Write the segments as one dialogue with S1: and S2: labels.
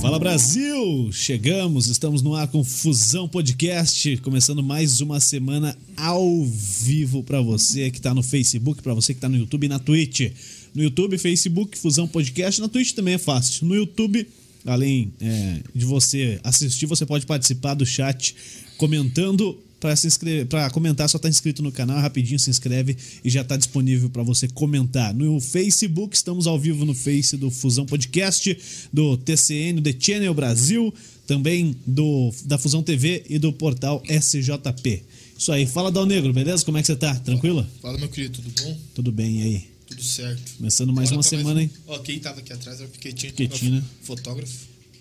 S1: Fala Brasil! Chegamos, estamos no ar com Fusão Podcast, começando mais uma semana ao vivo para você que tá no Facebook, para você que tá no YouTube e na Twitch. No YouTube, Facebook, Fusão Podcast, na Twitch também é fácil. No YouTube, além é, de você assistir, você pode participar do chat comentando para se inscrever, para comentar, só tá inscrito no canal, rapidinho se inscreve e já tá disponível para você comentar. No Facebook, estamos ao vivo no Face do Fusão Podcast, do TCN, do The Channel Brasil, também do da Fusão TV e do portal SJP. Isso aí, fala Dal Negro, beleza? Como é que você tá? Tranquilo?
S2: Fala, meu querido, tudo bom?
S1: Tudo bem e aí?
S2: Tudo certo.
S1: Começando mais
S2: Bora
S1: uma
S2: pra né? um.
S1: semana, hein?
S2: Ó, quem tava aqui atrás era o Piquetinho. é
S1: Piquetinho, né?
S2: Fotógrafo.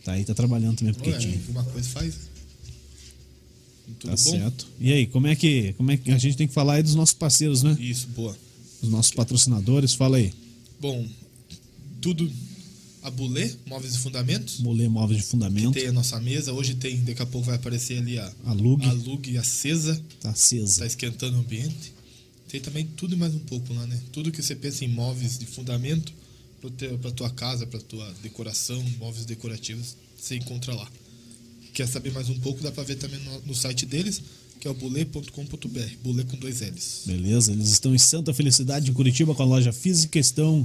S1: Tá aí, tá trabalhando também porque
S2: Olha,
S1: tinha.
S2: alguma coisa faz.
S1: Tá
S2: Tudo bom?
S1: certo. E aí, como é que, como é que a gente tem que falar aí dos nossos parceiros, né?
S2: Isso, boa.
S1: Os nossos patrocinadores, fala aí.
S2: Bom, tudo a Bulê, móveis e fundamentos.
S1: Molê Móveis de Fundamento,
S2: Tem a nossa mesa, hoje tem, daqui a pouco vai aparecer ali a,
S1: a Lug,
S2: a lug acesa,
S1: tá acesa.
S2: tá esquentando o ambiente. Tem também tudo e mais um pouco lá, né? Tudo que você pensa em móveis de fundamento pro teu- pra tua casa, pra tua decoração, móveis decorativos, você encontra lá. Quer saber mais um pouco? Dá pra ver também no, no site deles, que é o bule.com.br, bule com dois L's.
S1: Beleza, eles estão em Santa Felicidade, em Curitiba, com a loja física. Estão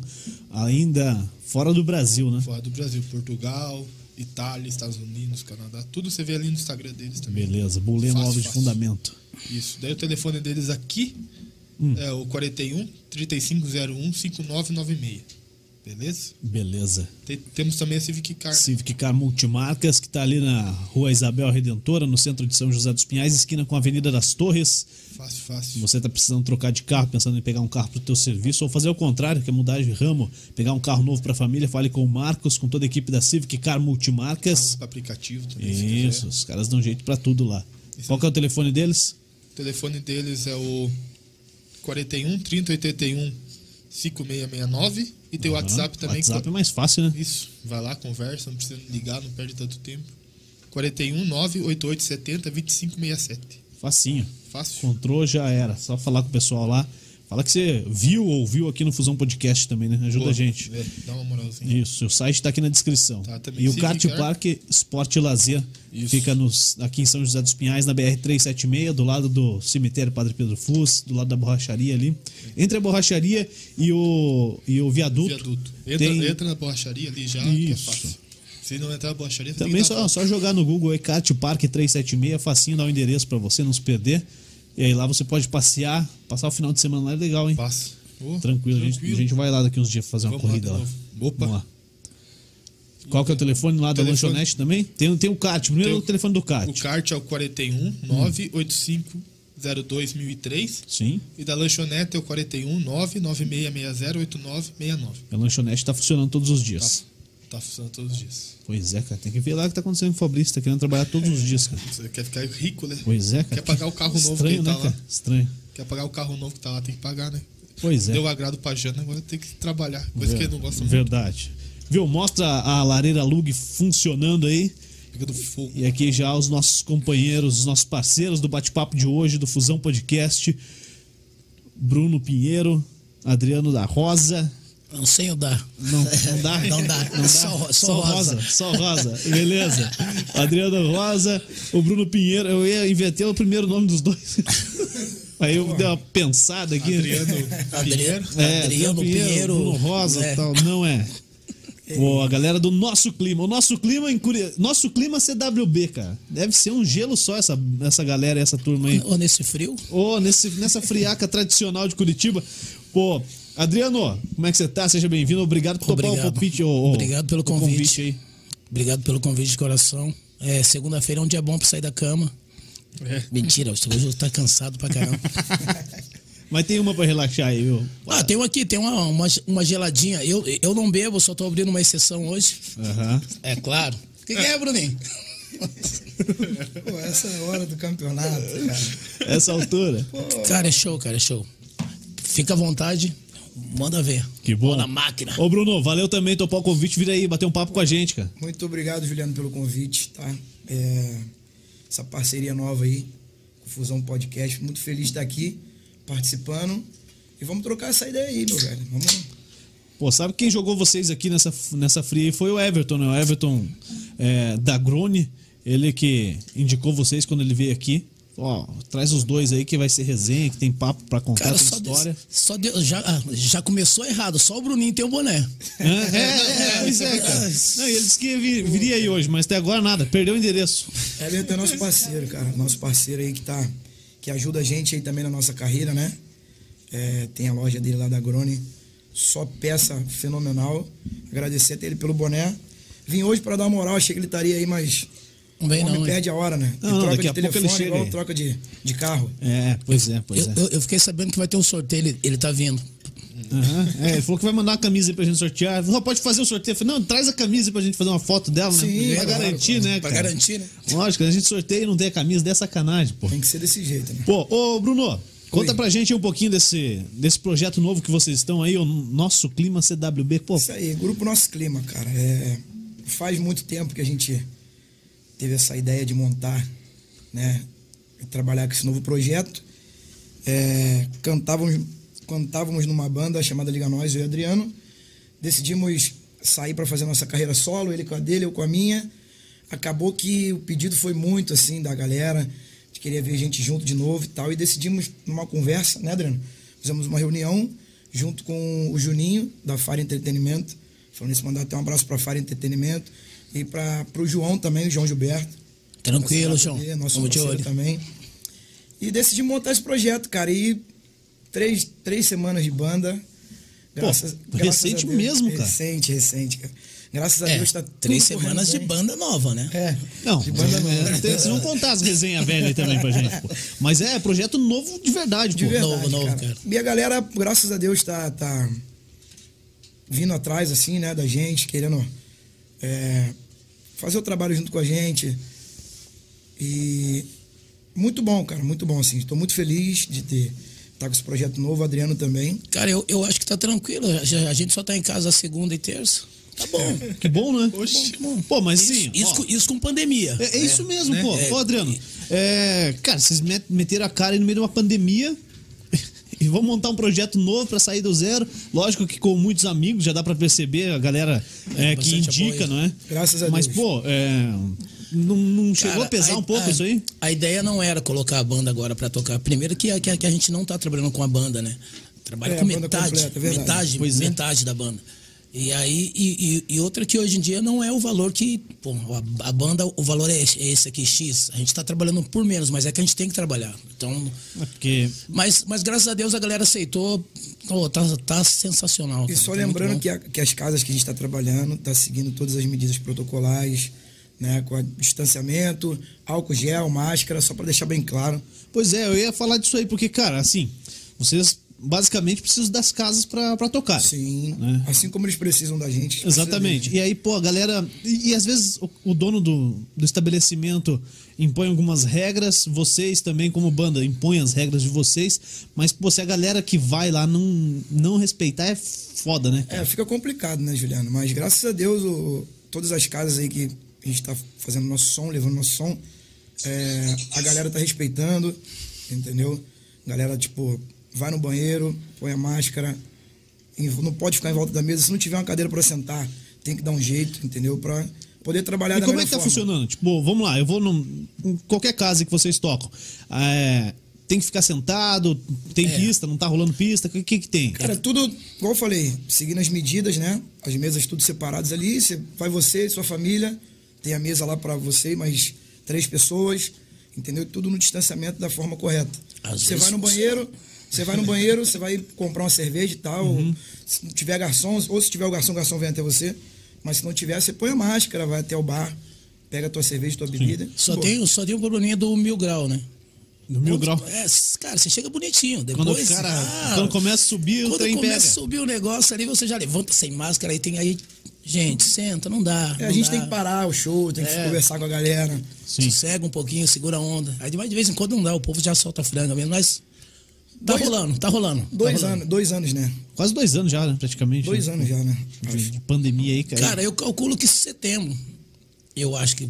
S1: ainda fora do Brasil, né?
S2: Fora do Brasil, Portugal, Itália, Estados Unidos, Canadá, tudo você vê ali no Instagram deles também.
S1: Beleza, Bolê
S2: Fácil,
S1: Móveis de
S2: fácil.
S1: Fundamento.
S2: Isso. Daí o telefone deles aqui é o 41 3501 5996. Beleza?
S1: Beleza.
S2: Te- temos também a Civic Car.
S1: Civic Car Multimarcas, que tá ali na Rua Isabel Redentora, no centro de São José dos Pinhais, esquina com a Avenida das Torres.
S2: Fácil,
S1: Se
S2: fácil.
S1: você tá precisando trocar de carro, pensando em pegar um carro pro teu serviço, ou fazer o contrário, quer mudar de ramo, pegar um carro novo pra família, fale com o Marcos, com toda a equipe da Civic Car Multimarcas.
S2: Carros com aplicativo também. se quiser.
S1: Isso, os caras dão jeito pra tudo lá.
S2: Isso
S1: Qual que é o telefone deles?
S2: O telefone deles é o 41 3081 5669. E tem o WhatsApp
S1: Ah,
S2: também.
S1: WhatsApp
S2: co-
S1: é mais fácil, né?
S2: Isso. Vai lá, conversa, não precisa ligar, não perde tanto tempo. 41 98870 2567.
S1: Facinho.
S2: Fácil.
S1: Encontrou, já era. Só falar com o pessoal lá. Fala que você viu ou ouviu aqui no Fusão Podcast também, né? Ajuda
S2: Boa.
S1: a gente.
S2: É, dá uma moralzinha.
S1: Isso, o site tá aqui na descrição.
S2: Tá, também.
S1: e o
S2: Sim,
S1: Kart
S2: fica-
S1: Park Esporte e Lazer
S2: Isso.
S1: fica nos, aqui em São José dos Pinhais, na BR-376, do lado do cemitério Padre Pedro Fus, do lado da borracharia ali. Entre a borracharia e o, e o viaduto.
S2: Viaduto. Entra,
S1: tem-
S2: entra na borracharia ali já, que é
S1: Isso.
S2: fácil. Se não entrar na borracharia, você
S1: Também
S2: tem que dar
S1: só, só jogar no Google aí, Kart Park 376, facinho, dá o endereço pra você não se perder. E aí lá você pode passear, passar o final de semana lá, é legal, hein?
S2: passo. Ô,
S1: Tranquilo, a gente- A, gente, vai lá daqui uns dias fazer uma
S2: Vamos lá
S1: corrida
S2: de
S1: lá.
S2: novo. Opa.
S1: Vamos lá. Qual que é o telefone lá da
S2: Telefone-
S1: lanchonete também? Tem, tem o kart, primeiro
S2: Tem
S1: o telefone do kart.
S2: O kart é o 41 985 02003
S1: Sim,
S2: e da lanchonete é o 41 996608969.
S1: a lanchonete tá funcionando todos os
S2: Tá,
S1: dias.
S2: tá funcionando todos os dias.
S1: Pois é, cara, tem que ver lá o que tá acontecendo com o Fabrício, tá querendo trabalhar todos os dias, cara.
S2: Você quer ficar rico, né?
S1: Pois é, cara.
S2: Quer pagar o carro novo
S1: Estranho,
S2: que
S1: né,
S2: tá lá.
S1: cara? Estranho.
S2: Quer pagar o carro novo que tá lá, tem que pagar, né?
S1: Pois é.
S2: Deu agrado pra Jana, agora tem que trabalhar. Coisa que ele não gosta muito.
S1: Verdade. Viu? Mostra a lareira Lug funcionando aí.
S2: Fica do fogo.
S1: E aqui já os nossos companheiros, os nossos parceiros do bate-papo de hoje, do Fusão Podcast. Bruno Pinheiro, Adriano da Rosa.
S3: Não sei andar.
S1: Não, não dá?
S3: Não dá. Só- só rosa.
S1: Só rosa. Beleza. Adriano Rosa, o Bruno Pinheiro. Eu ia inventei o primeiro nome dos dois. Aí eu dei uma pensada aqui.
S2: Adriano
S3: Adriano,
S2: Pinheiro.
S1: É,
S3: tá Adriano Pinheiro.
S1: Bruno Rosa
S3: né?
S1: tal, não é. Pô, a galera do nosso clima. O nosso clima em Curi... Nosso clima CWB, cara. Deve ser um gelo só essa, essa galera, essa turma aí.
S3: Ou nesse frio?
S1: Ô, nesse, nessa friaca tradicional de Curitiba. Pô, Adriano, como é que você tá? Seja bem-vindo. Obrigado por topar o
S3: Obrigado.
S1: palpite. ô, ô,
S3: Obrigado pelo
S1: o
S3: convite.
S1: aí.
S3: Obrigado pelo convite de coração. É, segunda-feira é um dia bom pra sair da cama.
S2: É.
S3: Mentira, hoje eu tô cansado pra caramba.
S1: Mas tem uma pra relaxar aí, viu?
S3: Ah, tem um aqui, tem uma, uma, uma geladinha. Eu, eu não bebo, só tô abrindo uma exceção hoje.
S1: Aham.
S3: É claro. O que, que é, Bruninho?
S4: Pô, essa é a hora do campeonato, cara.
S1: Essa altura.
S3: Cara, é show, cara, é show. Fica à vontade, manda ver.
S1: Que bom.
S3: Bola máquina.
S1: Ô, Bruno, valeu também topar o convite. Vira aí, bater um papo com a gente, cara.
S4: Muito obrigado, Juliano, pelo convite, tá? É, essa parceria nova aí, com o Fusão Podcast. Muito feliz de estar aqui, participando. E vamos trocar essa ideia aí, meu velho. Vamos.
S1: Pô, sabe quem jogou vocês aqui nessa, nessa fria aí foi o Everton, né? O Everton é, da Grone, ele que indicou vocês quando ele veio aqui. Ó, traz os dois aí que vai ser resenha, que tem papo pra contar,
S3: Cara,
S1: tem
S3: só Deus,
S1: história.
S3: só Deus, já, ah, já começou errado, só o Bruninho tem o boné.
S1: Hã? É, é, é, pois é, cara. Não, e ele disse que vi- viria aí hoje, mas até agora nada, perdeu o endereço.
S4: Everton é nosso parceiro, cara. Nosso parceiro aí que tá. Que ajuda a gente aí também na nossa carreira, né? É, tem a loja dele lá da Grone. Só peça fenomenal. Agradecer até ele pelo boné. Vim hoje pra dar uma moral, achei que ele estaria aí, mas.
S3: Não vem
S4: o homem
S3: não, hein?
S4: perde a hora, né? Ele
S1: Não, não,
S4: troca
S1: daqui
S4: de
S1: a pouco ele
S4: telefone
S1: chega
S4: igual
S1: aí.
S4: troca de, de carro.
S1: É, pois é, pois
S3: Eu,
S1: é.
S3: eu- eu fiquei sabendo que vai ter um sorteio, ele, ele tá vindo.
S1: Aham. É, ele falou que vai mandar uma camisa aí pra gente sortear. Ele falou, "Ó, pode fazer o sorteio. Eu falei, não, traz a camisa aí pra gente fazer uma foto dela, né?
S4: Sim,
S1: pra
S4: claro,
S1: garantir, né,
S3: Pra
S1: cara?
S3: garantir, né?
S1: Lógico, a gente sorteia e não tem a camisa, daí é sacanagem, pô.
S4: Tem que ser desse jeito, né?
S1: Pô, ô Bruno, conta
S4: Oi.
S1: pra gente um pouquinho desse, desse projeto novo que vocês estão aí, o Nosso Clima CWB. Pô,
S4: Isso aí, Grupo Nosso Clima, cara. É, faz muito tempo que a gente teve essa ideia de montar, né? e Trabalhar com esse novo projeto. É, cantávamos, cantávamos numa banda chamada Liga Nós, eu e o Adriano. Decidimos sair para fazer nossa carreira solo, ele com a dele, eu com a minha. Acabou que o pedido foi muito, assim, da galera. A gente queria ver a gente junto de novo e tal. E decidimos, numa conversa, né, Adriano? Fizemos uma reunião junto com o Juninho, da Fara Entretenimento. Falando isso, mandar até um abraço para a Fara Entretenimento. E para o João também, o João Gilberto.
S3: Tranquilo,
S4: Nosso
S3: João.
S4: CWD, Nosso
S3: Vamos de
S4: parceiro
S3: olho.
S4: também. E decidi montar esse projeto, cara. E três, três semanas de banda.
S1: recente mesmo, cara.
S4: Recente, recente, cara. Graças a
S3: É,
S4: Deus tá
S3: três
S4: tudo correndo
S3: semanas de
S4: bem.
S3: banda nova, né?
S4: É.
S1: Não,
S4: de banda nova.
S1: é, tem- vocês vão contar as resenhas velhas aí também pra gente, pô. Mas é, projeto novo de verdade,
S4: De
S1: pô.
S4: verdade,
S3: novo, novo,
S4: cara.
S3: cara.
S4: E a galera, graças a Deus, tá, tá vindo atrás, assim, né, da gente, querendo é, fazer o trabalho junto com a gente. E muito bom, cara, muito bom, assim. Estou muito feliz de ter tá com esse projeto novo, o Adriano também.
S3: Cara, eu, eu acho que tá tranquilo. A, a- a gente só tá em casa segunda e terça. Tá bom.
S1: Que bom, né?
S2: Oxi.
S1: Pô, mas assim, sim.
S3: Isso, isso,
S1: ó,
S3: com- isso com pandemia.
S1: É, é isso mesmo, pô.
S3: É,
S1: Ô, Adriano, é, cara, vocês met- meteram a cara aí no meio de uma pandemia e vão montar um projeto novo pra sair do zero. Lógico que com muitos amigos, já dá pra perceber a galera é,
S3: É,
S1: que
S3: bastante
S1: indica,
S3: apoio.
S1: não é?
S4: Graças a
S1: Mas,
S4: Deus.
S1: pô, é, não, não chegou
S3: Cara,
S1: a pesar um pouco
S3: a,
S1: isso aí?
S3: A ideia não era colocar a banda agora pra tocar. Primeiro que, a- que, a- que a gente não tá trabalhando com a banda, né? Trabalha
S4: É,
S3: com
S4: a banda
S3: metade,
S4: completa, é verdade.
S3: metade,
S1: Pois é.
S3: metade da banda. E aí, e, e- e outra que hoje em dia não é o valor que, pô, a, a banda, o valor é esse é esse aqui, X. A gente tá trabalhando por menos, mas é que a gente tem que trabalhar. Então,
S1: É porque
S3: mas, mas graças a Deus a galera aceitou. Pô, tá, tá sensacional.
S4: E
S3: cara.
S4: só
S3: Tá muito
S4: lembrando
S3: bom.
S4: que, a- que as casas que a gente está trabalhando está seguindo todas as medidas protocolares, né, com a- distanciamento, álcool gel, máscara, só para deixar bem claro.
S1: Pois é, eu ia falar disso aí, porque, cara, assim, vocês basicamente precisam das casas pra, pra
S3: É.
S1: tocar.
S4: Sim,
S1: Né?
S4: assim como eles precisam da gente. a gente precisa
S1: Exatamente. E aí, pô, a galera. E, e às vezes o, o dono do, do estabelecimento impõe algumas regras, vocês também, como banda, impõem as regras de vocês, mas, pô, se a galera que vai lá não, não respeitar, é foda, né?
S4: É, fica complicado, né, Juliano? Mas graças a Deus, o- todas as casas aí que a gente tá fazendo nosso som, levando nosso som, é, a galera tá respeitando, entendeu? A galera, tipo, vai no banheiro, põe a máscara, em- não pode ficar em volta da mesa. Se não tiver uma cadeira para sentar, tem que dar um jeito, entendeu? Pra poder trabalhar
S1: E
S4: da
S1: como é
S4: melhor
S1: que tá
S4: forma.
S1: funcionando? Tipo, vamos lá, eu vou num, em qualquer casa que vocês tocam. É, tem que ficar sentado, tem
S3: É.
S1: pista, não tá rolando pista, o que, que que tem?
S4: Cara, tudo, igual eu falei, seguindo as medidas, né? As mesas tudo separadas ali. Você, vai você e sua família. Tem a mesa lá pra você e mais três pessoas. Entendeu? Tudo no distanciamento da forma correta.
S3: Às
S4: você
S3: vezes-
S4: vai no banheiro, você vai no banheiro, você vai comprar uma cerveja e tal.
S3: Uhum.
S4: Se não tiver garçom, ou se tiver o garçom, o garçom vem até você. Mas se não tiver, você põe a máscara, vai até o bar, pega a tua cerveja, tua bebida.
S3: Só
S4: Pô,
S3: tem, só tem o probleminha do mil grau, né?
S1: No mil grau.
S3: É, cara, você chega bonitinho. Depois,
S1: Quando o cara.
S3: ah,
S1: quando começa a subir, o
S3: quando
S1: trem
S3: começa
S1: pega.
S3: a subir o negócio ali, você já levanta sem máscara, aí tem aí. Gente, senta, não dá.
S4: é, a
S3: não
S4: gente
S3: dá.
S4: tem que parar o show, tem que
S3: É.
S4: conversar com a galera.
S1: Sim.
S3: Sossega um pouquinho, segura a onda. Aí de mais de vez em quando não dá, o povo já solta a franga mesmo, mas. Tá
S4: Dois-
S3: rolando, tá rolando. tá
S4: Dois
S3: rolando.
S4: anos, dois anos, né?
S1: Quase dois anos já, né? Praticamente.
S4: Dois
S1: né?
S4: anos já, né?
S1: de, de pandemia aí, cara.
S3: Cara, eu calculo que setembro, eu acho que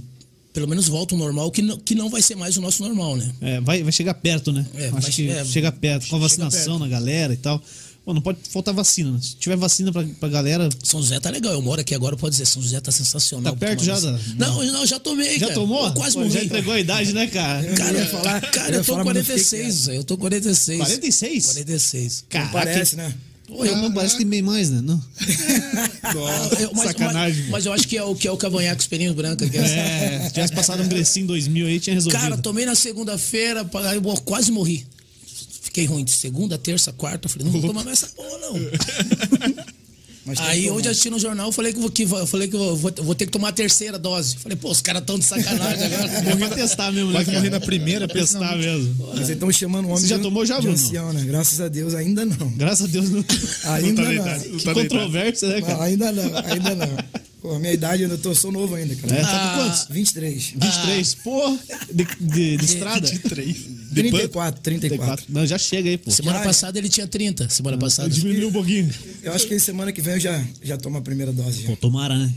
S3: pelo menos volta o normal, que não, que não vai ser mais o nosso normal, né?
S1: É, vai, vai chegar perto, né?
S3: É,
S1: Acho
S3: vai-
S1: que
S3: é,
S1: chega perto, com a
S3: chega
S1: vacinação na galera e tal. Pô, não pode faltar vacina. né? Se tiver vacina pra, pra galera,
S3: São José tá legal, eu moro aqui agora, pode dizer, São José tá sensacional.
S1: Tá perto
S3: Toma
S1: já da-
S3: vacina. Não, não, já tomei,
S1: já
S3: cara.
S1: tomou?
S3: Eu quase
S1: Pô,
S3: morri. É,
S1: já entregou a idade, né, cara?
S3: Cara,
S4: Eu
S3: eu,
S4: ia falar-
S3: cara,
S4: eu
S3: eu,
S4: ia
S3: tô
S4: falar, mas não fiquei
S3: 46, eu tô 46.
S1: 46?
S3: 46.
S1: Caraca,
S4: Parece, né?
S1: Pô, eu- não, parece que tem bem mais, né? Não.
S2: Nossa.
S3: Eu- mas,
S1: Sacanagem,
S3: Mas, mas eu acho que é o que é o cavanhaque espelhinho branco. Que é essa-
S1: É, se tivesse passado um Grecinho 2000 aí, tinha resolvido.
S3: Cara, tomei na segunda-feira, pa- eu quase morri. Fiquei ruim de segunda, terça, quarta. eu Falei, não vou tomar mais essa porra, não.
S4: Mas tem
S3: Aí
S4: que
S3: hoje
S4: tomar.
S3: assisti no jornal, eu falei que, vou- que vou- eu falei que eu vou, vou ter que tomar a terceira dose. Eu Falei, pô, os caras tão de sacanagem agora.
S1: Morri pra testar mesmo, né?
S2: Quase
S1: cara?
S2: morri na primeira,
S1: Pra testar mesmo.
S4: Mas estão chamando o homem
S1: Você já
S4: de-
S1: tomou já,
S4: de
S1: Bruno?
S4: ancião, né? Graças a Deus, ainda não.
S1: Graças a Deus não.
S4: Ainda
S2: na
S4: não.
S2: idade, não
S1: Que
S2: tá na idade.
S1: controvérsia, né,
S4: Mas
S1: cara?
S4: Ah, Ainda não, ainda não. Pô, a minha idade, eu ainda tô, sou novo ainda, cara. Ah,
S1: É, tá com quantos?
S4: 23.
S1: 23, porra, de, de, de estrada?
S2: 23. De punk.
S4: 34, 34.
S1: 34. Não, já chega aí, pô.
S3: Semana
S4: Ah, é.
S3: passada ele tinha 30, semana passada.
S1: Diminuiu um pouquinho.
S4: Eu acho que semana que vem eu já, já tomo a primeira dose. já.
S1: Pô, tomara, né?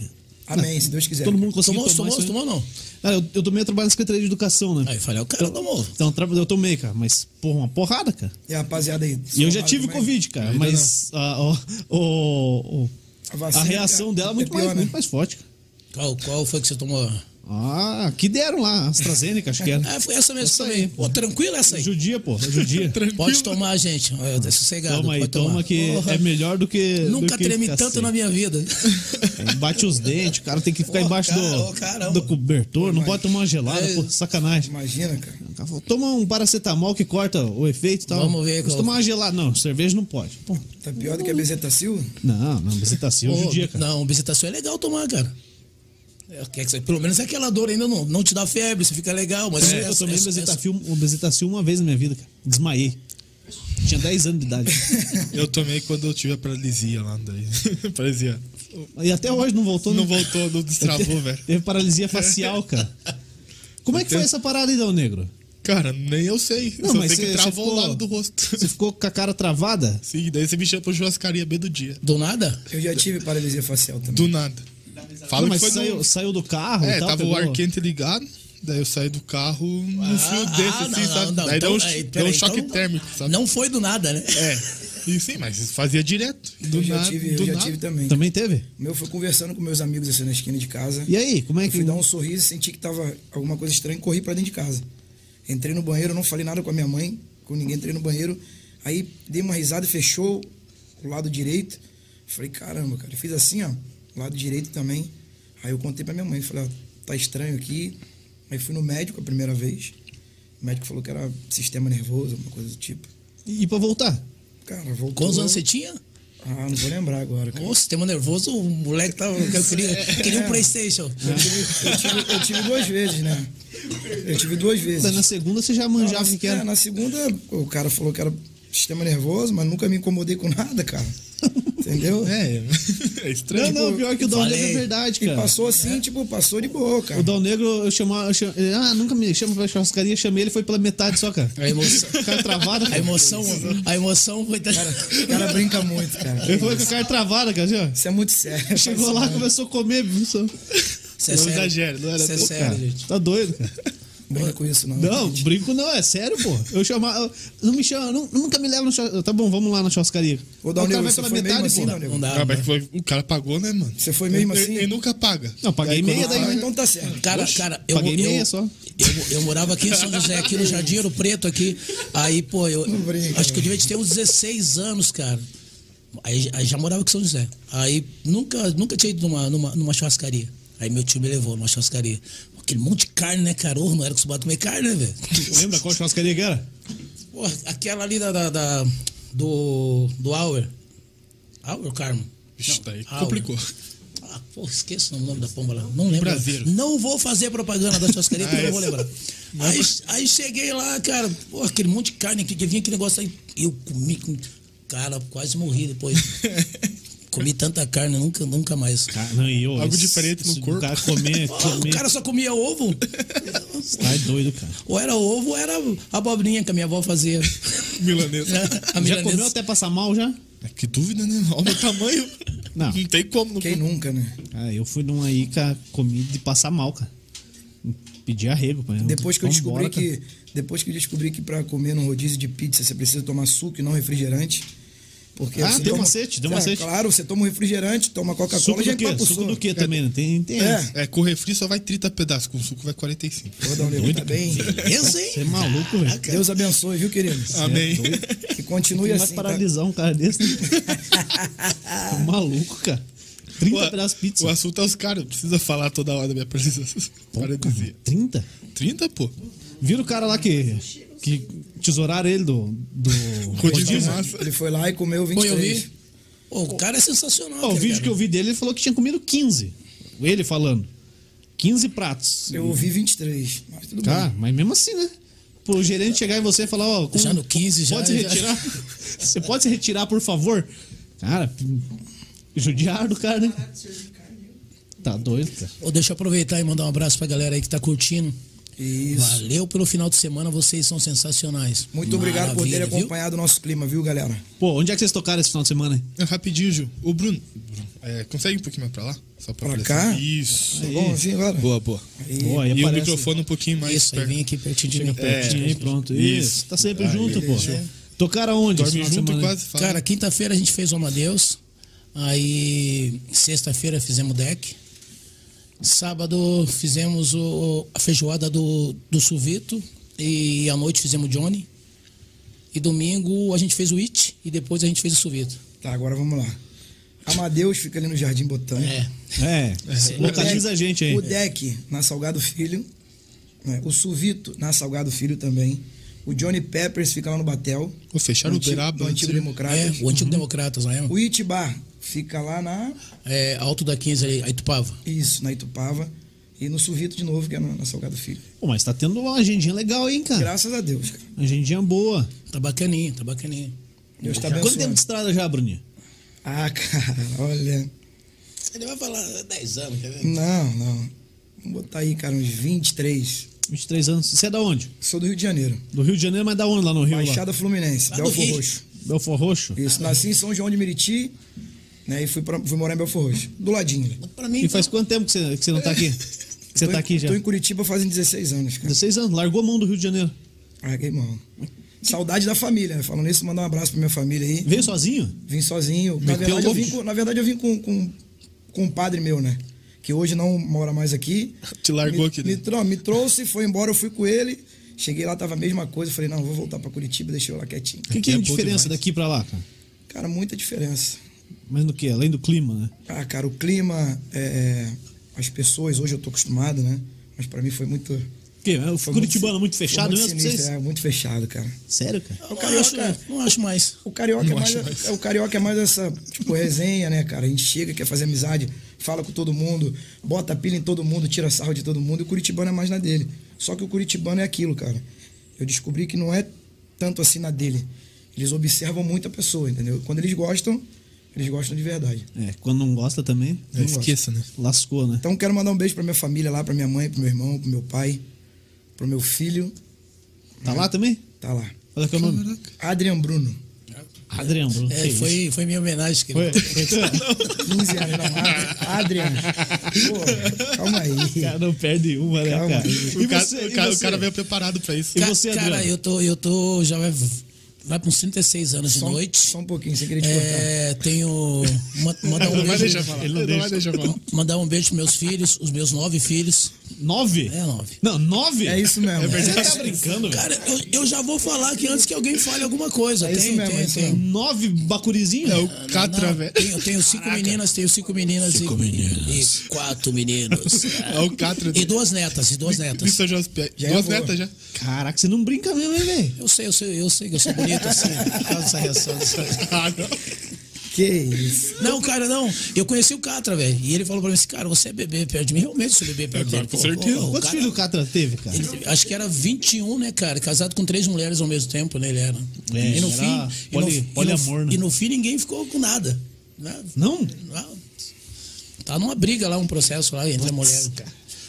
S4: Amém, se Deus quiser.
S1: Todo mundo conseguiu
S3: Tomou,
S1: tomar
S3: tomou,
S1: isso aí.
S3: tomou, não.
S1: Cara, eu, eu tomei a trabalho na Secretaria de Educação, né?
S3: né? Aí eu falei, o cara tomou.
S1: Então, tra- eu tomei, cara, mas, porra, uma porrada, cara.
S4: E a rapaziada aí.
S1: E eu já
S4: somada
S1: tive
S4: também.
S1: Covid, cara,
S2: Ainda
S1: mas a, o- o- o-
S4: A
S1: a
S4: vacina
S1: reação
S4: é-
S1: dela é muito,
S4: é pior,
S1: mais,
S4: né?
S1: muito mais forte. cara.
S3: Qual, qual foi que você tomou?
S1: Ah, que deram lá, AstraZeneca, acho que era.
S3: Ah, foi essa mesmo também. Pô, tranquila essa aí.
S1: Judia, pô, judia.
S3: Pode tomar, gente. Olha, tá Sossegado.
S1: Toma aí,
S3: pode
S1: toma
S3: tomar.
S1: que
S3: Porra,
S1: é melhor do que.
S3: Nunca
S1: do que
S3: tremi
S1: ficar
S3: tanto
S1: sem.
S3: na minha vida.
S1: Bate os dentes, o cara tem que ficar
S3: Ô,
S1: embaixo
S3: cara,
S1: do,
S3: ô, caramba.
S1: do cobertor, não
S4: Mas-
S1: pode tomar uma gelada,
S3: É.
S1: pô, sacanagem.
S4: Imagina, cara.
S1: O cara falou, toma um paracetamol que corta o efeito e tal.
S3: Vamos ver
S1: Mas
S3: qual-
S1: tomar uma gelada, não, cerveja não pode. Pô,
S4: Tá pior do que a Bezetacil?
S1: não, não, você tá assim hoje em
S3: Pô,
S1: dia, cara.
S3: Não, visitação é legal tomar, cara. É, quer dizer, pelo menos aquela dor ainda não, não te dá febre, você fica legal, mas
S1: eu, eu
S3: essa-
S1: tomei
S3: essa-
S1: bezetacil, o bezetacil uma vez na minha vida, cara. Desmaiei. Tinha 10 anos de idade.
S2: Eu tomei quando eu tive a paralisia lá, daí. paralisia.
S1: E até hoje não voltou.
S2: Não
S1: né?
S2: voltou, não destravou, velho.
S1: Teve paralisia facial, cara. Como é que foi essa parada aí, Dão Negro?
S2: Cara, nem eu sei.
S1: Não,
S2: Só
S1: mas
S2: sei
S1: cê-
S2: que
S1: cê
S2: travou o
S1: ficou-
S2: lado do rosto.
S1: Você ficou com a cara travada?
S2: Sim, daí você me chamou pra churrascaria bem do dia.
S3: Do nada?
S4: Eu já tive paralisia facial também.
S2: Do nada. Fala
S1: Não, mas
S2: que foi no-
S1: saiu, saiu do carro
S2: É,
S1: e tal,
S2: tava
S1: pegou-
S2: o ar quente ligado. Daí eu saí do carro num
S3: Ah,
S2: fio
S3: ah,
S2: desse, assim,
S3: não,
S2: sabe?
S3: não, não,
S2: daí deu um,
S3: então, aí,
S2: deu um
S3: peraí,
S2: choque
S3: então-
S2: térmico, sabe?
S3: Não foi do nada, né?
S2: É. E sim, mas isso fazia direto. Do
S4: eu já
S2: nada.
S4: tive,
S2: do
S4: eu já
S2: nada.
S4: tive também.
S1: Também teve?
S4: O meu foi conversando com meus amigos assim na esquina de casa.
S1: E aí, como é
S4: Eu
S1: que...
S4: fui dar um sorriso, senti que tava alguma coisa estranha e corri pra dentro de casa. Entrei no banheiro, não falei nada com a minha mãe, com ninguém, entrei no banheiro. Aí dei uma risada, fechou o lado direito. Falei, caramba, cara. Fiz assim, ó, lado direito também. Aí eu contei pra minha mãe, falei, ó, tá estranho aqui. Aí fui no médico a primeira vez. O médico falou que era sistema nervoso, alguma coisa do tipo.
S1: E pra voltar?
S4: Cara, voltou.
S3: Quantos anos você tinha?
S4: Ah, não vou lembrar agora, cara.
S3: Ô, sistema um nervoso, o moleque tava. Eu queria,
S1: É.
S3: queria um Playstation.
S4: Eu tive, eu, tive, eu tive duas vezes, né? Eu tive duas
S1: Daí
S4: vezes.
S1: na segunda você já manjava
S4: na,
S1: o que
S4: é,
S1: era.
S4: na segunda, o cara falou que era sistema nervoso, mas nunca me incomodei com nada, cara. Entendeu?
S2: É, é estranho.
S1: não, não, pior que o Dal
S3: falei.
S1: Negro é verdade,
S4: E
S1: cara.
S4: passou assim, tipo, passou de boa, cara.
S1: O Dal Negro, eu chamava... Eu cham- ele, Ah, nunca me chama pra churrascaria, chamei ele, foi pela metade só, cara.
S3: A emoção.
S1: Cara travada,
S3: A
S1: cara.
S3: emoção, a emoção foi.
S4: O cara brinca muito, cara.
S1: Ele foi com a cara travada, cara, assim, ó.
S4: Isso é muito sério.
S1: Chegou
S4: né?
S1: lá, começou a comer, viu, só-
S3: Isso é
S2: Não
S3: sério.
S2: exagero, não era
S3: Isso é
S2: pouco,
S3: sério,
S1: cara,
S3: gente.
S1: tá doido, cara.
S4: Brinca com isso, não.
S1: Não,
S4: gente.
S1: brinco não, é sério, pô. Eu chamava... eu- Não me chama, não- nunca me leva no churrascaria. Tá bom, vamos lá na churrascaria.
S4: Ô, Dal
S1: O cara
S4: Negro,
S1: vai
S4: você
S1: pela
S4: um foi mesmo
S1: metade,
S4: assim,
S1: pô.
S4: Dal Negro?
S3: Não dá.
S2: Ah,
S3: não dá.
S2: mas foi- o cara pagou, né, mano?
S4: Você foi mesmo
S2: Ele-
S4: assim?
S2: Ele nunca paga.
S1: Não, paguei
S2: Daí,
S1: meia
S2: quando
S1: daí,
S2: paga,
S4: Ah,
S1: né?
S4: então tá certo.
S3: Cara, cara, eu,
S1: paguei
S3: eu,
S1: meia só.
S3: Eu, eu morava aqui em São José, aqui no Jardim Ouro Preto, aqui. Aí, pô, eu
S4: brinca,
S3: acho que
S1: né?
S3: eu devia ter uns 16 anos, cara. Aí, aí já morava aqui em São José. Aí nunca, nunca tinha ido numa, numa, numa churrascaria. Aí meu tio me levou numa churrascaria. Aquele monte de carne, né, cara? Ô, não era acostumado a comer carne, né, velho?
S1: Lembra qual churrascaria que era?
S3: Porra, aquela ali da, da, da- do, do Auer. Auer, Carmo?
S2: Ixi, daí
S3: Auer.
S2: complicou.
S3: Ah, pô, esqueço o nome da pomba lá. Não lembro.
S2: Prazer.
S3: Não vou fazer propaganda da churrascaria,
S1: Ah,
S3: porque eu não vou lembrar. Aí, aí cheguei lá, cara, pô, aquele monte de carne aqui, que vinha aquele negócio aí. Eu comi, comi- cara, quase morri depois. comi tanta carne, nunca, nunca mais.
S1: Cara, não, e eu,
S2: Algo
S1: esse-
S2: diferente no
S1: esse-
S2: corpo.
S1: O cara comer,
S3: Ah,
S1: comer.
S3: o cara só comia ovo.
S1: Tá doido, cara.
S3: Ou era ovo, ou era abobrinha que a minha avó fazia.
S2: Milanesa.
S3: A
S1: Já
S3: milanesa.
S1: comeu até passar mal já?
S2: É, Que dúvida, né? Olha o meu tamanho.
S1: Não.
S2: Não tem como. Não
S4: Quem nunca, né?
S1: Ah, eu fui num aí, cara, comi de passar mal, cara. Pedi arrego, pai.
S4: Depois que eu descobri
S1: Vambora, cara.
S4: que depois que eu descobri que para comer num rodízio de pizza você precisa tomar suco e não refrigerante. Porque
S1: Ah,
S4: você
S1: tem um macete, tem um
S4: é,
S1: macete.
S4: Claro, você toma um refrigerante, toma Coca-Cola
S1: Suco
S4: e já é
S1: do quê?
S4: empata o
S1: Suco do quê também? né? Tem, tem
S4: É.
S1: essa.
S2: É, com o refri só vai 30 pedaços, com o suco vai 45.
S4: Ô, Dauleiro, tá bem.
S3: Beleza, hein?
S1: Você é maluco, velho.
S4: Deus abençoe, viu, querido?
S2: Amém.
S4: Que continue
S1: Vai
S4: assim. tá?
S1: paralisar um cara desse. né? Tá maluco, cara. 30 pedaços de pizza.
S2: O assunto é os caras, não precisa falar toda hora da minha presença.
S1: Pô,
S2: Para de
S1: cara,
S2: dizer.
S1: 30?
S2: 30, pô.
S1: Vira o cara lá que. que tesouraram ele do. do...
S2: Rodízio massa.
S4: Ele foi lá e comeu
S3: Pô, eu
S4: 23.
S3: vi. Pô, o cara é sensacional.
S1: Ó, o
S3: aquele
S1: vídeo
S3: cara.
S1: que eu vi dele, ele falou que tinha comido 15. Ele falando. 15 pratos.
S4: Eu ouvi 23. Mas tudo
S1: Cara,
S4: bem.
S1: mas mesmo assim, né? Pro gerente chegar em você e falar, ó, com-
S3: Já no 15, já.
S1: pode se
S3: já-
S1: retirar. Você pode se retirar, por favor? Cara, p- judiar do cara, né? Tá doido, cara.
S3: Ô, deixa eu aproveitar e mandar um abraço pra galera aí que tá curtindo.
S4: Isso.
S3: Valeu pelo final de semana, vocês são sensacionais.
S4: Muito obrigado por terem
S3: Maravilha, viu?
S4: acompanhado o nosso clima, viu, galera?
S1: Pô, onde é que vocês tocaram esse final de semana? hein?
S2: É, Rapidinho, Gil. O Bruno. Bruno, é, consegue um pouquinho mais pra lá? Só pra,
S4: Pra
S2: aparecer.
S4: cá?
S2: Isso.
S4: Tá bom assim agora?
S2: Boa, boa.
S4: Aí.
S1: Pô, aí
S2: E o
S1: aparece-
S2: microfone um pouquinho mais.
S3: Isso, aí
S2: perto.
S3: vem aqui pertinho de mim.
S2: É.
S1: Tinha aí, pronto. Isso.
S2: Isso.
S1: Tá sempre junto, pô. Tocaram onde? esse final
S2: Dorme
S1: de
S2: junto
S1: semana, hein?
S2: quase. Fala.
S3: Cara, quinta-feira a gente fez o Amadeus. Aí, sexta-feira fizemos o deck. Sábado fizemos o- a feijoada do, do Suvito. E à noite fizemos o Johnny. E domingo a gente fez o It. E depois a gente fez o Suvito.
S4: Tá, agora vamos lá. Amadeus fica ali no Jardim Botânico.
S3: É.
S1: É, localiza a gente aí.
S4: O Deck na Salgado Filho. né? O Suvito na Salgado Filho também. O Johnny Peppers fica lá no Batel.
S2: Pô, fecharam o
S4: no antigo,
S2: Beraba.
S4: no antigo Democratas.
S3: É, o antigo Democratas lá, é?
S4: O Itibar fica lá na.
S3: É, Alto da 15 ali, aí Tupava.
S4: Isso, na Itupava. E no Suvito de novo, que é na, na Salgado Filho.
S1: Pô, mas tá tendo uma agendinha legal, hein, cara?
S4: Graças a Deus, cara.
S1: Uma agendinha boa.
S3: Tá bacaninha, tá bacaninha.
S4: Deus tá
S1: Quanto tempo de
S4: abençoando.
S1: estrada já, Bruninho?
S4: Ah, cara, olha.
S3: Ele vai falar 10 anos, quer ver?
S4: Não, não. Vamos botar aí, cara, uns 23.
S1: 23 anos. Você é da onde?
S4: Sou do Rio de Janeiro.
S1: Do Rio de Janeiro, mas da onde lá no Rio? Lá? Ah.
S4: Baixada Fluminense,
S3: Lá no
S4: Belfor
S3: Rio.
S4: Roxo.
S1: Belfor Roxo?
S4: Isso, nasci em São João de Meriti, né? E fui, pra, fui morar em Belfor Roxo. Do ladinho. né?
S3: Pra mim,
S1: E faz quanto tempo que você, que você não tá aqui? Que você
S4: Tô
S1: tá
S4: em-
S1: aqui já?
S4: Tô em Curitiba fazem 16 anos, cara.
S1: 16 anos, largou a mão do Rio de Janeiro.
S4: Ah, que irmão. Saudade da família, né? Falando isso, mandar um abraço pra minha família aí.
S1: Veio sozinho?
S4: Vim sozinho. Na
S1: Meteu
S4: verdade,
S1: louco.
S4: eu vim, com, na verdade, eu vim com, com, com um padre meu, né? Que hoje não mora mais aqui.
S2: Te largou
S4: me,
S2: aqui,
S4: Me,
S2: né?
S4: tro- me trouxe, foi embora, eu fui com ele. Cheguei lá, tava a mesma coisa. Falei, não, vou voltar pra Curitiba, deixei eu lá quietinho.
S1: O que, que é
S2: É
S1: a
S2: bom
S1: diferença
S2: demais.
S1: daqui pra lá, cara?
S4: Cara, muita diferença.
S1: Mas no que? Além do clima, né?
S4: Ah, cara, o clima, é, é, as pessoas, hoje eu tô acostumado, né? Mas pra mim foi muito.
S1: Porque é o
S4: Foi
S1: Curitibano muito,
S4: foi
S1: fechado
S4: muito
S1: mesmo pra
S4: sinistro,
S1: vocês?
S4: É, muito fechado, cara.
S1: Sério, cara?
S3: não,
S4: carioca-
S3: acho, não acho mais.
S4: O carioca, é
S2: Não
S4: mais,
S2: acho mais.
S4: é- o carioca é mais essa, tipo, resenha, né, cara? A gente chega, quer fazer amizade, fala com todo mundo, bota pilha em todo mundo, tira sarro de todo mundo. E o curitibano é mais na dele. Só que o curitibano é aquilo, cara. Eu descobri que não é tanto assim na dele. Eles observam muito a pessoa, entendeu? Quando eles gostam, eles gostam de verdade.
S1: É, quando não gosta também,
S2: É, esqueça, né?
S1: lascou, né?
S4: Então quero mandar um beijo pra minha família lá, pra minha mãe, pro meu irmão, pro meu pai, pro meu filho.
S1: Tá lá também?
S4: Tá lá.
S1: Olha que é o nome.
S4: Adrian Bruno.
S1: Adriano. Bruno.
S3: É, foi, foi minha homenagem, querido.
S1: Foi, foi tu?
S4: 15 anos na Ad- Adrian. Pô, calma aí.
S1: O cara não perde uma, né,
S4: Calma
S1: cara?
S4: aí.
S1: E
S2: O cara,
S1: você-
S2: o
S1: e
S2: cara- o
S1: você?
S2: cara veio preparado pra isso.
S1: E
S3: Ca-
S1: você,
S3: cara,
S1: Adriano?
S3: eu tô, eu tô. Já vai, vai para uns 36 anos de
S4: Só um-
S3: noite.
S4: Só um pouquinho, sem querer te cortar.
S3: É, tenho. ma- Mandar um,
S2: Não vai
S3: beijo,
S2: deixar falar.
S1: Ele não
S2: vai deixar falar.
S3: mandar um beijo pros meus filhos, os meus nove filhos.
S1: Nove?
S3: É, nove.
S1: Não, nove?
S4: É isso
S1: Você
S4: mesmo.
S1: tá brincando, velho?
S3: Cara, eu, eu já vou falar aqui antes que alguém fale alguma coisa.
S4: É
S3: tem,
S4: isso mesmo,
S3: tem,
S4: é isso
S3: tem.
S4: mesmo.
S1: Nove bacurizinhos?
S2: É o
S3: Não,
S2: Catra,
S3: não,
S2: velho.
S3: tenho, tenho cinco meninas, tenho cinco meninas e, e quatro meninos.
S2: É o Catra.
S3: E duas netas, e duas netas.
S2: Vitor Jospé.
S4: Já é
S2: Duas
S4: boa.
S2: netas já.
S1: Caraca, você não brinca mesmo, hein, velho?
S3: Eu sei, eu sei, eu sei que eu sou bonito assim. por causa dessa reação, dessa-
S2: Ah, não.
S4: Que isso.
S3: Não, cara, não. Eu conheci o Catra, velho. E ele falou pra mim assim, cara, você é bebê perto de mim. Realmente sou bebê perto dele.
S2: com certeza.
S3: o
S1: Quantos
S3: cara-
S1: filhos o Catra teve, cara?
S3: ele- acho que era 21, né, cara? Casado com três mulheres ao mesmo tempo, né? Ele era.
S1: É, era
S3: e no-
S1: poli-
S3: e no-
S1: poliamor, né?
S3: E no fim ninguém ficou com nada. né?
S1: Não?
S3: Não. Tá numa briga lá, um processo lá entre a mulher.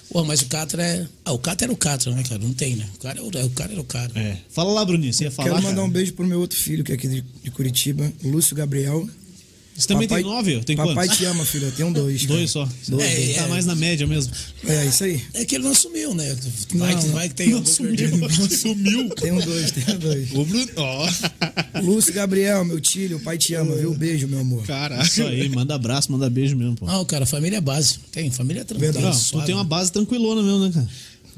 S3: Pô, mas o Catra é. Ah, o Catra era o Catra, né, cara? Não tem, né? O cara é o, é o cara. Era o cara.
S1: É. Fala lá, Bruninho, você ia falar,
S4: Quero mandar
S1: cara?
S4: um beijo pro meu outro filho, que é aqui de, de Curitiba, Lúcio Gabriel.
S1: Você também
S4: Papai-
S1: tem nove? Eu tenho
S4: Papai
S1: quantos?
S4: te ama, filho. Eu tenho dois. cara.
S1: Dois só.
S4: Dois.
S1: É, tá
S3: é.
S1: mais na média mesmo.
S4: É, isso aí.
S3: É que ele não assumiu, né? Vai, que,
S4: Não,
S3: vai que tem algum perdido.
S2: Sumiu.
S4: Tenho dois, tenho dois.
S2: O Bruno. Ó.
S4: Lúcio Gabriel, meu tio, o pai te ama, viu? Beijo, meu amor.
S2: Caralho.
S1: Isso aí, manda abraço, manda beijo mesmo, pô.
S3: Não, cara, família é base. Tem, família é tranquila.
S1: Não, tu
S3: suave.
S1: tem uma base tranquilona mesmo, né, cara?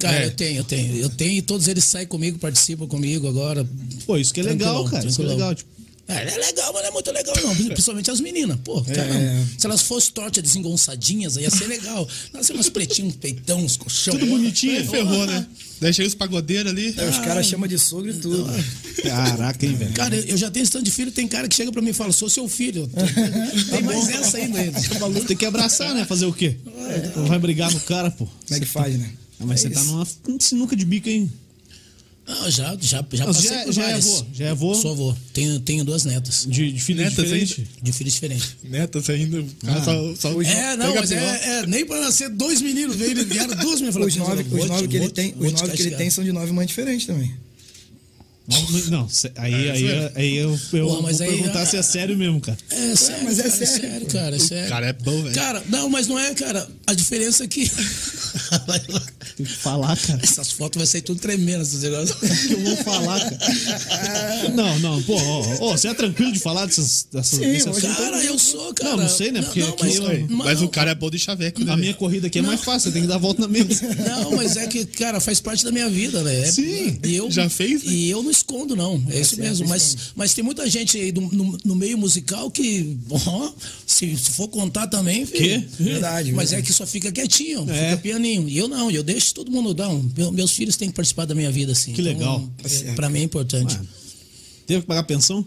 S3: Cara,
S2: É.
S3: eu tenho, eu tenho. Eu tenho e todos eles saem comigo, participam comigo agora.
S1: Pô, isso que é legal,
S3: Tranquilão,
S1: cara. Isso que é
S3: tranquilão.
S1: legal. Tipo,
S3: É, é legal, mas não é muito legal, não. Principalmente as meninas. Pô,
S1: É.
S3: caramba. Se elas fossem tortas desengonçadinhas, aí ia ser legal. Nós temos pretinhos, peitão, uns colchão.
S1: tudo bonitinho.
S2: Aí ferrou, né? Daí chega os pagodeiros ali.
S4: Os caras chamam de sogro e tudo.
S1: é. tipo, Caraca, hein, velho.
S3: Cara, eu- eu já tenho esse tanto de filho, tem cara que chega pra mim e fala, sou seu filho. Tem, tem mais essa ainda.
S1: O Tá maluco tem que abraçar, né? Fazer o quê? Não vai brigar no cara, pô.
S4: Como é que faz, né?
S1: Ah, mas você tá numa sinuca de bico, hein?
S3: Não, já, já, já
S1: Mas
S3: passei
S1: já-
S3: por
S1: já é
S3: várias.
S1: avô? Já é avô?
S3: Sou avô. Tenho, tenho duas netas.
S1: De, de filho
S2: Netas
S1: diferente.
S3: De filhos diferentes.
S2: Netas ainda. O cara
S1: Ah.
S2: né? só, só
S3: É, não,
S2: pega
S3: mas
S2: pior.
S3: é, é, nem pra nascer dois meninos, veio, vieram duas minhas
S4: Os nove, os nove que ele tem, os
S1: tá
S4: nove que ele tem são de nove mães diferentes também.
S1: Não, Não, cê- aí,
S2: É,
S1: aí,
S2: isso mesmo.
S1: aí eu, eu
S3: Pô, mas
S1: vou
S3: aí-
S1: perguntar se é sério mesmo, cara.
S3: É sério,
S4: mas é
S3: cara, é
S4: sério,
S3: sério, cara, é sério.
S2: Cara, é bom, velho.
S3: Cara, não, mas não é, cara. A diferença é que.
S1: Tem que falar, cara.
S3: Essas fotos vai sair tudo tremendo, esses negócios.
S1: que eu vou falar, cara. Não, não, pô, ó, ó, você é tranquilo de falar dessas. dessas
S4: Sim,
S1: desse
S4: hoje-
S1: assunto?
S3: Cara, eu sou, cara.
S1: Não, não sei, né, porque
S3: não,
S1: aqui
S3: mas,
S1: eu-
S2: Ué,
S3: mas-
S2: Mas o cara é bom de chaveco, né?
S1: A
S2: velho?
S1: minha corrida aqui é mais fácil, você tem que dar a volta na mesa.
S3: Não, mas é que, cara, faz parte da minha vida, né? É-
S1: Sim,
S3: e eu,
S2: já fez, né?
S3: E eu não escondo, não. É isso mesmo. Mas, mas tem muita gente aí do- no, no meio musical que, ó, se, se for contar também. filho.
S1: Quê?
S4: Verdade,
S3: Mas
S4: verdade.
S3: é que só fica quietinho,
S1: É.
S3: fica pianinho. E eu não, eu deixo todo mundo dar. um- meu- meus filhos têm que participar da minha vida, assim.
S1: Que legal.
S4: Tá certo.
S3: Pra mim é importante.
S1: Ah. Teve que pagar pensão?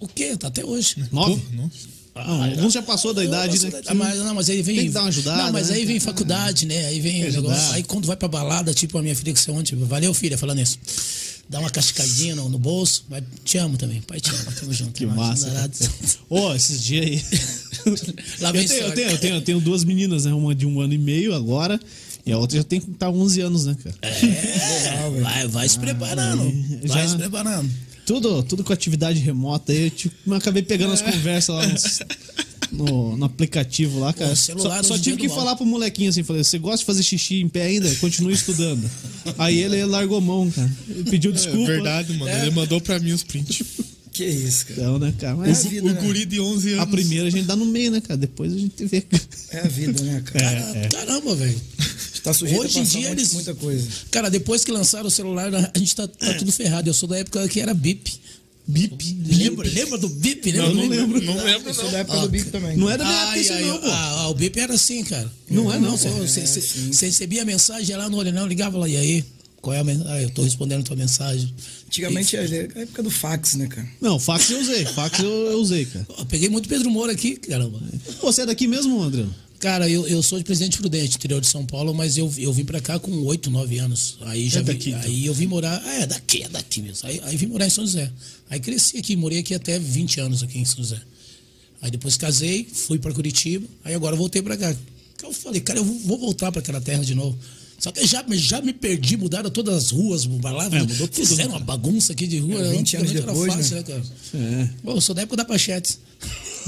S3: O quê? Tá até hoje.
S1: Nove?
S2: Nossa.
S1: Não, alguns já passou da idade,
S3: Nossa,
S1: né?
S3: ah, mas, não, mas aí vem.
S1: Tem que dar uma ajudada,
S3: Não, mas
S1: né?
S3: aí vem faculdade, né? Aí vem o
S1: ajudar.
S3: negócio. Aí quando vai pra balada, tipo a minha filha que você ontem, valeu, filha, falando isso. Dá uma cascadinha no, no bolso. Vai, te amo também, pai, te amo. Tamo junto.
S1: Que
S3: Mas,
S1: massa.
S3: nada-
S1: cara. Ô, esses dias aí.
S3: Lá
S1: eu,
S3: vem
S1: tenho, eu,
S3: história.
S1: tenho, eu, tenho, eu tenho duas meninas, né? Uma de um ano e meio agora, e a outra já tem que estar 11 anos, né, cara?
S3: É, vai, vai se preparando. vai
S1: já-
S3: se preparando.
S1: Tudo, tudo com atividade remota aí. Eu tipo, eu acabei pegando
S3: É.
S1: as conversas lá nos- no, no aplicativo lá, cara.
S3: Pô, celular
S1: só só
S3: hoje em
S1: tive
S3: dia
S1: que
S3: do mal.
S1: falar pro molequinho assim, falei, você gosta de fazer xixi em pé ainda? Continua estudando. aí ele largou mão, cara. Ele pediu
S2: É
S1: desculpa. né?
S2: verdade, mano. Ele mandou pra mim os prints.
S4: Que isso, cara.
S1: Então, né, cara?
S4: É
S1: Mas
S4: a vida,
S2: o
S4: né?
S2: guri de 11 anos.
S1: a primeira a gente dá no meio, né, cara? Depois a gente vê.
S4: É a vida, né, cara?
S3: Ah,
S1: é.
S3: Caramba, velho.
S4: Tá sujeito
S3: Hoje
S4: a
S3: em
S4: passar
S3: dia
S4: muito-
S3: eles-
S4: muita coisa.
S3: Cara, depois que lançaram o celular, a gente tá, tá tudo ferrado. Eu sou da época que era bip. Bip? Lembra, lembra do bip? Lembra?
S2: Eu não
S3: do bip?
S2: lembro. Não lembro,
S4: Eu sou
S2: não.
S4: da época do bico também.
S1: Não é da minha época
S3: Ai,
S1: isso,
S3: ai,
S1: não, pô.
S3: ah, ah, o bip era assim, cara.
S1: Não é, não,
S3: Você
S1: pô.
S3: você- você- você recebia a mensagem lá no orelhão, ligava lá, e aí? Qual é a mensagem? Ah, eu tô respondendo a tua mensagem.
S4: Antigamente era a época do fax, né, cara?
S1: Não, fax eu usei. Fax eu, eu usei, cara.
S3: Eu peguei muito Pedro Moura aqui, caramba.
S1: Pô, você é daqui mesmo, Adriano?
S3: Cara, eu, eu sou de Presidente Prudente, interior de São Paulo, mas eu, eu vim pra cá com 8, 9 anos. Aí já
S2: É
S3: vim-
S2: daqui, então.
S3: aí eu vim morar. Ah, é daqui, é daqui mesmo. Aí, aí vim morar em São José. Aí cresci aqui, morei aqui até 20 anos aqui em São José. Aí depois casei, fui pra Curitiba, aí agora voltei pra cá. Eu falei, cara, eu vou- vou voltar pra aquela terra de novo. Só que já, já me perdi, mudaram todas as ruas, lá,
S1: É, mudou tudo,
S3: fizeram
S1: né,
S3: uma bagunça aqui de rua.
S4: É, 20 anos
S3: antigamente era
S4: depois,
S3: fácil,
S4: né?
S3: né, cara?
S1: É.
S3: Bom, eu sou da época da Pachete.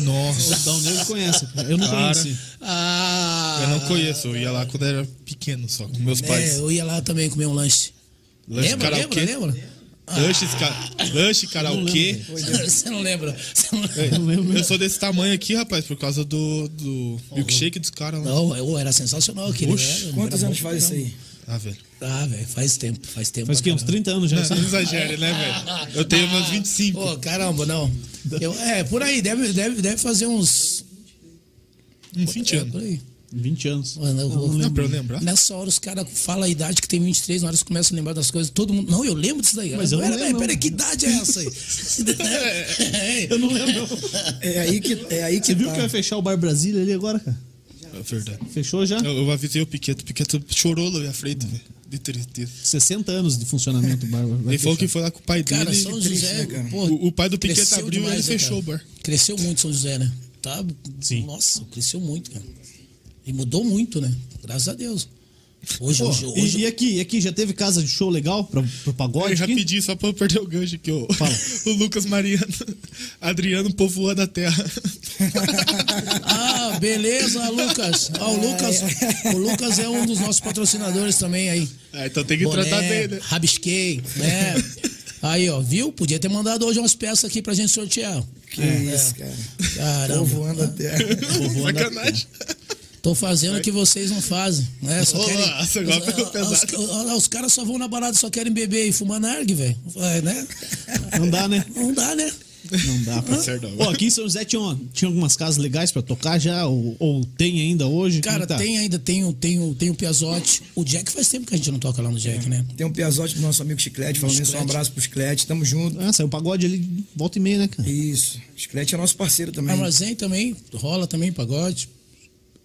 S2: Nossa.
S1: Da onde ele conhece. cara. Eu não
S2: Cara.
S1: conheci.
S3: Ah!
S2: Eu não conheço. Eu ia lá quando era pequeno só, com meus
S3: É,
S2: pais.
S3: eu ia lá também comer um lanche.
S2: Lanche
S3: lembra,
S2: karaokê.
S3: lembra, lembra?
S2: Lanche, ca- lanche, karaokê.
S3: Você Ah. não lembra? Você não
S2: É,
S3: lembra?
S1: lembro.
S2: Eu sou desse tamanho aqui, rapaz, por causa do, do milkshake dos caras lá.
S3: Não, eu era sensacional aquele.
S2: Oxe,
S3: era-
S4: Quantos
S3: era
S4: anos
S3: bom
S4: faz
S3: pra
S4: isso aí?
S2: Ah, velho.
S3: caramba. Ah, velho, faz tempo, faz tempo.
S1: Faz o quê? Uns 30 anos
S3: É.
S1: já. assim?
S2: Não, não exagere, né, velho? Eu tenho meus 25.
S3: Pô, caramba, não. Eu, é, por aí, deve, deve, deve fazer uns.
S2: Uns 20
S3: É, por
S2: anos.
S3: aí.
S1: 20 anos.
S3: Mano, eu-
S1: Não, não
S2: Dá
S1: lembro.
S2: pra eu lembrar?
S3: Nessa hora os caras falam a idade que tem 23, na hora eles começam a lembrar das coisas, todo mundo. Não, eu lembro disso daí.
S1: Mas eu não
S3: Pera-
S1: lembro,
S3: Pera,
S1: não.
S3: que idade é essa aí? É,
S1: Eu não lembro.
S4: É aí que é aí que
S1: Você viu
S4: tá.
S1: que vai fechar o Bar Brasília ali agora, cara?
S2: É verdade.
S1: Fechou já?
S2: Eu, eu avisei o Piqueto. O Piqueto chorou lá na frente, velho. De tristeza.
S1: 60 anos de funcionamento do bar. vai
S2: Ele falou
S1: fechar.
S2: que foi lá com o pai dele.
S3: Cara,
S2: ele-
S3: São José.
S4: né, cara?
S3: pô,
S2: o, o pai do Piqueto
S3: cresceu
S2: abriu e ele
S3: demais, né,
S2: fechou o
S3: cara?
S2: bar.
S3: Cresceu muito São José, né? Tá?
S1: Sim.
S3: Nossa, cresceu muito, cara. E mudou muito, né? Graças a Deus. Hoje,
S1: Pô,
S3: hoje,
S1: e-
S3: hoje.
S1: E, aqui, e aqui, já teve casa de show legal pra, pro pagode?
S2: Eu já
S1: aqui?
S2: pedi, só pra eu perder o gancho aqui, ó.
S1: Fala.
S2: o Lucas Mariano, Adriano povoando a terra.
S3: Ah, beleza, Lucas. Ó, o Lucas. O Lucas é um dos nossos patrocinadores também aí.
S2: Ah, então tem que tratar
S3: Boné,
S2: dele, né?
S3: rabisquei, né? Aí, ó, viu? Podia ter mandado hoje umas peças aqui pra gente sortear.
S4: Que isso, cara.
S3: Caramba.
S4: Tô voando até.
S2: Sacanagem.
S3: Tô fazendo o que vocês não fazem, né? Só
S2: Ô,
S3: querem...
S2: nossa, agora pegou
S3: Ah, ah, os-
S2: pesado.
S3: ah, ah, Os caras só vão na balada e só querem beber e fumar nargue, velho. É, né?
S1: Não dá, né?
S3: Não dá, né?
S1: Não dá pra
S2: Tá Certo.
S1: Ó, aqui em São José tinha, uma- tinha algumas casas legais pra tocar já, ou, ou tem ainda hoje? Como
S3: Cara,
S1: tá?
S3: tem ainda, tem o, tem, o, tem o Piazotti. O Jack faz tempo que a gente não toca lá no
S2: É.
S3: Jack, né?
S4: Tem um piazote do nosso amigo Chiclete falando isso. Um
S3: Chiclete.
S4: abraço pro Chiclete, tamo junto.
S1: Ah, saiu um pagode ali, volta e meia, né, cara?
S4: Isso. Chiclete é nosso parceiro também.
S3: Armazém também, rola também, pagode.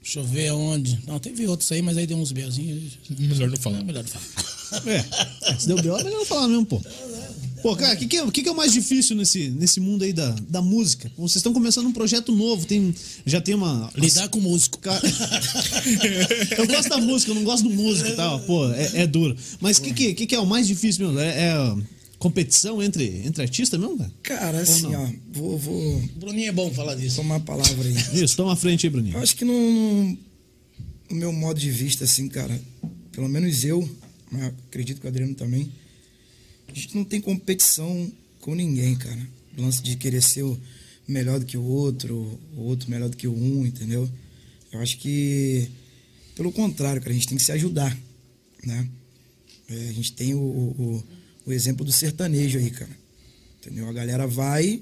S3: Deixa eu ver aonde. Não, teve outros aí, mas aí deu uns belzinhos.
S2: Melhor não falar.
S3: É melhor não falar.
S1: É, se deu B.O., é melhor não falar mesmo, pô. Pô, cara, o que, que, é, que, que é o mais difícil nesse, nesse mundo aí da, da música? Vocês estão começando um projeto novo, tem, já tem uma.
S3: Lidar com o músico.
S1: Ca- eu gosto da música, eu não gosto do músico e tal. Pô, é, é duro. Mas o que, que, que que é o mais difícil mesmo? É, é competição entre, entre artistas mesmo, cara?
S4: Cara, assim, ó, vou, vou
S3: O Bruninho é bom falar disso.
S4: tomar a palavra aí.
S1: Isso, toma a frente aí, Bruninho.
S4: Eu acho que no, no- no meu modo de vista, assim, cara, pelo menos eu, mas acredito que o Adriano também, a gente não tem competição com ninguém, cara. O lance de querer ser o melhor do que o outro, o outro melhor do que o um, entendeu? Eu acho que, pelo contrário, cara, a gente tem que se ajudar, né? É, a gente tem o, o- o- o exemplo do sertanejo aí, cara. Entendeu? A galera vai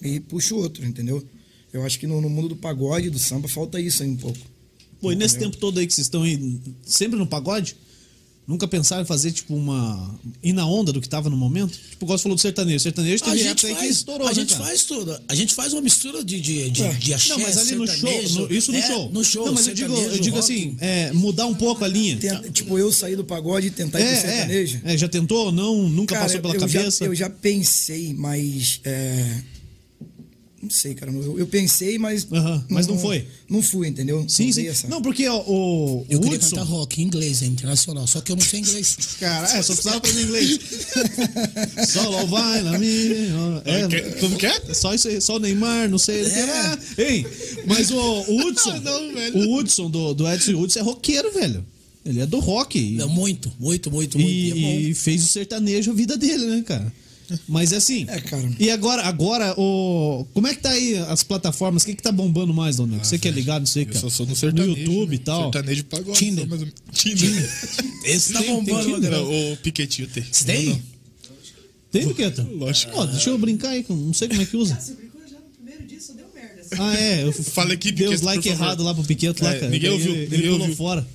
S4: e puxa o outro, entendeu? Eu acho que no, no mundo do pagode, do samba, falta isso aí um pouco.
S1: Pô, e nesse tempo todo aí que vocês estão aí, sempre no pagode? Nunca pensaram em fazer, tipo, uma. ir na onda do que tava no momento? Tipo, o Gosto falou do sertanejo. Sertanejo
S3: A
S1: teve
S3: gente,
S1: época aí que
S3: faz,
S1: estourou,
S3: a
S1: né,
S3: gente
S1: cara?
S3: faz tudo. A gente faz uma mistura de, de, de,
S4: É.
S3: de axé,
S1: Não, mas ali no show.
S3: sertanejo,
S1: no- isso no
S3: é,
S1: show.
S3: No show,
S1: Não, mas eu digo, eu
S3: sertanejo,
S1: digo
S3: rock.
S1: assim, é, mudar um pouco a linha.
S4: Tenta- tipo, eu sair do pagode e tentar ir pro
S1: É,
S4: sertanejo.
S1: é, é, já tentou ou não? Nunca
S4: Cara,
S1: passou pela
S4: eu
S1: cabeça?
S4: Já, eu já pensei, mas. é, Não sei, cara. Eu, eu pensei, mas.
S1: Aham, mas não foi.
S4: Não fui, entendeu?
S1: Sim,
S4: não
S1: sim.
S4: dei essa-
S1: Não, porque ó, o,
S3: Eu
S1: o
S3: queria
S1: Hudson.
S3: cantar rock em inglês, é internacional. Só que eu não sei inglês.
S1: Caralho, só precisava aprender inglês. só lá vai na minha.
S2: Ah, que- como que é?
S1: Só isso aí, só o Neymar, não sei. Ah,
S3: É.
S1: Ei, mas o, o Hudson.
S2: Não, velho.
S1: o Hudson do, do Edson e Hudson é roqueiro, velho. Ele é do rock. E,
S3: É muito, muito, muito, muito. é bom.
S1: e fez o sertanejo a vida dele, né, cara? Mas é assim.
S4: É, cara.
S1: E agora, agora, o. Como é que tá aí as plataformas? O que, que tá bombando mais, Dona? Você que é ligado nisso aí,
S2: Ah, Eu
S1: cara?
S2: só sou no sertanejo.
S1: No YouTube
S2: né?
S1: e tal.
S2: Sertanejo e pagode.
S3: Tinder.
S2: só mais ou menos. Tinder.
S3: Esse tá bombando,
S1: tem-
S3: galera.
S2: Não, o Piquetinho tem.
S3: Você tem?
S2: Não,
S1: Tem, Piqueta?
S2: Lógico.
S1: Ó, deixa eu brincar aí, com- não sei como é que usa.
S5: Ah, você brincou já no primeiro dia, só deu merda.
S1: Ah, é. Eu
S2: Fala aqui,
S1: Deu os
S2: Piqueto,
S1: like
S2: por favor.
S1: errado lá pro Piqueto lá,
S2: É,
S1: cara.
S2: ninguém
S1: Daí
S2: ouviu,
S1: Ele, ele
S2: ninguém
S1: pulou
S2: ouviu.
S1: fora.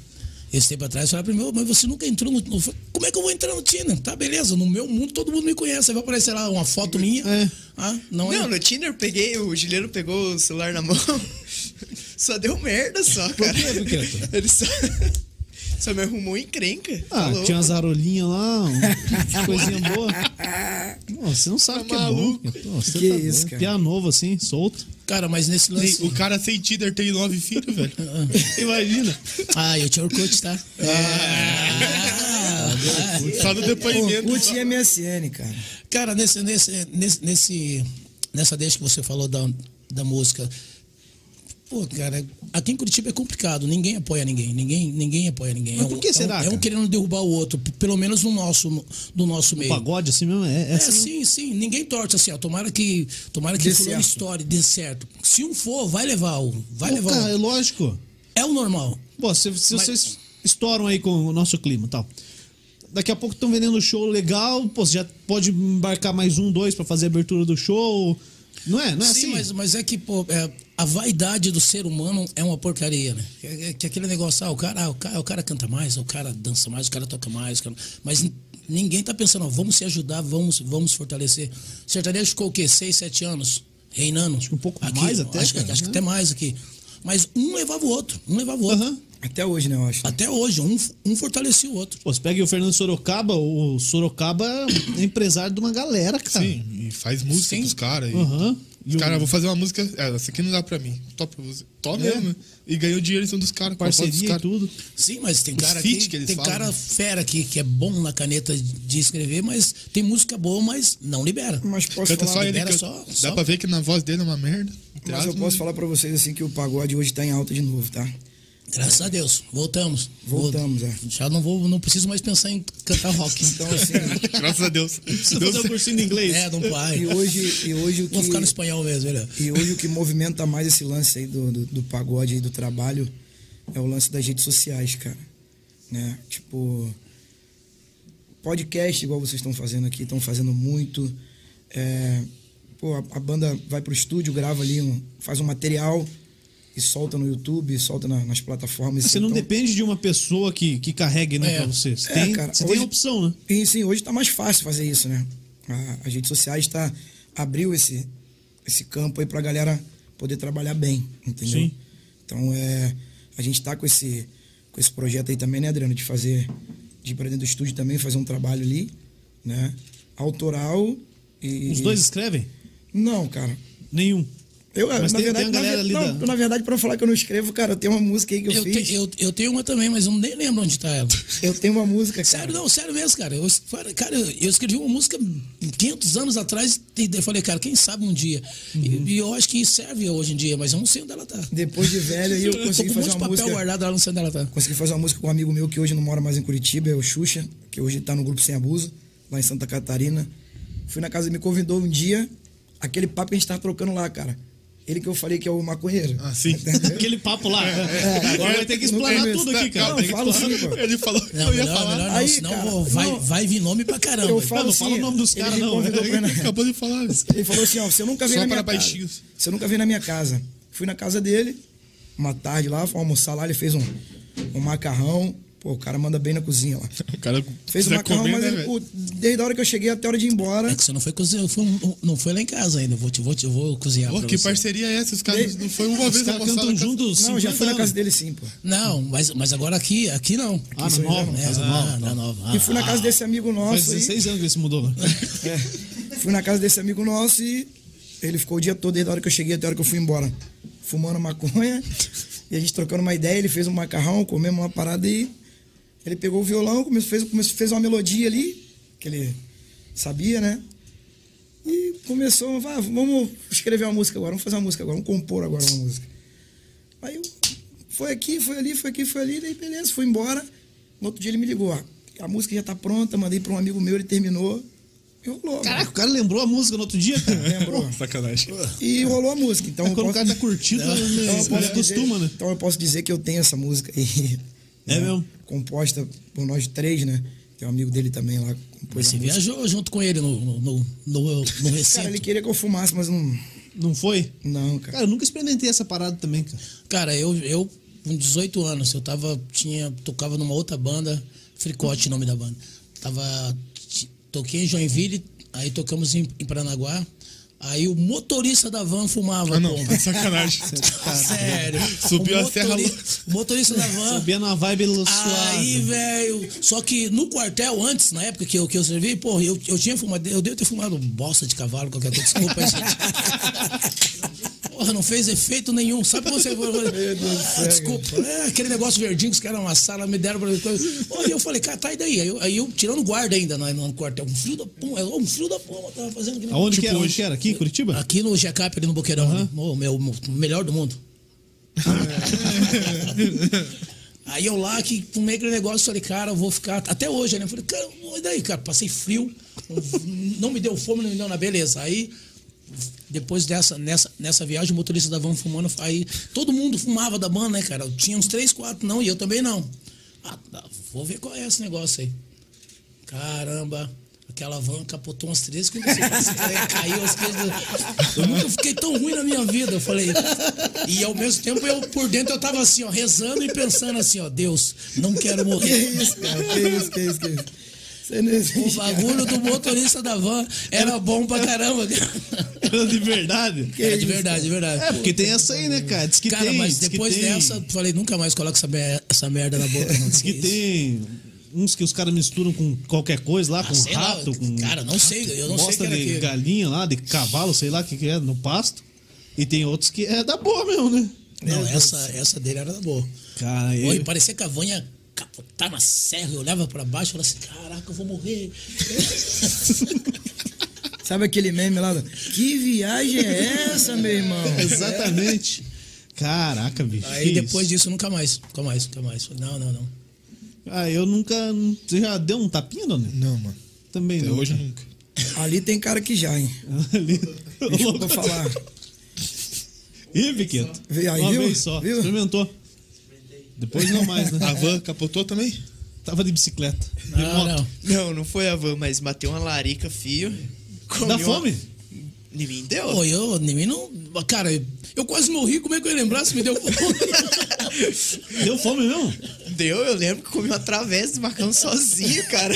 S3: Esse tempo atrás falaram pra mim, "Ô, mas você nunca entrou no, no- Como é que eu vou entrar no Tinder? Tá, beleza. No meu mundo todo mundo me conhece. Aí vai aparecer lá uma foto minha.
S1: É.
S3: Ah, não,
S6: Não,
S3: é.
S6: no Tinder eu peguei, o Juliano pegou o celular na mão. Só deu merda só,
S1: Por
S6: cara.
S1: quê, Piqueto?
S6: Ele só, só me arrumou encrenca. Tá
S1: Ah,
S6: Falou,
S1: tinha umas arolinhas lá, uma coisinha boa. Não, você não sabe o que é bom.
S2: maluco.
S1: Piqueto. Não, Você
S4: Que
S1: tá
S4: isso,
S1: doido.
S4: cara.
S1: Piá novo assim, solto.
S3: Cara, mas nesse lance.
S2: O cara sem Tinder tem nove filhos, velho. Imagina.
S3: Ah, eu tinha Orkut, tá? Ah, ah.
S2: Só no depoimento.
S4: Orkut e MSN, cara.
S3: Cara, nesse, nesse, nesse, nesse- nessa deixa que você falou da, da música. Pô, cara, aqui em Curitiba é complicado. Ninguém apoia ninguém. Ninguém, ninguém apoia ninguém.
S1: Mas
S3: É um-
S1: por que
S3: é um-
S1: será,
S3: É um,
S1: cara?
S3: querendo derrubar o outro, p- pelo menos no nosso, no, no nosso meio.
S1: Pagode assim mesmo. É, é
S3: É,
S1: assim mesmo.
S3: sim, sim. Ninguém torce assim, ó. Tomara que, tomara que
S4: Dê
S3: fulano
S4: certo.
S3: história dê certo. Se um for, vai levar o. Vai
S1: Pô,
S3: levar
S1: cara, é
S2: um.
S3: o.
S1: lógico.
S3: É o normal.
S1: Pô, se, se
S3: Mas-
S1: vocês estouram aí com o nosso clima e tal. Daqui a pouco estão vendendo show legal, pô, você já pode embarcar mais um, dois pra fazer a abertura do show. Não é? Não é
S3: Sim,
S1: assim?
S3: mas, mas é que, pô, é, a vaidade do ser humano é uma porcaria, né? É, é que aquele negócio, ah, o cara, ah, o cara, o cara canta mais, o cara dança mais, o cara toca mais, o cara- mas n- ninguém tá pensando, ó, vamos se ajudar, vamos, vamos fortalecer. O sertanejo ficou o quê? Seis, sete anos reinando? Acho
S1: que um pouco mais até,
S3: Acho, que-
S1: cara,
S3: acho que
S1: né?
S3: até mais aqui. Mas um levava o outro, um levava o outro.
S1: Aham.
S4: Até hoje, né, eu acho.
S3: Até hoje, um, um fortalecia o outro.
S1: Pô, você pega aí o Fernando Sorocaba, o Sorocaba é empresário de uma galera, cara.
S2: Sim, e faz música
S3: Sim.
S2: pros caras. e-
S1: Aham. E o-
S2: Cara, vou fazer uma música. É, essa aqui não dá pra mim. Top pra você. Top
S1: É.
S2: mesmo. né? E ganhou dinheiro em cima dos caras. com a voz dos
S1: Parceria e
S2: caras.
S1: tudo.
S3: Sim, mas tem cara
S2: feat
S3: que,
S2: que eles
S3: tem
S2: falam,
S3: cara
S2: né?
S3: fera aqui que é bom na caneta de escrever, mas tem música boa, mas não libera.
S4: Mas posso
S2: Canta só
S4: falar,
S2: ele.
S3: libera
S2: que-
S3: só-
S2: dá
S3: só-
S2: pra ver que na voz dele é uma merda.
S4: mas
S2: Teatro,
S4: eu posso
S2: né?
S4: falar pra vocês assim que o pagode hoje tá em alta de novo, tá?
S3: Graças a Deus, voltamos.
S4: Voltamos, é.
S3: Já não vou, não preciso mais pensar em cantar rock.
S4: Então, assim,
S2: Graças a Deus. Deus
S1: Fazer um cursinho de inglês.
S3: é, não vai.
S4: e hoje, e hoje o que.
S3: Vou ficar no espanhol mesmo, melhor.
S4: E hoje o que movimenta mais esse lance aí do, do, do pagode e do trabalho é o lance das redes sociais, cara. Né? Tipo, podcast, igual vocês estão fazendo aqui, estão fazendo muito. É, pô, a, a banda vai pro estúdio, grava ali, um, faz um material e solta no YouTube, solta na- nas plataformas.
S1: Você não
S4: Então,
S1: depende de uma pessoa que, que carregue né,
S3: É.
S1: pra você. Você
S4: É,
S1: tem,
S4: cara,
S1: você tem
S4: hoje-
S1: a opção, né?
S4: E sim, hoje tá mais fácil fazer isso, né? A- as redes sociais tá, abriu esse, esse campo aí pra galera poder trabalhar bem, entendeu?
S1: Sim.
S4: Então é. A gente tá com esse, com esse projeto aí também, né, Adriano? De fazer. De ir pra dentro do estúdio também, fazer um trabalho ali, né? Autoral e.
S1: Os dois escrevem?
S4: Não, cara.
S1: Nenhum.
S4: Eu,
S1: Mas
S4: na
S1: tem-
S4: verdade,
S1: tem a
S4: na
S1: galera
S4: ve-
S1: ali
S4: não,
S1: da-
S4: na verdade, pra falar que eu não escrevo, cara, tem uma música aí que eu,
S3: Eu,
S4: fiz.
S3: te- eu, eu tenho uma também, mas eu nem lembro onde tá ela.
S4: Eu tenho uma música, cara.
S3: Sério, não, sério mesmo, cara. Eu, cara, cara, eu escrevi uma música 500 anos atrás e eu falei, cara, quem sabe um dia.
S4: Uhum.
S3: E, e eu acho que serve hoje em dia, mas eu não sei onde ela tá.
S4: Depois de velho, aí eu
S3: tô
S4: consegui
S3: com
S4: fazer
S3: um monte de
S4: uma
S3: papel
S4: música.
S3: guardado lá, não sei onde ela tá.
S4: Consegui fazer uma música com um amigo meu que hoje não mora mais em Curitiba, é o Xuxa, que hoje tá no grupo Sem Abuso, lá em Santa Catarina. Fui na casa, me convidou um dia, aquele papo que a gente tava trocando lá, cara. Ele que eu falei que é o maconheiro.
S2: Ah, sim.
S1: Aquele papo lá. Agora vai ter que
S4: É, Não tem
S1: explanar
S4: isso,
S1: tudo
S2: Tá,
S1: aqui, cara.
S2: calma,
S4: Não,
S2: tem que
S4: fala
S2: falar.
S4: sim, pô.
S2: Ele falou que
S3: Não,
S2: eu ia
S3: melhor,
S2: falar.
S3: melhor não,
S4: Aí,
S3: senão
S4: cara,
S3: vou- vai,
S4: não.
S3: vai vir nome pra caramba.
S4: Eu falo
S1: Não, não fala
S4: assim,
S1: o nome dos
S4: ele
S1: caras,
S4: me
S1: não.
S4: convidou pra ir na-
S2: Ele acabou de falar. isso.
S4: Ele falou assim, ó, você nunca veio
S2: Só
S4: na minha
S2: para
S4: casa.
S2: baixinhos.
S4: Você nunca veio na minha casa. Fui na casa dele, uma tarde lá, fomos almoçar lá, ele fez um, um macarrão. Pô, o cara manda bem na cozinha lá.
S2: O cara
S4: Fez o
S2: precisa
S4: macarrão,
S2: comer,
S4: mas é
S2: né,
S4: ele,
S2: velho?
S4: pô, desde a hora que eu cheguei até a hora de ir embora.
S3: É que você não foi cozinhar, eu fui um- um- não foi lá em casa ainda. Eu vou, te, vou, te, eu vou cozinhar.
S2: Pô,
S3: pra
S2: que
S3: você.
S2: parceria é essa? Os caras
S4: Ele-
S2: não foi uma
S1: Os
S2: vez
S1: caras
S2: almoçar na
S1: cantam
S2: casa-
S1: juntos.
S4: Não, já
S1: 50
S4: fui na
S1: anos.
S4: casa dele sim, pô.
S3: Não, mas, mas agora aqui, aqui não.
S1: Ah, na nova,
S3: É,
S1: casa
S3: ah,
S1: nova. então.
S3: na nova.
S4: né? E fui na casa desse amigo
S1: Faz
S4: nosso. aí.
S1: 16 anos que ele se mudou né? lá.
S4: É. Fui na casa desse amigo nosso e ele ficou o dia todo, desde a hora que eu cheguei até a hora que eu fui embora, fumando maconha. E a gente trocando uma ideia, ele fez um macarrão, comemos uma parada e ele pegou o violão, começou, fez, começou, fez uma melodia ali, que ele sabia, né? E começou, "Vá, vamos escrever uma música agora, vamos fazer uma música agora, vamos compor agora uma música. Aí eu, foi aqui, foi ali, foi aqui, foi ali, daí beleza, fui embora. No outro dia ele me ligou, ó, a música já tá pronta, mandei pra um amigo meu, ele terminou. E rolou.
S1: Caraca, o cara lembrou a música no outro dia, cara.
S4: mano, lembrou?
S2: Sacanagem.
S4: E rolou a música. Então, eu
S1: Quando o
S4: posso,
S1: cara tá curtindo,
S4: então
S1: ele
S4: eu posso
S1: ele acostuma,
S4: dizer,
S1: né?
S4: Então eu posso dizer que eu tenho essa música aí.
S1: É mesmo?
S4: né? Composta por nós três, né? Tem um amigo dele também lá. que Compôs
S3: Você
S4: a música.
S3: viajou junto com ele no, no, no, no, no
S4: Cara, ele
S3: recinto.
S4: queria que eu fumasse, mas não.
S1: Não foi?
S4: Não, cara.
S1: Cara, eu nunca experimentei essa parada também, cara.
S3: Cara, eu, eu com 18 anos, eu tava, tinha, tocava numa outra banda, Fricote, nome da banda. Tava, t- toquei em Joinville, aí tocamos em, em Paranaguá, aí o motorista da van fumava.
S2: Ah, não,
S3: pomba.
S2: sacanagem.
S3: Sério.
S2: Subiu
S3: o
S2: a serra
S3: motori- O motorista da
S4: Ah.
S3: van.
S1: Sabia na vibe
S3: Aí,
S1: suave.
S3: velho. Só que no quartel, antes, na época que eu, que eu servi, porra, eu, eu tinha fumado. Eu devo ter fumado bosta de cavalo, qualquer coisa. Desculpa aí, gente. Porra, não fez efeito nenhum. Sabe quando você. Ah, desculpa. É, aquele negócio verdinho que os caras amassaram, me deram pra. Olha, eu falei, cara, tá aí daí. Aí eu, aí eu tirando guarda ainda na- no, quartel. Um frio da pomba. Um frio da pomba, tava fazendo. que nem-
S1: Aonde
S3: Tipo,
S1: que era? Onde que era? Aqui, em Curitiba?
S3: Aqui no GCAP, ali no Boqueirão. ali. O meu, o melhor do mundo. Aí eu lá que fumei aquele negócio, falei, cara, eu vou ficar. Até hoje, né? Eu Falei, cara, e daí, cara? Passei frio, não me deu fome, não me deu na beleza. Aí, depois dessa, nessa, nessa viagem, o motorista da van fumando, aí todo mundo fumava da banda, né, cara? Eu tinha uns três, quatro, não, e eu também não. Ah, tá, vou ver qual é esse negócio aí. Caramba, aquela van capotou umas três, quando você é, caiu as coisas. Eu nunca fiquei tão ruim na minha vida, eu falei. E ao mesmo tempo, eu por dentro eu tava assim, ó, rezando e pensando assim, ó, Deus, não quero
S4: Que
S3: morrer.
S4: isso, cara? Que isso, que isso, que isso? Você não
S3: O
S4: existe. cara.
S3: bagulho do motorista da van era bom pra caramba, cara.
S1: Era de verdade.
S3: Era de verdade, de verdade.
S1: É, porque tem essa aí, né, cara? Diz que
S3: Cara,
S1: tem.
S3: mas
S1: diz que
S3: depois
S1: tem-
S3: dessa, falei, nunca mais coloca essa, mer- essa merda na boca. Não,
S1: Diz que
S3: isso.
S1: tem uns que os caras misturam com qualquer coisa lá,
S3: Ah,
S1: com
S3: sei lá,
S1: um rato, com.
S3: cara, não sei, eu não sei
S1: bosta
S3: que era
S1: de
S3: que-
S1: galinha lá, de cavalo, sei lá o que, que é, no pasto. E tem outros que é da boa mesmo, né?
S3: Não, essa, essa dele era da boa.
S1: Cara,
S3: Pô, e
S1: eu...
S3: parecia que a van ia capotar na serra, eu olhava pra baixo e falava assim, caraca, eu vou morrer.
S4: Sabe aquele meme lá? do, Que viagem é essa, meu irmão?
S1: exatamente. Caraca, bicho.
S3: Aí
S1: que
S3: depois
S1: É isso.
S3: disso, nunca mais, nunca mais, nunca mais. Falei, Não, não, não.
S1: Ah, eu nunca. Você já deu um tapinha, Dona?
S2: Não, mano.
S1: Também
S2: Até
S1: não.
S2: hoje nunca.
S4: Ali tem cara que já, hein?
S1: Ali.
S4: Desculpa falar.
S1: Ih, Biqueto.
S4: Vê aí,
S1: Uma
S4: viu?
S1: vez só.
S4: Viu?
S1: Experimentou. Depois não mais, né?
S2: A van capotou também?
S1: Tava de bicicleta. De
S3: Não,
S1: moto.
S3: não.
S6: Não, não foi a van, mas bateu uma larica, fio. comeu
S1: Dá
S6: uma-
S1: fome?
S6: De mim deu.
S3: Pô, eu, nem não. Cara, eu quase morri, como é que eu ia lembrar se me deu um- fome?
S1: Deu fome mesmo?
S6: Deu, eu lembro que comi uma travessa de macarrão sozinho, cara.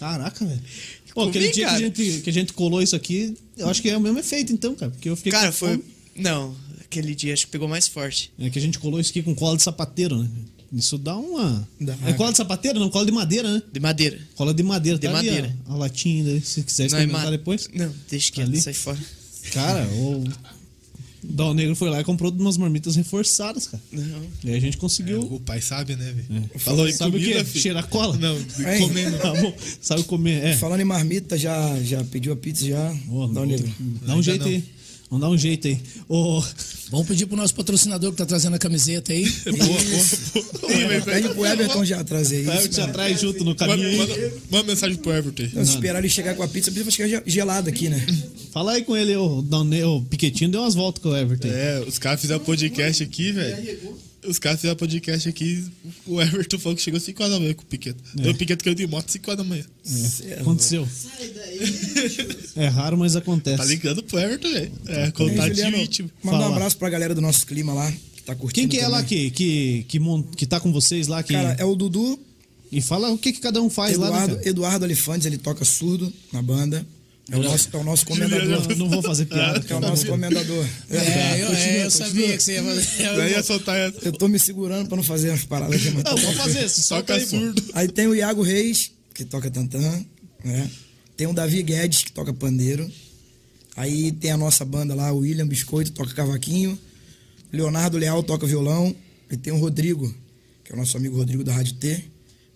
S1: Caraca, velho. Pô,
S6: Comi,
S1: aquele dia que a,
S6: cara.
S1: gente, que a gente colou isso aqui, eu acho que é o mesmo efeito, então, cara. Porque eu fiquei. com
S6: Cara, foi.
S1: fome.
S6: Não, aquele dia acho que pegou mais forte.
S1: É que a gente colou isso aqui com cola de sapateiro, né? Isso dá uma.
S4: Dá.
S1: É cola de sapateiro? Não, cola de madeira, né?
S6: De madeira.
S1: Cola de madeira,
S6: De
S1: tá ali,
S6: madeira.
S1: ó, a latinha ainda, se quiser
S6: Não, é
S1: experimentar
S6: ma-
S1: depois.
S6: Não, deixa que
S1: Ali?
S6: sai fora.
S1: Cara, o. o Dal Negro foi lá e comprou umas marmitas reforçadas, cara.
S6: Não.
S1: E aí a gente conseguiu.
S2: O pai sabe, né, velho?
S1: Hum.
S2: Falou em
S1: Sabe o
S2: comida,
S1: quê?
S2: filho.
S1: Cheira a cola?
S2: Não,
S4: Hein?
S2: comendo.
S1: Tá bom. Sabe comer. É.
S4: Falando em marmita, já, já pediu a pizza já?
S1: Ô,
S4: Dá um livro.
S1: Dá um
S2: Ainda
S1: jeito
S2: não.
S1: aí. Vamos dar um jeito aí. Ô,
S3: Vamos pedir pro nosso patrocinador que tá trazendo a camiseta aí.
S2: Boa, boa, boa. Ih, velho,
S4: Pede pro Everton já trazer
S1: vai eu
S4: isso.
S1: te
S4: cara.
S1: atrás junto no
S2: Manda,
S1: caminho aí.
S2: manda- manda mensagem pro Everton. aí.
S4: Não, se esperar ele chegar com a pizza, a pizza vai chegar ge- gelada aqui, né?
S1: Fala aí com ele, o, Dal Ne- o Piquetinho deu umas voltas com o Everton.
S2: É, os caras fizeram podcast aqui, velho. Os caras fizeram podcast aqui. O Everton falou que chegou 5 horas da manhã com o Piqueto.
S1: É.
S2: Deu o Piqueto caiu de moto 5 horas da manhã.
S4: é,
S1: Aconteceu. É raro, mas acontece.
S2: Tá ligando pro Everton, velho. É, contato
S4: Juliano,
S2: íntimo.
S4: Manda um
S1: tipo, Fala.
S4: abraço pra galera do nosso clima lá, que tá
S1: Quem
S4: curtindo.
S1: que é
S4: também.
S1: lá que, que, que, mon- que tá com vocês lá? Que,
S4: Cara, é o Dudu,
S1: E fala o que, que cada um faz lá, né,
S4: Eduardo,
S1: cara?
S4: Eduardo Alifantes, ele toca surdo na banda. É o nosso, é o nosso comendador.
S1: Eu não vou fazer piada. tá
S4: É o
S1: cara.
S4: nosso comendador.
S3: tá. É, eu,
S1: continua,
S3: é, eu sabia que você ia fazer. Eu-
S2: Daí ia soltar essa.
S4: Eu tô me segurando pra não fazer umas paradas aqui, mas tá
S1: Não, vou fazer isso. Só
S2: Toca
S1: que
S2: surdo.
S4: Aí tem o Iago Reis, que toca tantã, né? Tem o Davi Guedes, que toca pandeiro. Aí tem a nossa banda lá, o William Biscoito, toca cavaquinho. Leonardo Leal toca violão. E tem o Rodrigo, que é o nosso amigo Rodrigo da Rádio T,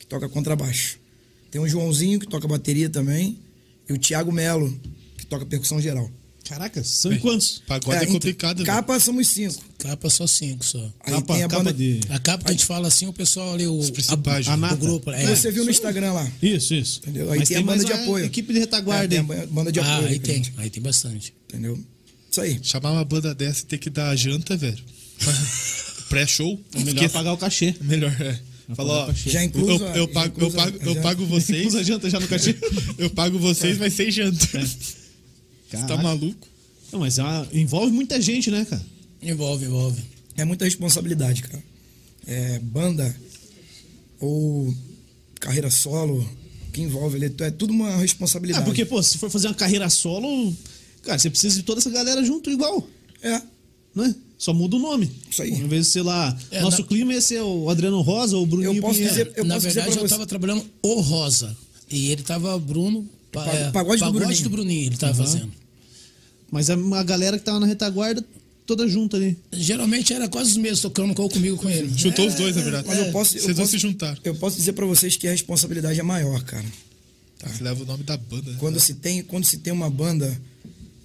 S4: que toca contrabaixo. Tem o Joãozinho, que toca bateria também. E o Thiago Melo, que toca percussão geral.
S1: Caraca, são quantos?
S2: Pagode é,
S4: então,
S2: complicado, velho.
S4: Capa somos cinco.
S3: Capa só cinco só.
S4: Aí
S1: né? Capa-
S4: tem a
S1: capa
S4: banda...
S1: de-
S3: A capa que a gente fala assim, o pessoal ali, o,
S2: principais,
S3: a,
S1: né?
S3: a, o grupo. É,
S4: Você viu no Instagram lá.
S1: Isso, isso.
S4: Entendeu? Aí tem a banda de apoio.
S1: equipe de
S4: É,
S1: retaguarda.
S4: tem
S1: hein?
S4: a ba- banda de
S3: ah,
S4: apoio.
S3: aí
S4: que a
S3: tem.
S4: gente-
S3: Aí tem bastante.
S4: Entendeu? Isso aí.
S2: Chamar uma banda dessa e ter que dar janta, velho. Pré-show.
S1: É melhor
S2: Esqueça.
S1: pagar o cachê.
S2: Melhor, é. Falou, ó,
S4: Já incluso
S2: eu,
S4: a-
S2: eu
S4: já
S2: pago, eu
S4: incluso a-
S2: pago, eu
S4: já-
S2: pago vocês,
S1: Usa janta já no cachê.
S2: eu pago vocês, mas sem janta. Você
S1: Caraca.
S2: tá maluco?
S1: Não, mas é uma- envolve muita gente, né, cara?
S3: Envolve, envolve.
S4: É muita responsabilidade, cara. É, banda ou carreira solo, que envolve ele, é tudo uma
S1: Ah,
S4: responsabilidade.
S1: porque, pô, se for fazer uma carreira solo, cara, você precisa de toda essa galera junto igual,
S4: É,
S1: né? Só muda o nome.
S4: Isso aí.
S1: Em vez de, sei lá,
S3: É,
S1: nosso
S3: na-
S1: clima ia ser o Adriano Rosa ou o Bruninho
S4: Eu posso
S1: Pinheiro.
S4: dizer- Eu
S3: Na
S4: posso dizer
S3: verdade,
S4: pra
S3: eu
S4: você-
S3: tava trabalhando o Rosa. E ele tava Bruno. pa-
S4: Pa-
S3: é,
S4: Pagode do Bruninho.
S3: do Bruninho, ele tava fazendo.
S1: Mas a, a galera que tava na retaguarda, toda junta ali.
S3: Geralmente era quase os mesmos tocando com comigo com ele.
S2: Juntou os dois, na verdade.
S4: mas eu posso. eu
S2: Vocês vão
S4: posso-
S2: se juntar.
S4: Eu posso dizer pra vocês que a responsabilidade é maior, cara.
S2: Tá, Você leva o nome da banda. né?
S4: Quando se tem, quando se tem uma banda,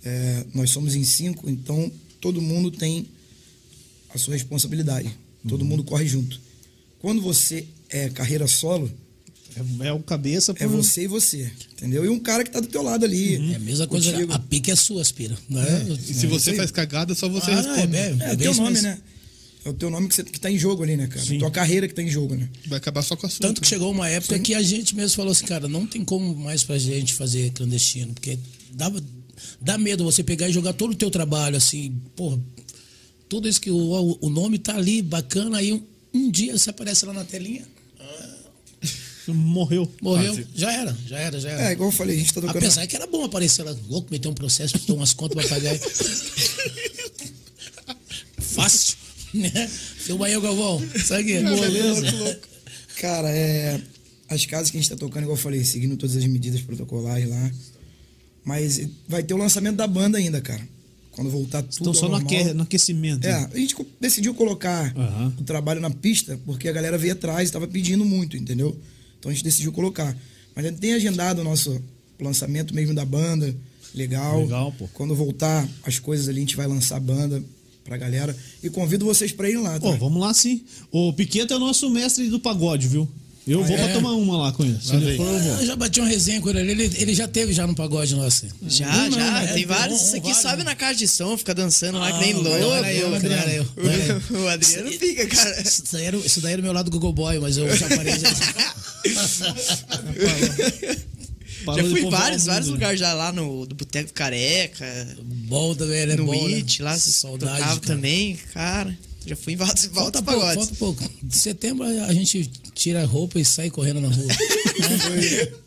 S4: é, nós somos em cinco, então todo mundo tem a sua responsabilidade. Todo mundo corre junto. Quando você é carreira solo,
S1: É, é o cabeça
S4: é
S1: por-
S4: você e você, entendeu? E um cara que tá do teu lado ali.
S3: É a mesma coisa,
S4: contigo.
S3: a pique é sua, aspira. Né?
S2: E se você faz cagada, só você
S3: Ah,
S2: responde.
S3: é,
S4: É, o
S3: bem
S4: teu
S3: isso
S4: nome,
S3: mesmo.
S4: né? É o teu nome que, você, que tá em jogo ali, né, cara? Tua carreira que tá em jogo, né?
S2: Vai acabar só com a sua.
S3: Tanto que chegou uma época que a gente mesmo falou assim, cara, não tem como mais pra gente fazer clandestino, porque dava, dá medo você pegar e jogar todo o teu trabalho, assim, porra, tudo isso que o, o nome tá ali, bacana, aí um, um dia você aparece lá na telinha,
S1: morreu.
S3: morreu, já era, já era, já era.
S4: É, igual eu falei, a gente tá tocando.
S3: Apesar que era bom aparecer lá, louco, meter um processo, ter umas contas pra pagar. Fácil, né? Filma aí, ô Galvão, segue.
S1: Beleza.
S4: Cara, é. as casas que a gente tá tocando, igual eu falei, seguindo todas as medidas protocolares lá. Mas vai ter o lançamento da banda ainda, cara. Quando voltar tudo
S1: Estão Então só
S4: ao
S1: no,
S4: normal.
S1: aque- no aquecimento.
S4: É, a gente co- decidiu colocar
S1: Aham.
S4: o trabalho na pista porque a galera veio atrás e tava pedindo muito, entendeu? Então a gente decidiu colocar. Mas a gente tem agendado o nosso lançamento mesmo da banda. Legal.
S1: Legal, pô.
S4: Quando voltar as coisas ali, a gente vai lançar a banda pra galera. E convido vocês pra irem lá.
S1: Pô,
S4: tá?
S1: vamos lá sim. O Piqueta é o nosso mestre do pagode, viu?
S4: Ah,
S1: Eu vou
S3: é?
S1: pra tomar uma lá com ele. Se ele for, eu vou.
S3: Eu já bati uma resenha com ele, ele, ele já teve já no pagode nosso.
S6: Já,
S3: Um não,
S6: já.
S3: né?
S6: Tem vários.
S3: Um,
S6: Isso aqui
S3: vários.
S6: sobe na caixa de som, fica dançando lá que nem
S3: Ah,
S6: louco.
S3: era eu,
S6: cara.
S3: era eu, era
S6: O Adriano fica, cara.
S3: Isso daí, era, isso daí era o meu lado Google Boy, mas eu já parei.
S1: Parou
S6: Já
S1: de
S6: fui
S1: povoar o
S6: em vários,
S1: mundo,
S6: vários
S1: né?
S6: lugares já lá no do Boteco Careca,
S3: bom também, ele é
S6: no
S3: bom. né?
S6: It, lá
S3: saudade.
S6: tocava
S3: cara.
S6: também, cara. Já fui em vários,
S3: Falta
S6: vários
S3: pouco,
S6: pagodes.
S3: falta pouco. De setembro a gente tira a roupa e sai correndo na rua.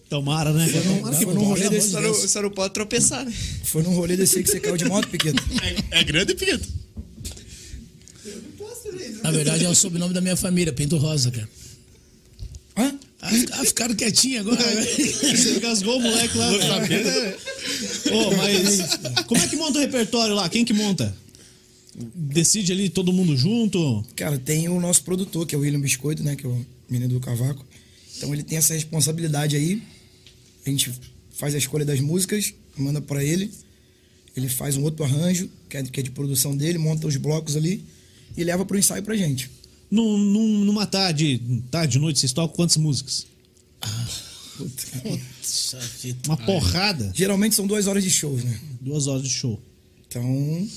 S1: Tomara, né? Tomara
S3: assim,
S1: que
S4: foi num
S1: bom.
S4: rolê desse-
S6: Só não, só não pode tropeçar, né?
S4: Foi num rolê desse aí que você caiu de moto, Piquito.
S2: É, é grande, Piquito?
S3: na verdade é o sobrenome da minha família, Pinto Rosa, cara.
S4: Hã?
S3: Ah, fica- ah, ficaram quietinhos agora. né?
S1: Engasgou o moleque lá. Ô, mas como é que monta o repertório lá? Quem que monta? Decide ali todo mundo junto?
S4: Cara, tem o nosso produtor, que é o William Biscoito, né? Que é o menino do cavaco. Então ele tem essa responsabilidade aí. A gente faz a escolha das músicas, manda pra ele. Ele faz um outro arranjo, que é, que é de produção dele, monta os blocos ali e leva pro ensaio pra gente.
S1: Num, num- numa tarde, tarde, noite, vocês tocam quantas músicas?
S3: Puxa vida.
S1: Uma porrada.
S4: Geralmente são duas horas de shows, né?
S1: Duas horas de show.
S4: Então.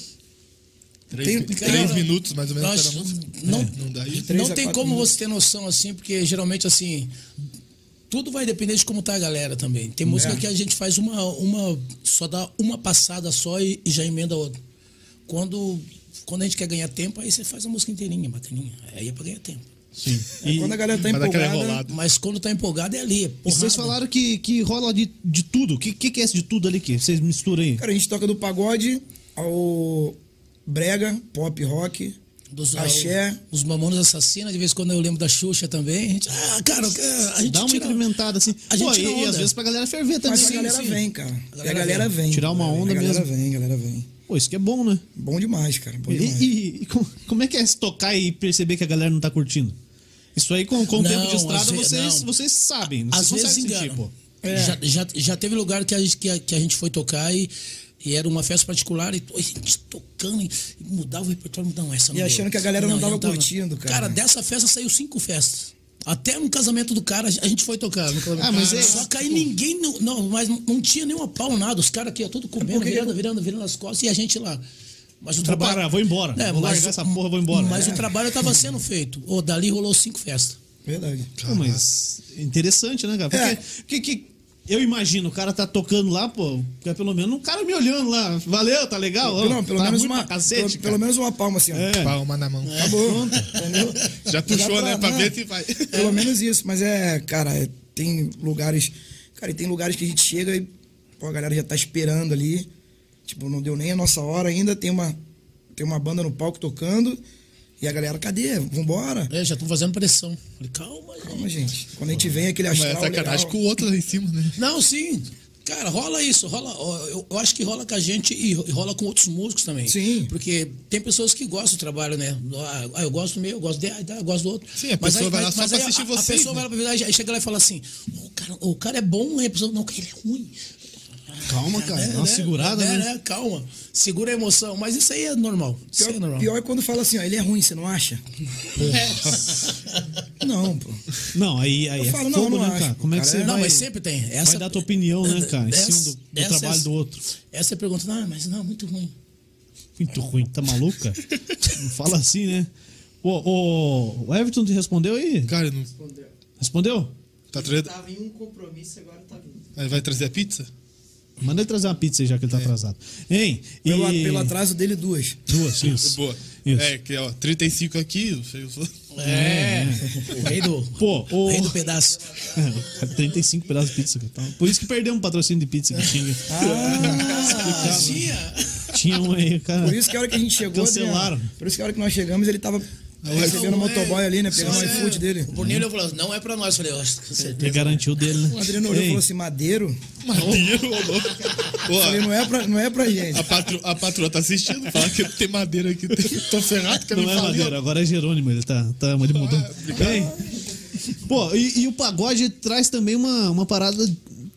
S2: Três,
S4: Tem-
S2: mi-
S4: cara,
S2: três minutos, mais ou menos,
S3: nós-
S2: cada música.
S3: não-
S2: não dá isso.
S4: Três
S3: não
S4: a
S3: tem
S4: quatro
S3: como
S4: minutos.
S3: você ter noção assim, porque geralmente assim. Tudo vai depender de como tá a galera também.
S4: É.
S3: Tem música que a gente faz uma, uma. Só dá uma passada só e, e já emenda a outra. Quando, quando a gente quer ganhar tempo, aí você faz a música inteirinha, bacaninha. Aí é pra ganhar tempo.
S1: Sim. E,
S4: Quando a galera tá
S2: Vai dar aquela
S4: empolgada.
S2: enrolada.
S3: Mas quando tá empolgado é ali. É
S1: e vocês
S3: porrada.
S1: falaram que, que rola de, de tudo. O que, que, que é esse de tudo ali que vocês misturam aí?
S4: Cara, a gente toca do pagode ao brega, pop rock.
S3: Dos, ah,
S4: Axé.
S3: Os mamonos assassinos, de vez em quando eu lembro da Xuxa também. A gente, ah, cara, a gente
S1: Dá uma
S3: tira-
S1: incrementada assim.
S3: a gente
S1: Pô,
S3: tira
S1: e, e
S3: onda.
S1: às vezes pra galera ferver também.
S4: Mas a
S1: Sim,
S4: galera
S1: sim.
S4: vem, cara. E A galera,
S3: galera
S4: vem.
S1: Tirar uma onda
S4: A galera
S1: mesmo.
S4: vem, a galera vem.
S1: Pô, isso que é bom, né?
S4: Bom demais, cara. Bom
S1: E,
S4: demais.
S1: e- e como, como é que é se tocar e perceber que a galera não tá curtindo? Isso aí, com, com o
S3: Não,
S1: tempo de estrada,
S3: às ve-
S1: vocês,
S3: não.
S1: vocês sabem.
S3: Às
S1: Vocês
S3: vezes
S1: conseguem
S3: engana.
S1: sentir, pô.
S3: Já, já, já teve lugar que a gente, que a, que a gente foi tocar e, e era uma festa particular e pô, a gente tocando e mudava o repertório. Não, essa não
S4: E
S3: deu.
S4: achando que a galera não tava curtindo, cara.
S3: Cara, dessa festa saiu cinco festas. Até no casamento do cara, a gente foi tocar. no casamento.
S1: Ah, mas é-
S3: Só que aí ninguém. Não, não, mas não, não tinha nenhuma pau, nada. Os caras aqui, ó, tudo comendo,
S4: porque-
S3: virando, virando, virando as costas e a gente lá. Mas o
S1: Vou
S3: trabalho.
S1: parar, vou embora. Vou largar essa porra, vou embora.
S3: Mas
S1: É.
S3: o trabalho tava sendo feito. Ô, dali rolou cinco festas.
S4: Verdade.
S1: Pô, mas é interessante, né, cara? Porque,
S4: É.
S1: porque que- eu imagino, o cara tá tocando lá, pô, porque pelo menos um cara me olhando lá. Valeu, tá legal? ó,
S4: não, pelo
S1: tá
S4: menos
S1: ruim
S4: uma.
S1: pra cacete,
S4: pelo, pelo menos uma palma assim, ó.
S1: É.
S2: Palma na mão.
S4: Acabou. Entendeu?
S2: Já puxou, né? Pra
S4: não,
S2: ver se vai.
S4: Pelo menos isso, mas é, cara, é, tem lugares. Cara, e tem lugares que a gente chega e pô, a galera já tá esperando ali. Tipo, não deu nem a nossa hora ainda, tem uma, tem uma banda no palco tocando. E a galera, cadê? Vambora?
S3: É, já estão fazendo pressão. Falei, calma, gente.
S4: Calma, gente. Quando a gente vem aquele
S2: Mas
S4: astral.
S2: é sacanagem
S4: legal.
S2: com o outro lá em cima, né?
S3: Não, sim. Cara, rola isso, rola. ó, Eu, eu acho que rola com a gente e ro- e rola com outros músicos também.
S4: Sim.
S3: Porque tem pessoas que gostam do trabalho, né? Ah, eu gosto do meu, eu gosto de, ah, eu gosto do outro.
S2: Sim, a pessoa vai lá só pra
S3: aí
S2: assistir
S3: a, a
S2: vocês,
S3: pessoa
S2: né?
S3: vai lá, aí chega lá e fala assim: "Ô, cara, o cara é bom, aí a pessoa, não, cara, ele é ruim.
S1: Calma, cara.
S3: É,
S1: Dá uma segurada, né?
S3: é, né? Calma, segura a emoção. Mas isso aí é normal. Isso aí é
S4: Pior,
S3: normal.
S4: pior é quando fala assim, ó, ele é ruim, você não acha? Não, pô.
S1: Não, aí, aí
S4: Eu
S1: é
S4: falo, não,
S1: fogo,
S4: não
S1: né,
S4: acho,
S1: cara? Como é que
S4: cara,
S1: você
S4: é-
S3: Não,
S1: vai...
S3: mas sempre tem. Essa,
S1: dar tua opinião, né, cara? Em cima do- do
S4: é
S3: essa-
S1: trabalho do outro.
S3: Essa é a pergunta, não, mas não, muito ruim.
S1: Muito ruim, tá maluca? Não fala assim, né? Pô, ô, o Everton te respondeu aí?
S2: Cara, não...
S5: Respondeu.
S1: Respondeu?
S2: tá trazendo.
S5: Tava em um compromisso, agora tá vindo.
S2: Aí Vai trazer a pizza?
S1: Manda ele trazer uma pizza aí, já
S4: É.
S1: que ele tá atrasado. Hein?
S4: Pelo,
S1: e...
S4: pelo atraso dele, duas.
S1: Duas, isso.
S2: Boa.
S1: Isso.
S2: É, que ó, 35 aqui, eu sei, eu sou-
S3: É. O rei do,
S1: Pô,
S3: o
S1: o-
S3: rei do pedaço.
S1: É, 35 pedaços de pizza. cara. Tá? Por isso que perdemos um patrocínio de pizza que tinha.
S3: Ah, tinha.
S1: Tinha um aí, cara.
S4: Por isso que a hora que a gente chegou.
S1: Cancelaram.
S4: Adriano, por isso que a hora que nós chegamos, ele tava Tava recebendo o motoboy ali, né? Pegando o
S3: Isso é-
S4: iFood dele.
S3: O Bruninho olhou e falou, não é pra nós. Eu falei, ó, com
S1: Ele
S3: certeza.
S1: garantiu dele, né?
S4: O Adriano olhou e
S1: Ei,
S4: falou assim, madeiro?
S2: Madeiro, ô louco. Pô,
S4: Falei, não é pra, não é pra gente.
S2: a, patro, a patroa tá assistindo, fala que tem madeira aqui. Tô ferrado que eu
S1: Não é Madeira, agora é Jerônimo, ele tá. tá ele
S4: Ah,
S1: mudou. Bem, pô, e, e o pagode traz também uma, uma parada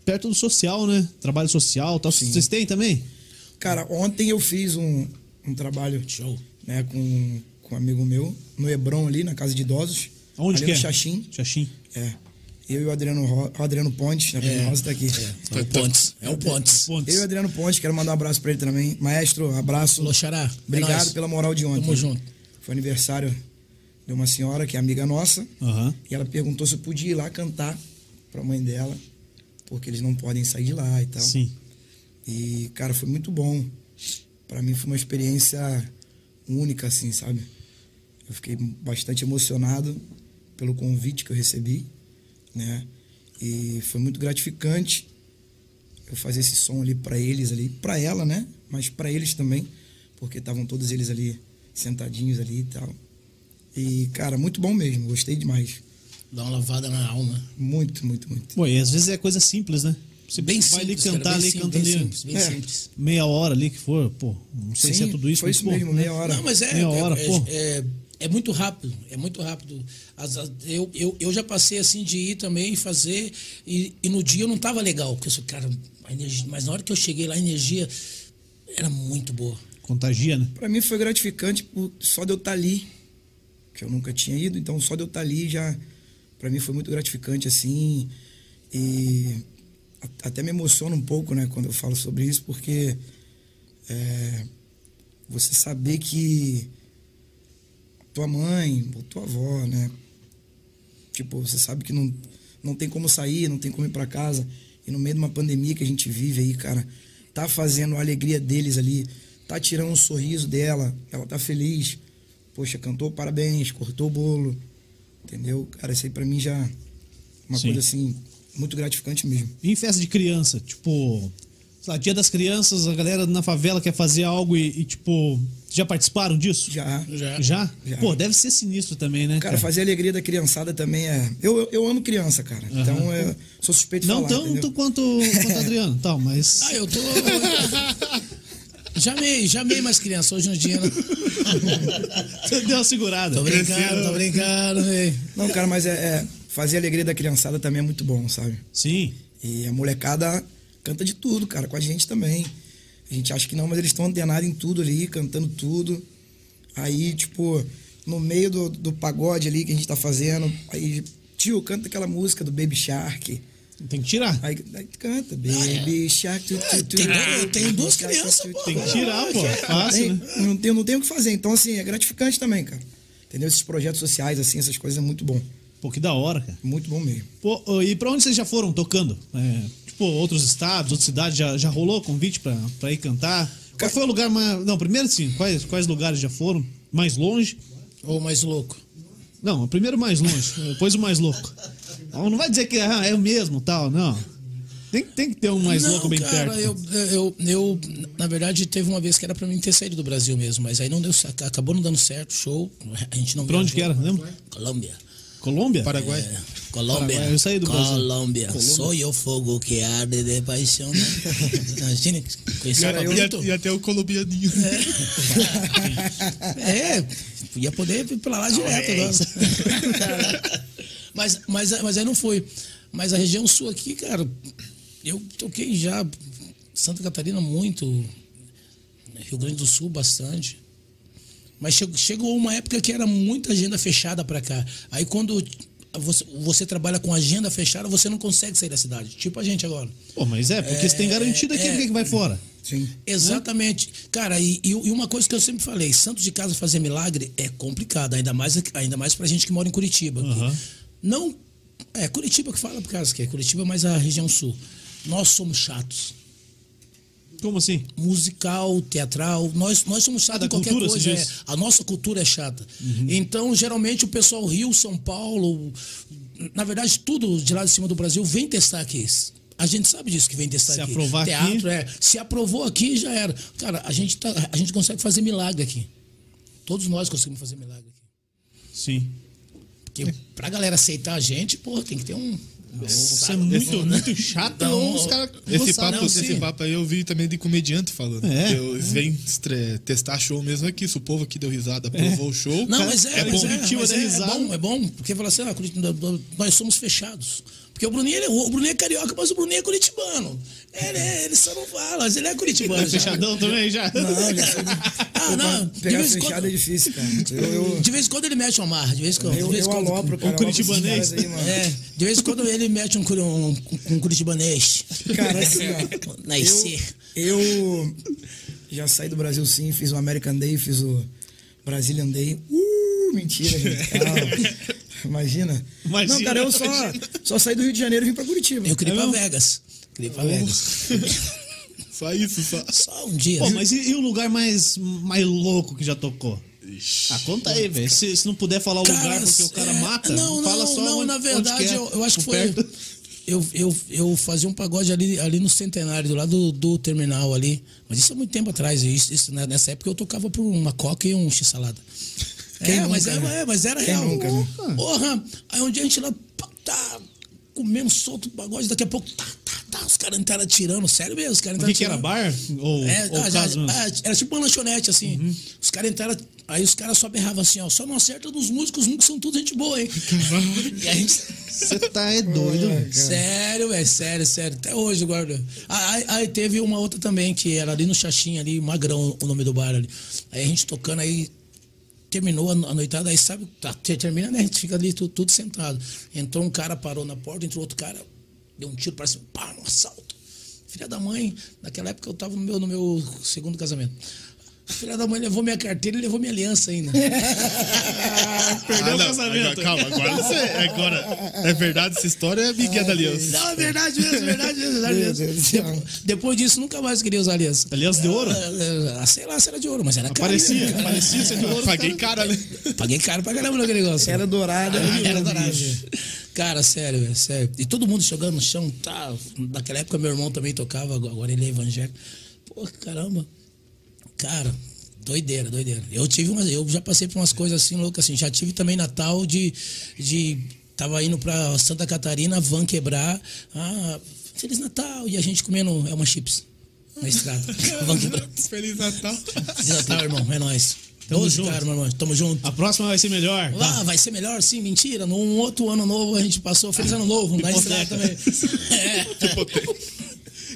S1: perto do social, né? Trabalho social e tal. Vocês têm também?
S4: Cara, ontem eu fiz um, um trabalho
S3: Show.
S4: né, com, com um amigo meu, no Hebron ali, na casa de idosos.
S1: Onde
S4: ali
S1: que
S4: no
S1: é?
S4: Xaxim.
S1: Xaxim.
S4: É. Eu e o Adriano, Ro- o Adriano Pontes, o Adriano Rosa tá aqui.
S3: É o
S2: então,
S3: Pontes. É o Pontes.
S1: Pontes.
S4: Eu e o Adriano Pontes, quero mandar um abraço pra ele também. Maestro, abraço.
S3: Falou, Xará. é
S4: Obrigado
S3: nóis.
S4: pela moral de ontem.
S3: Tamo junto.
S4: Foi aniversário de uma senhora que é amiga nossa.
S1: Aham.
S4: E ela perguntou se eu podia ir lá cantar pra mãe dela, porque eles não podem sair de lá e tal.
S1: Sim.
S4: E, cara, foi muito bom. Pra mim foi uma experiência única, assim, sabe? Eu fiquei bastante emocionado pelo convite que eu recebi, né? E foi muito gratificante eu fazer esse som ali pra eles ali, pra ela, né? Mas pra eles também, porque estavam todos eles ali sentadinhos ali e tal. E, cara, muito bom mesmo, gostei demais.
S3: Dá uma lavada na alma.
S4: Muito, muito, muito.
S1: Pô, e às vezes é coisa simples, né? Você
S3: Bem
S1: vai
S3: simples,
S1: ali
S3: cara,
S1: cantar
S3: bem
S1: ali,
S3: simples,
S1: canta
S3: bem
S1: ali
S3: simples, bem
S4: É.
S3: simples.
S1: meia hora ali que for, pô. Não sei se é tudo isso,
S4: foi
S1: mas,
S4: isso
S1: pô,
S4: mesmo, né? meia hora.
S3: Não, mas é,
S1: Meia
S3: é,
S1: hora,
S3: é,
S1: pô.
S3: é- é muito rápido, é muito rápido. As- as- eu, eu, eu já passei assim de ir também fazer, e, e no dia eu não tava legal, porque eu sou, cara, a energia, mas na hora que eu cheguei lá, a energia era muito boa.
S1: Contagia, né?
S4: Pra mim foi gratificante por só de eu estar ali, que eu nunca tinha ido, então só de eu estar ali já pra mim foi muito gratificante assim e a- até me emociona um pouco, né, quando eu falo sobre isso, porque é, você saber que tua mãe ou tua avó, né, tipo você sabe que não não tem como sair, não tem como ir pra casa e no meio de uma pandemia que a gente vive aí, cara, tá fazendo a alegria deles ali, tá tirando o sorriso dela, ela tá feliz. Poxa, cantou parabéns, cortou o bolo, entendeu? Cara, isso aí pra mim já é uma
S1: Sim.
S4: coisa assim muito gratificante mesmo.
S1: E em festa de criança, tipo, sei lá, dia das crianças, a galera na favela quer fazer algo e, e, tipo, já participaram disso?
S4: Já.
S3: Já.
S1: Já?
S4: Já.
S1: Pô, deve ser sinistro também, né?
S4: Cara, fazer a alegria da criançada também é. Eu, eu, eu amo criança, cara. Então eu sou suspeito de
S1: Não
S4: falar.
S1: tanto
S4: entendeu?
S1: quanto quanto o Adriano, tal, mas.
S3: Ah, eu tô. já amei, já amei mais criança, hoje no dia. né? Não...
S1: Você deu uma segurada.
S3: Tô brincando, tô brincando, velho.
S4: Não, cara, mas é, é, fazer a alegria da criançada também é muito bom, sabe?
S1: Sim.
S4: E a molecada canta de tudo, cara, com a gente também. A gente acha que não, mas eles estão antenados em tudo ali, cantando tudo. Aí, tipo, no meio do, do pagode ali que a gente tá fazendo, aí, tio, canta aquela música do Baby Shark.
S1: Tem que tirar.
S4: Aí, aí canta, Baby Shark. Tu, tu, tu,
S3: Ah, é. Tem, dois-
S4: tu,
S3: eu tenho duas
S4: tu, tu,
S3: crianças,
S4: tu,
S3: pô.
S4: tu,
S1: Tem que tirar, pô. Fácil, né?
S4: Tem- não, tem, não tem o que fazer. Então, assim, é gratificante também, cara. Entendeu? Esses projetos sociais, assim, essas coisas é muito bom.
S1: Pô, que da hora, cara.
S4: Muito bom mesmo.
S1: Pô, ô, e pra onde vocês já foram tocando? É, tipo, outros estados, outras cidades, já, já rolou convite pra, pra ir cantar? Qual
S4: Cara-
S1: foi o lugar mais. Não, primeiro sim, quais, quais lugares já foram? Mais longe?
S3: Ou mais louco.
S1: Não, o primeiro mais longe, depois o mais louco. Não não vai dizer que ah, é o mesmo, tal, não. Tem, tem que ter um mais
S3: Não,
S1: louco bem
S3: cara,
S1: perto.
S3: Eu, eu, eu, na verdade, teve uma vez que era pra mim ter saído do Brasil mesmo, mas aí não deu certo, acabou não dando certo, show. A gente não
S1: Pra onde
S3: viajou.
S1: que era, lembra?
S3: Colômbia.
S1: Colômbia?
S2: Paraguai.
S3: É, Colômbia.
S1: Paraguai, eu saí do Brasil.
S3: Colômbia. Sou eu fogo que arde de paixão. Né? Imagina, conheci
S2: E,
S3: o
S2: a- e a-
S3: Pablito.
S2: e até o colombianinho.
S3: É, podia poder ir pra lá direto agora. mas, mas, mas aí não foi. Mas a região sul aqui, cara, eu toquei já Santa Catarina muito, Rio Grande do Sul bastante. Mas chegou, chegou uma época que era muita agenda fechada pra cá. Aí quando você, você trabalha com agenda fechada, você não consegue sair da cidade. Tipo a gente agora.
S1: Pô, mas é, porque você tem garantido aqui,
S3: é,
S1: por que que vai fora?
S4: Sim.
S3: Exatamente. Cara, e, e uma coisa que eu sempre falei, santo de casa fazer milagre é complicado, ainda mais, ainda mais pra gente que mora em Curitiba.
S1: Aham.
S3: Não, é Curitiba que fala por causa que é Curitiba, mas a região sul. Nós somos chatos.
S1: Como assim?
S3: Musical, teatral, nós, nós somos chatos
S1: Ah, da
S3: em qualquer
S1: cultura,
S3: coisa.
S1: você
S3: é.
S1: diz? Uhum.
S3: A nossa cultura é chata. Então, geralmente, o pessoal Rio, São Paulo, na verdade, tudo de lá de cima do Brasil vem testar aqui. A gente sabe disso que vem testar
S1: Se
S3: aqui.
S1: aprovar aqui-
S3: Teatro, é, se aprovou aqui, já era. Cara, a gente, tá, a gente consegue fazer milagre aqui. Todos nós conseguimos fazer milagre aqui.
S1: Sim.
S3: Porque
S1: É.
S3: pra galera aceitar a gente, pô, tem que ter um.
S1: Isso é muito, muito chato.
S3: Então,
S1: os caras-
S2: Esse
S3: Nossa,
S2: papo,
S3: não,
S2: esse
S3: sim.
S2: papo aí eu vi também de comediante falando.
S1: É.
S2: Eles vêm estre- testar show mesmo aqui. Se o povo aqui deu risada, aprovou o show.
S3: Não, mas é, mas
S2: bom.
S3: é,
S1: Curitiba
S3: mas
S1: da
S3: é, é
S1: risada.
S3: bom, é bom. Porque fala assim, ah, Curitiba, nós somos fechados. Porque o Bruninho, ele é- o Bruninho é carioca, mas o Bruninho é curitibano. Ele, é- ele só não fala, mas ele é curitibano. já.
S1: Fechadão também já.
S3: Não, já foi- Ah, não. De
S4: Pegar
S3: vez, em
S4: fechado é
S3: quando,
S4: difícil, cara. Eu, eu,
S3: de vez em quando ele mete uma marra, de vez em quando. de
S4: eu,
S3: vez
S4: eu
S3: em quando-
S4: alopro, cara.
S1: o
S4: eu alopro esses
S1: curitibanês.
S4: caras aí, mano.
S3: É, de vez em quando ele mete um, curi- um, um curitibanês.
S4: Cara, assim, ó.
S3: Nascer.
S4: Eu, eu já saí do Brasil sim, fiz o American Day, fiz o Brazilian Day. Uh, mentira, gente. Ah, imagina.
S1: Imagina,
S4: Não, cara, eu só,
S1: imagina.
S4: só saí do Rio de Janeiro e vim pra Curitiba.
S3: Eu queria ir
S1: É
S3: pra
S1: mesmo?
S3: Vegas. Queria ir pra Vegas.
S2: Só isso, só.
S3: Só um dia.
S1: Pô, mas e, e o lugar mais, mais louco que já tocou? Ah, conta aí, velho. Se, se não puder falar o lugar porque o cara
S3: é,
S1: mata,
S3: não,
S1: fala
S3: não,
S1: só
S3: não,
S1: onde-
S3: na
S1: onde
S3: verdade,
S1: quer,
S3: eu, eu acho que
S1: por
S3: foi.
S1: perto.
S3: Eu, eu, eu fazia um pagode ali, ali no centenário, do lado do, do terminal ali. Mas isso é muito tempo atrás. Isso, isso, né, nessa época eu tocava por uma coca e um x-salada.
S4: Quem
S3: é,
S4: nunca,
S3: mas era,
S4: né?
S3: é, mas era
S4: Quem
S3: real.
S4: nunca, né?
S3: Porra! Aí um dia a gente lá pá, tá comendo solto o pagode, daqui a pouco tá, tá, tá, os caras entraram atirando, sério mesmo, os caras
S1: O
S3: entraram
S1: que, que era
S3: atirando.
S1: bar? Ou,
S3: É,
S1: ou
S3: ah, já-
S1: casa mesmo?
S3: ah, era tipo uma lanchonete, assim. Os caras entraram. Aí os caras só berravam assim, ó. Só não acerta dos músicos, nunca são tudo gente boa, hein? e a gente.
S1: Você tá é doido. velho.
S3: Sério, velho, sério, sério. Até hoje, guarda. Ah, Aí, aí teve uma outra também, que era ali no Chaxim, ali, Magrão, o nome do bar ali. Aí a gente tocando aí. Terminou a no- a noitada, aí sabe, tá, te- termina, né? A gente fica ali tu- tudo, sentado. Entrou um cara, parou na porta, entrou outro cara, deu um tiro para cima, pá, um assalto. Filha da mãe, naquela época eu tava no meu, no meu segundo casamento. A filha da mãe levou minha carteira e levou minha aliança ainda.
S1: É.
S3: É
S2: Perdeu o casamento. calma, Ah, agora você. Agora, é verdade, essa história é amiguinha da aliança.
S3: Não, é verdade mesmo, é verdade mesmo. é
S4: Meu
S3: verdade
S4: Deus do
S3: mesmo.
S4: céu.
S3: Depois, depois disso, nunca mais queria usar aliança.
S1: Aliança de ouro?
S3: Ah, ah, sei lá se era de ouro, mas era caro.
S1: Parecia,
S3: né?
S1: parecia ser de ouro.
S2: é Paguei cara, né?
S3: Paguei caro pra caramba naquele negócio.
S4: Era dourada. né?
S3: Ah, era
S4: Meu
S3: dourado.
S4: Deus.
S3: Cara, sério, velho, sério. E todo mundo jogando no chão, tá? Naquela época meu irmão também tocava, agora ele é evangélico. Pô, caramba. Cara, doideira, doideira. Eu tive umas, eu já passei por umas coisas assim loucas assim. Já tive também Natal de de tava indo pra Santa Catarina, van quebrar. Ah, Feliz Natal e a gente comendo é uma chips na estrada. van quebrar.
S2: Feliz Natal.
S3: Feliz Natal, irmão, é nóis.
S1: Tamo
S3: Doze,
S1: junto.
S3: cara, meu irmão. Tamo junto.
S1: A próxima vai ser melhor.
S3: Ah, vai ser melhor sim, mentira. Num outro ano novo a gente passou.
S1: Ah,
S3: Feliz ano novo, na estrada também. É.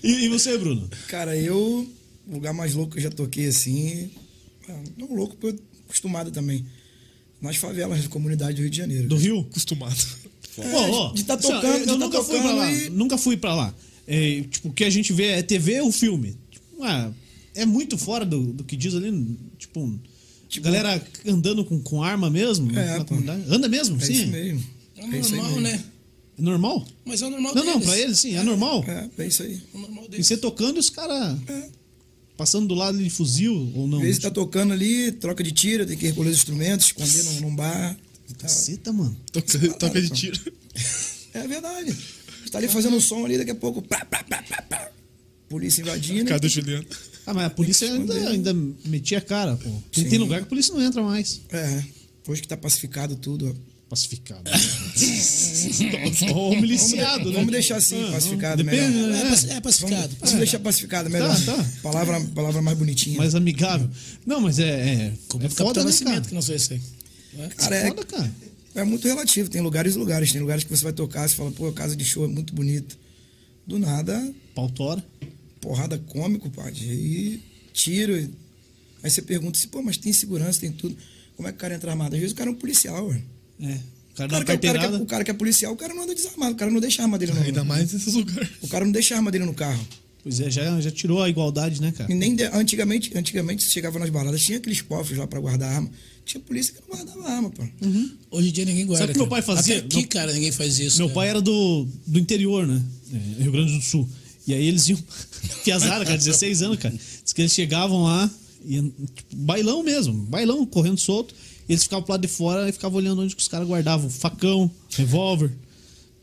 S1: E, e você, Bruno?
S4: Cara, eu. O lugar mais louco que eu já toquei assim. ah, Não louco, porque eu acostumado também. Nas favelas, da comunidade do Rio de Janeiro.
S1: Do Rio?
S2: Acostumado.
S1: Ô, ô,
S4: de tá
S1: assim, ó,
S4: tocando,
S1: eu
S4: de tá
S1: nunca fui pra
S4: tocando
S1: lá.
S4: e-
S1: Nunca fui pra lá. É, tipo, o que a gente vê é TV ou filme. Tipo, ah, é muito fora do, do que diz ali. Tipo, galera andando com, com arma mesmo.
S4: É,
S1: na
S4: pô.
S1: comunidade. Anda mesmo?
S4: É
S1: sim.
S4: isso mesmo.
S3: É
S4: É isso aí
S3: normal,
S4: mesmo.
S3: né?
S1: É normal?
S3: Mas é o normal
S1: Não,
S3: deles.
S1: não, pra eles sim, é normal.
S4: É, é isso aí.
S3: É o normal
S1: E
S3: deles.
S1: você tocando e os caras
S4: É.
S1: passando do lado de fuzil ou não. Tipo,
S4: Às vezes tá tocando ali, troca de tiro, tem que recolher os instrumentos, esconder num, num bar e tal.
S1: Caceta, mano.
S2: Toca, toca de tiro.
S4: É verdade. Você tá ali fazendo um som ali, daqui a pouco. Pá, pá, pá, pá, pá. Polícia invadindo.
S2: Cadê o Juliano?
S1: Ah, mas a polícia ainda, ainda metia a cara, pô. Tem,
S4: Sim.
S1: tem lugar que a polícia não entra mais.
S4: É. Hoje que tá pacificado tudo. ó.
S1: Pacificado. né? ou miliciado, né?
S4: Vamos deixar assim,
S1: Ah,
S4: pacificado,
S1: Depende,
S4: melhor.
S1: né?
S3: É, paci- é pacificado.
S4: Vamos deixar pacificado, melhor.
S1: Tá, tá.
S4: Palavra, palavra mais bonitinha.
S1: mais amigável. Não, mas é. É,
S3: Como
S1: é
S3: o
S1: foda,
S3: Capitão
S1: né,
S3: Nascimento
S1: cara?
S3: que não sou esse aí.
S4: Cara, é,
S1: Foda, cara.
S4: é muito relativo. Tem lugares e lugares. Tem lugares que você vai tocar, você fala, pô, a casa de show é muito bonita. Do nada,
S1: Pautora.
S4: porrada cômico, padre. E tiro. e- Aí você pergunta assim, pô, mas tem segurança, tem tudo. Como é que o cara entra armado? Às vezes o cara é um policial, ué.
S1: É. O cara
S4: O
S1: dá uma
S2: tá
S4: cara, que é, o, cara que é,
S1: carteirada.
S4: o cara que é policial, o cara não anda desarmado, o cara não deixa a arma dele no
S2: Ainda mais nesses lugares.
S4: O cara não deixa a arma dele no carro.
S1: Pois é, já, já tirou a igualdade, né, cara?
S4: E nem de- antigamente, antigamente você chegava nas baladas, tinha aqueles cofres lá pra guardar arma. Tinha polícia que não guardava arma, pô.
S2: Uhum.
S3: Hoje em dia ninguém guarda.
S1: Sabe o que meu
S3: cara.
S1: pai fazia?
S3: Até aqui,
S1: Meu-
S3: cara, ninguém faz isso.
S1: Meu
S3: cara.
S1: pai era do, do interior, né? É, Rio Grande do Sul. E aí eles iam. Piazada, cara, 16 anos, cara. Diz que eles chegavam lá, e, tipo, bailão mesmo, bailão, correndo solto. E eles ficavam pro lado de fora e ficavam olhando onde que os caras guardavam facão, revólver.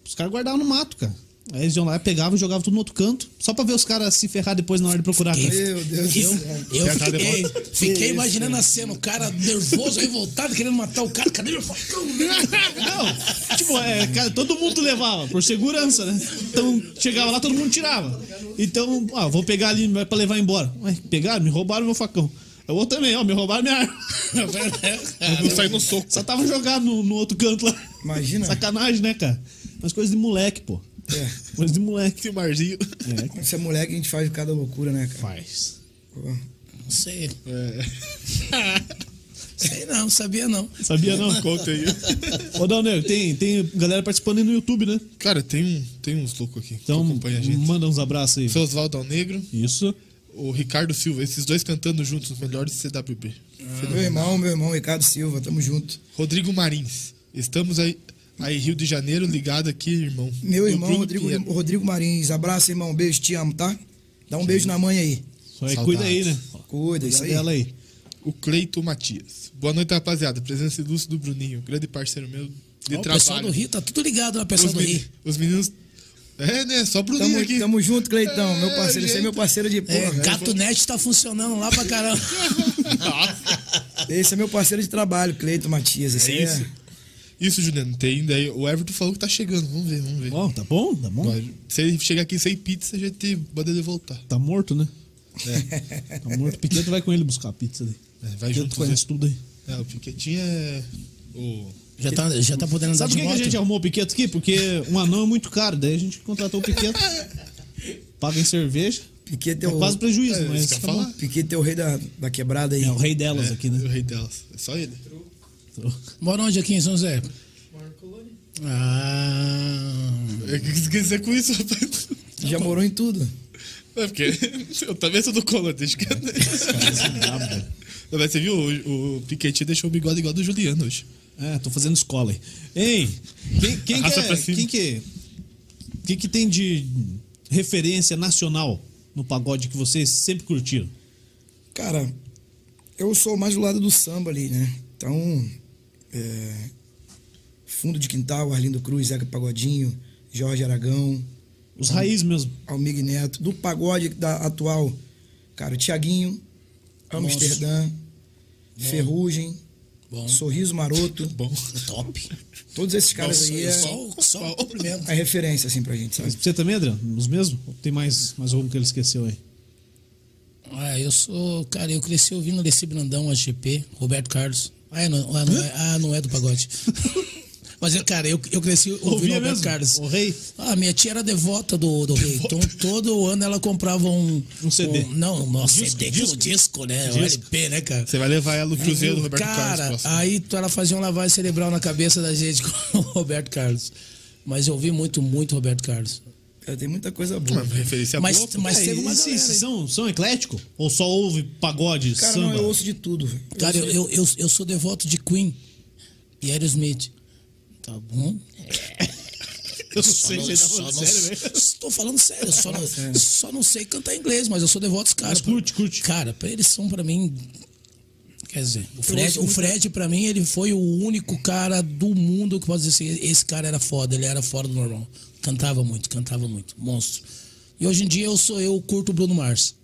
S1: Os caras guardavam no mato, cara. Aí eles iam lá, pegavam e jogavam tudo no outro canto, só pra ver os caras se ferrar depois na hora de procurar.
S3: Quem-
S1: cara.
S4: Meu Deus do
S3: eu,
S4: céu.
S3: eu
S2: Quer dar
S3: fiquei,
S2: derrota?
S3: fiquei imaginando a cena, o cara nervoso, revoltado, querendo matar o cara. Cadê meu facão?
S1: Não, tipo, é, cara, todo mundo levava, por segurança, né? Então chegava lá, todo mundo tirava. Então, ah, vou pegar ali pra levar embora. Ué, pegaram, me roubaram meu facão. Eu vou também, ó, me roubaram minha arma.
S2: Vou sair no soco.
S1: Só tava jogado no, no outro canto lá.
S4: Imagina.
S1: Sacanagem, né, cara? Mas coisa de moleque, pô.
S4: É.
S1: Coisa de moleque.
S2: Esse marzinho.
S1: É, cara.
S4: Quando você é moleque, a gente faz cada loucura, né, cara?
S1: faz.
S4: Pô.
S3: Não sei,
S2: É.
S3: sei não, sabia não.
S1: Sabia não?
S2: Conta aí.
S1: Ô, Dalnego, tem, tem galera participando aí no YouTube, né?
S2: Cara, tem, um, tem uns loucos aqui
S1: Então,
S2: que acompanham a gente.
S1: manda uns abraços aí.
S2: Seu Oswaldo ao Negro,
S1: Isso.
S2: o Ricardo Silva, esses dois cantando juntos, os melhores CWB.
S4: Meu irmão, meu irmão, Ricardo Silva, tamo junto.
S2: Rodrigo Marins, estamos aí, aí Rio de Janeiro, ligado aqui, irmão.
S4: Meu
S2: Do
S4: irmão,
S2: Bruno
S4: Rodrigo,
S2: Pinheiro.
S4: Rodrigo Marins. Abraço, irmão. Beijo, te amo, tá? Dá um beijo na mãe aí.
S1: Só aí,
S2: Saudades.
S1: cuida aí, né?
S4: Cuida, isso
S1: Cuida
S4: aí.
S1: dela aí.
S2: O Cleito Matias. Boa noite, rapaziada. Presença ilustre do Bruninho, grande parceiro meu de
S3: Ó, o
S2: trabalho.
S3: pessoal do Rio tá tudo ligado lá, o pessoal
S2: os,
S3: do
S2: meni-
S3: Rio.
S2: os meninos. É, né? Só Bruninho
S4: Tamo,
S2: aqui.
S4: tamo junto, Cleitão, meu parceiro. Você é
S2: gente.
S4: meu parceiro de porra.
S3: É, Gato Net tá funcionando lá pra caramba.
S4: Esse é meu parceiro de trabalho, Cleito Matias. Esse
S2: É isso. Isso, Juliano. Tem daí. O Everton falou que tá chegando. Vamos ver, vamos ver.
S1: Ó, tá bom? Tá bom?
S2: Agora, Se ele chegar aqui sem pizza, a gente manda ele voltar.
S1: Tá morto, né? É. Tá morto. Piqueto vai com ele buscar a pizza daí.
S2: É, vai
S1: Piqueto
S2: junto. com
S1: conhece tudo aí.
S2: É, o Piquetinho é. O...
S3: Já tá, já tá podendo andar
S1: Sabe por
S3: de
S1: que, que a
S3: moto?
S1: gente arrumou o Piqueto aqui? Porque um anão é muito caro. Daí a gente contratou o Piqueto. Paga em cerveja.
S4: Piquete
S1: É
S4: é o,
S1: quase prejuízo,
S2: É,
S1: mas.
S2: isso que eu ia
S1: tá bom.
S2: falar.
S4: Piquete é o rei da, da quebrada aí.
S1: É o rei delas
S2: é,
S1: aqui, né?
S2: O rei delas. É só ele.
S3: Mora onde aqui em São José?
S5: Marcolone.
S3: Ah.
S2: É, O que você quer dizer com isso, rapaz?
S4: Já morou em tudo.
S2: É porque eu também sou do Collor, deixa que Não, Mas você viu, o, o Piquetinho deixou o bigode igual do Juliano hoje.
S1: É, tô fazendo escola aí. Ei, quem, quem, que,
S2: Arrasta
S1: é,
S2: pra cima.
S1: quem que quem que tem de referência nacional no pagode que vocês sempre curtiram?
S4: Cara, eu sou mais do lado do samba ali, né? Então, é, Fundo de Quintal, Arlindo Cruz, Zeca Pagodinho, Jorge Aragão,
S1: Os raiz mesmo.
S4: Almig Neto, do pagode da atual, cara, Tiaguinho, Amsterdã, Ferrugem,
S3: Bom,
S4: Sorriso Maroto,
S2: Bom.
S3: top.
S4: todos esses caras
S3: Nossa,
S4: aí
S3: eu
S4: é
S3: só, só o cumprimento.
S4: a referência, assim, pra gente, sabe?
S1: Você também, Adriano? Os mesmos? Ou tem mais, mais algum que ele esqueceu aí?
S3: Ah, eu sou. Cara, eu cresci ouvindo Alessi Brandão, AGP, Roberto Carlos. Ah, não, ah, não, é, ah, não é do pagode. Mas, eu, cara, eu, eu cresci ouvindo Roberto Carlos.
S1: O rei?
S3: Ah, minha tia era devota do, do rei. Então, todo ano ela comprava um.
S1: Um CD.
S3: não, nossa,
S1: Disco,
S3: CD,
S1: disco.
S3: disco, disco, né? O
S1: Disco.
S3: LP, né, cara?
S2: Você vai levar ela no é Cruzeiro do Roberto
S3: cara, ah,
S2: Carlos. próximo.
S3: aí tu- ela fazia uma lavagem cerebral na cabeça da gente com o Roberto Carlos. Mas eu ouvi muito, muito Roberto Carlos.
S4: Cara, tem muita coisa boa.
S2: Uma referência
S3: Mas,
S2: boa. pô.
S3: mas
S1: É,
S3: teve uma
S1: e vocês
S3: galera aí.
S1: são, são eclético? Ou só ouve pagode,
S4: Cara,
S1: samba?
S4: não, eu ouço de tudo. velho. Eu
S3: Cara,
S4: ouço
S3: eu, eu, eu, eu sou devoto de Queen e Aerosmith. Tá bom?
S1: Eu sei,
S3: Não,
S1: você tá
S3: só
S1: falando
S3: não-
S1: sério, velho.
S3: Estou falando sério. Só não, só não sei cantar inglês, mas eu sou devoto dos caras.
S1: É. Mas curte, curte.
S3: Cara, pra eles são pra mim... Quer dizer, o Fred,
S4: gosto
S3: o
S4: muito
S3: Fred pra mim, ele foi o único cara do mundo que posso dizer assim, esse cara era foda, ele era fora do normal. Cantava muito, cantava muito, monstro. E hoje em dia eu sou, eu curto o Bruno Mars.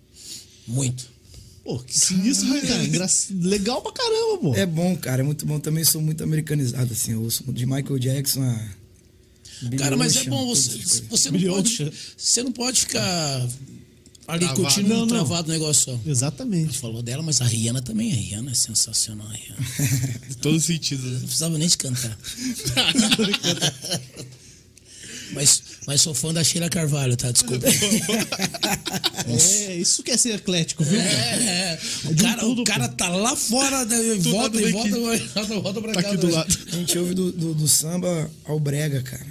S3: Muito.
S1: Pô, que sinistro, né, cara? Engra... Legal pra caramba, pô.
S4: É bom, cara, é muito bom. Também sou muito americanizado, assim. Eu ouço de Michael Jackson a. Billy
S3: Cara, mas é
S4: Ocean,
S3: bom,
S4: todas
S3: você,
S4: essas coisas.
S3: você, não
S1: Billy
S3: pode,
S1: Ocean.
S3: você não pode ficar ali
S2: Travado.
S3: curtindo
S1: Não,
S3: um
S1: não.
S3: travado negócio só.
S1: Exatamente.
S3: Falou dela, mas a Rihanna também. A Rihanna é sensacional. A Rihanna. Não
S2: Em todos os sentidos. né?
S3: precisava nem de cantar. mas, mas sou fã da Sheila Carvalho, tá? Desculpa.
S1: É, isso que é ser eclético, viu?
S3: É, é. O, cara, o cara tá lá fora, né? E volta,
S2: nada daqui.
S3: e volta, volta, volta pra
S2: Tá
S3: cá.
S2: aqui do
S3: né?
S2: lado.
S4: A gente ouve do, do, do samba ao brega, cara.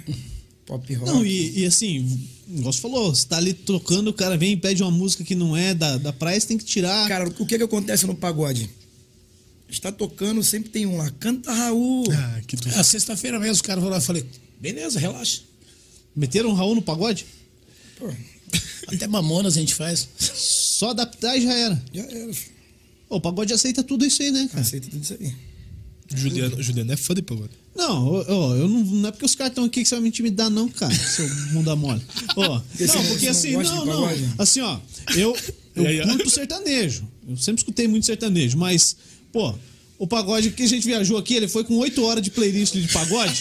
S4: Pop rock.
S1: Não, e, e assim, igual você falou, você tá ali tocando, o cara vem e pede uma música que não é da, da praia, você tem que tirar.
S4: Cara, o que que acontece no pagode? Está tocando, sempre tem um lá. Canta Raul.
S3: É.
S2: Ah, que do...
S3: A sexta-feira mesmo, o cara falou, eu falei, beleza, relaxa.
S1: Meteram o Raul no pagode?
S4: Pô,
S3: Até mamonas a gente faz.
S1: Só adaptar e já era.
S4: já era. filho.
S1: Ô, o pagode aceita tudo isso aí, né, cara?
S4: Aceita tudo isso aí.
S2: Juliano, Juliano é fã de pagode.
S1: Não, ó, ó, eu não, não é porque os caras estão aqui que você vai me intimidar, não, cara, seu bunda mole. Ó,
S4: Esse
S1: não,
S4: não-
S1: porque
S4: esse não
S1: assim,
S4: gosta
S1: não,
S4: de
S1: não.
S4: pagode?
S1: Assim, ó, eu,
S2: E aí,
S1: eu
S2: ó.
S1: curto sertanejo. Eu sempre escutei muito sertanejo, mas, pô, o pagode que a gente viajou aqui, ele foi com 8 horas de playlist de pagode.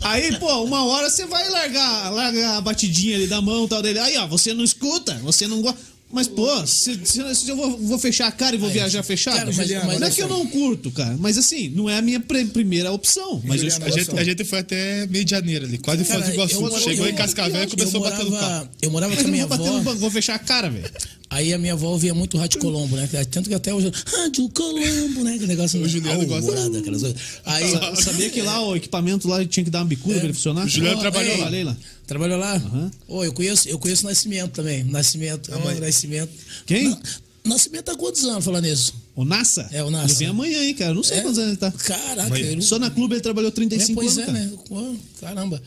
S1: Aí, pô, uma hora você vai largar, largar a batidinha ali da mão e tal dele. Aí, ó, você não escuta, você não gosta. Mas, pô, se, se- se eu vou, vou fechar a cara e vou viajar fechado,
S3: Cara, mas-
S1: não
S4: mas
S1: é
S4: olha
S1: que eu
S4: só.
S1: não curto, cara. Mas assim, não é a minha pre- primeira opção. Mas eu
S4: Juliano,
S2: A gente, a gente foi até meio de janeiro ali, quase Foz do Iguaçu.
S3: eu-
S2: Chegou
S3: eu-
S2: em Cascavel e começou
S3: eu
S2: a bater no
S3: morava-
S2: carro.
S3: Eu morava
S1: Mas
S3: com a
S1: eu
S3: minha
S1: não vou bater
S3: avó.
S1: no banco, vou fechar a cara, velho.
S3: Aí a minha avó ouvia muito Rádio
S2: Hum.
S3: Colombo, né? Tanto que até hoje. Rádio Colombo, né? Que negócio.
S2: O Juliano gosta.
S3: alvorada, aquelas coisas. Aí.
S1: Eu sabia que lá o equipamento lá tinha que dar uma bicuda pra ele funcionar.
S2: O Juliano
S1: Ó,
S2: trabalhou
S1: ei,
S2: lá.
S1: trabalhei lá.
S3: Trabalhou lá?
S1: Aham.
S3: Ô, eu conheço, eu conheço o Nascimento também. Nascimento, amo o Nascimento.
S1: Quem?
S3: Na- Nascimento tá quantos anos falando isso?
S1: O Nassa?
S3: É, o Nassa.
S1: Ele vem amanhã, hein, cara. Eu não sei
S3: É?
S1: quantos anos ele tá.
S3: Caraca,
S2: Amanhã.
S3: ele
S1: Só na clube ele trabalhou
S3: É,
S1: 35
S3: pois
S1: anos.
S3: é,
S1: cara.
S3: né? Pô, Caramba.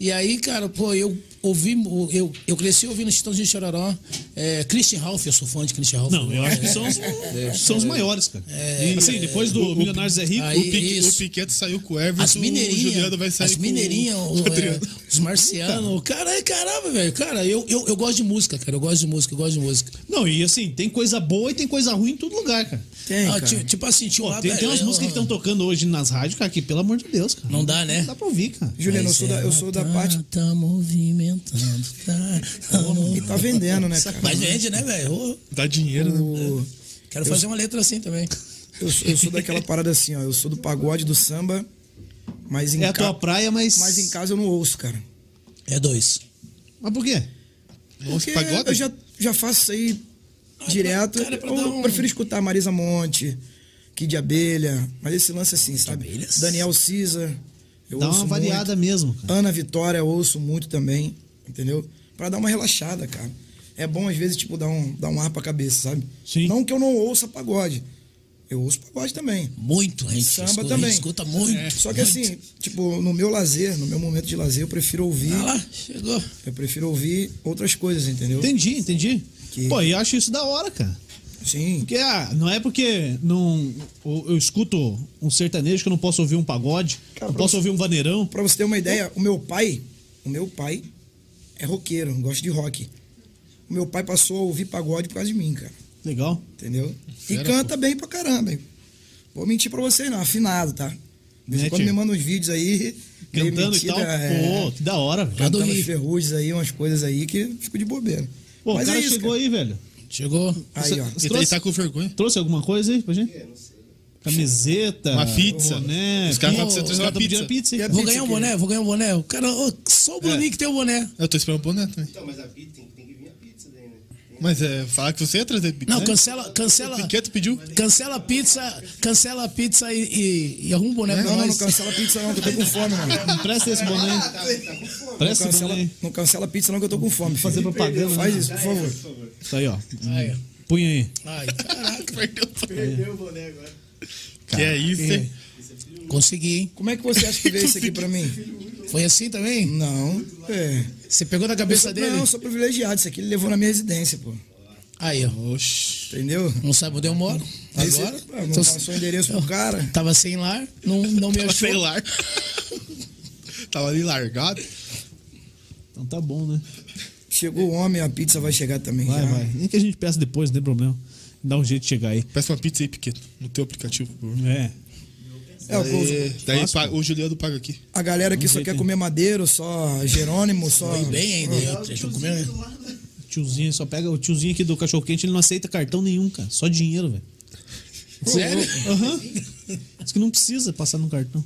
S3: E aí, cara, pô, eu ouvi, eu, eu cresci ouvindo Chitãozinho de Chororó, é, Christian Ralph, eu sou fã de Christian Ralph.
S1: Não, eu acho que são os,
S3: É,
S1: são os maiores, cara.
S3: É,
S1: e, assim, depois do Milionários é Rico,
S3: aí-
S2: O, Pique,
S3: Isso.
S2: o Piquet saiu com o Everton,
S3: As
S2: o Juliano vai
S3: mineirinhas,
S2: sair
S3: as
S2: com
S3: mineirinhas, o-
S2: o Adriano.
S3: é, os marcianos, cara, é, caramba, velho, cara, eu, eu, eu gosto de música, cara, eu gosto de música, eu gosto de música.
S1: Não, e assim, tem coisa boa e tem coisa ruim em todo lugar, cara.
S4: Tem,
S3: Ah,
S4: cara.
S3: ti- tipo assim, tinha um
S1: Pô,
S3: lado-
S1: tem, tem umas
S3: eu-
S1: músicas que estão tocando hoje nas rádios, cara, que pelo amor de Deus, cara.
S3: Não dá, né?
S1: Não dá pra ouvir, cara.
S4: Juliano, eu sou, da, eu sou
S3: Tá-
S4: da parte
S3: Tá movimentando, tá. tá
S4: que tá vendendo, né, cara?
S3: Mas vende, né, velho? Ô,
S2: Dá dinheiro, né?
S4: O-
S3: Quero fazer uma letra assim também.
S4: eu, sou, eu sou daquela parada assim, ó. Eu sou do pagode, do samba, mas em,
S1: É a
S4: ca-
S1: tua praia, mas.
S4: mas em casa eu não ouço, cara.
S3: É dois.
S1: Mas por quê?
S2: Nossa,
S4: Porque
S2: pagode?
S4: eu já, já faço isso aí direto.
S3: tá cara, é pra
S4: eu
S3: dar um-
S4: prefiro escutar Marisa Monte, Kid Abelha, mas esse lance assim, sabe?
S3: Abelhas?
S4: Daniel Cisa, eu
S1: Dá
S4: ouço
S1: uma variada mesmo, cara.
S4: muito. Ana Vitória, eu ouço muito também, entendeu? Pra dar uma relaxada, cara. É bom, às vezes, tipo, dar um, dar um ar pra cabeça, sabe?
S1: Sim.
S4: Não que eu não ouça pagode. Eu ouço pagode também.
S3: Muito, a gente
S4: Samba
S3: escuta, a gente
S4: também.
S3: escuta muito.
S4: Só que assim, tipo, no meu lazer, no meu momento de lazer, eu prefiro ouvir.
S3: Ah lá, chegou.
S4: Eu prefiro ouvir outras coisas, entendeu?
S1: Entendi, entendi.
S4: Que-
S1: Pô, e eu acho isso da hora, cara.
S4: Sim.
S1: Porque ah, não é porque não, eu, eu escuto um sertanejo que eu não posso ouvir um pagode,
S4: Cara,
S1: não
S4: pra
S1: posso ouvir um vaneirão.
S4: Pra você ter uma ideia, o meu pai, o meu pai é roqueiro, gosta de rock. O meu pai passou a ouvir pagode por causa de mim, cara.
S1: Legal.
S4: Entendeu?
S2: Fera,
S4: e canta bem pra caramba. hein? Vou mentir pra vocês não, afinado, tá? De vez
S1: Né,
S4: em quando
S1: tio?
S4: me manda uns vídeos aí. meio
S1: Cantando e
S4: mentira,
S1: tal.
S4: é,
S1: Pô, tá que da hora, velho.
S3: Lá do
S4: cantando
S3: Rio.
S4: os ferrugem aí, umas coisas aí que fico de bobeira.
S1: Pô,
S4: Mas
S1: o cara
S4: é isso,
S1: chegou aí, velho.
S3: Chegou.
S4: cara. Aí, ó.
S1: Você
S2: E, tá- e
S1: trouxe,
S2: tá com vergonha.
S1: trouxe alguma coisa aí pra gente? Camiseta.
S2: Uma pizza.
S1: Ah, Né?
S2: Os caras
S1: Pô,
S2: vão precisar trazer
S1: os
S2: uma
S1: caras tão pedindo
S2: pizza.
S1: pizza. hein,
S4: E a
S1: cara?
S3: Vou
S4: pizza
S3: ganhar um
S4: aqui, né? É.
S3: boné, vou ganhar um boné. O cara, ô, só o Bruninho que tem o boné.
S2: Eu tô esperando o boné também.
S5: Então, mas a pizza tem, tem que vir a pizza daí, né? Tem-
S2: Mas é, falar que você ia trazer pizza.
S4: É.
S3: Não,
S2: né?
S3: cancela, cancela.
S2: O Piquet pediu.
S3: Cancela a pizza, cancela a pizza e, e, e arruma um boné pra
S4: É, Não, não, não
S3: nós.
S4: cancela pizza não, que eu tô com fome, mano.
S1: Me Presta esse boné.
S4: Não
S1: Presta esse
S4: cancela,
S1: boné. aí.
S4: não cancela pizza não, que eu tô com fome.
S1: Fazer
S4: filho.
S1: propaganda,
S4: Faz
S1: né?
S4: isso, por favor.
S1: Isso Tá aí, ó.
S3: Ai,
S1: Punha aí.
S3: ai, caraca.
S2: Perdeu o boné.
S5: Perdeu o boné agora.
S2: Que é isso, hein?
S3: Consegui, hein?
S4: Como é que você acha que veio isso aqui pra mim?
S3: Foi assim também?
S4: Não. É.
S3: Você pegou da
S4: Eu
S3: cabeça
S4: sou,
S3: dele?
S4: não, eu sou privilegiado. Isso aqui ele levou na minha residência, pô.
S3: Aí, ó.
S2: Oxi.
S4: Entendeu?
S3: Não sabe onde eu moro?
S4: Aí você-
S3: Agora?
S4: Ah, não
S1: Então
S4: passou o endereço pro cara.
S3: Tava sem lar, não, não me
S2: Tava
S3: achou.
S2: sem lar. Tava ali largado.
S1: Então tá bom, né?
S4: Chegou o homem, a pizza vai chegar também
S1: Vai,
S4: já.
S1: vai. Nem que a gente peça depois, não tem problema. Dá um jeito de chegar aí.
S2: Peça uma pizza aí, Piquet, no teu aplicativo, por favor.
S1: É.
S4: É, o
S2: Daí,
S4: povo-
S2: daí paga- o Juliano paga aqui.
S4: a galera que só quer comer madeiro, só Jerônimo, só.
S3: Foi bem ainda. Eu, eu tô comendo.
S1: Tiozinho, só pega o tiozinho aqui do cachorro quente, ele não aceita cartão nenhum, cara. Só dinheiro, velho.
S3: Sério?
S1: Aham. Diz que não precisa passar no cartão.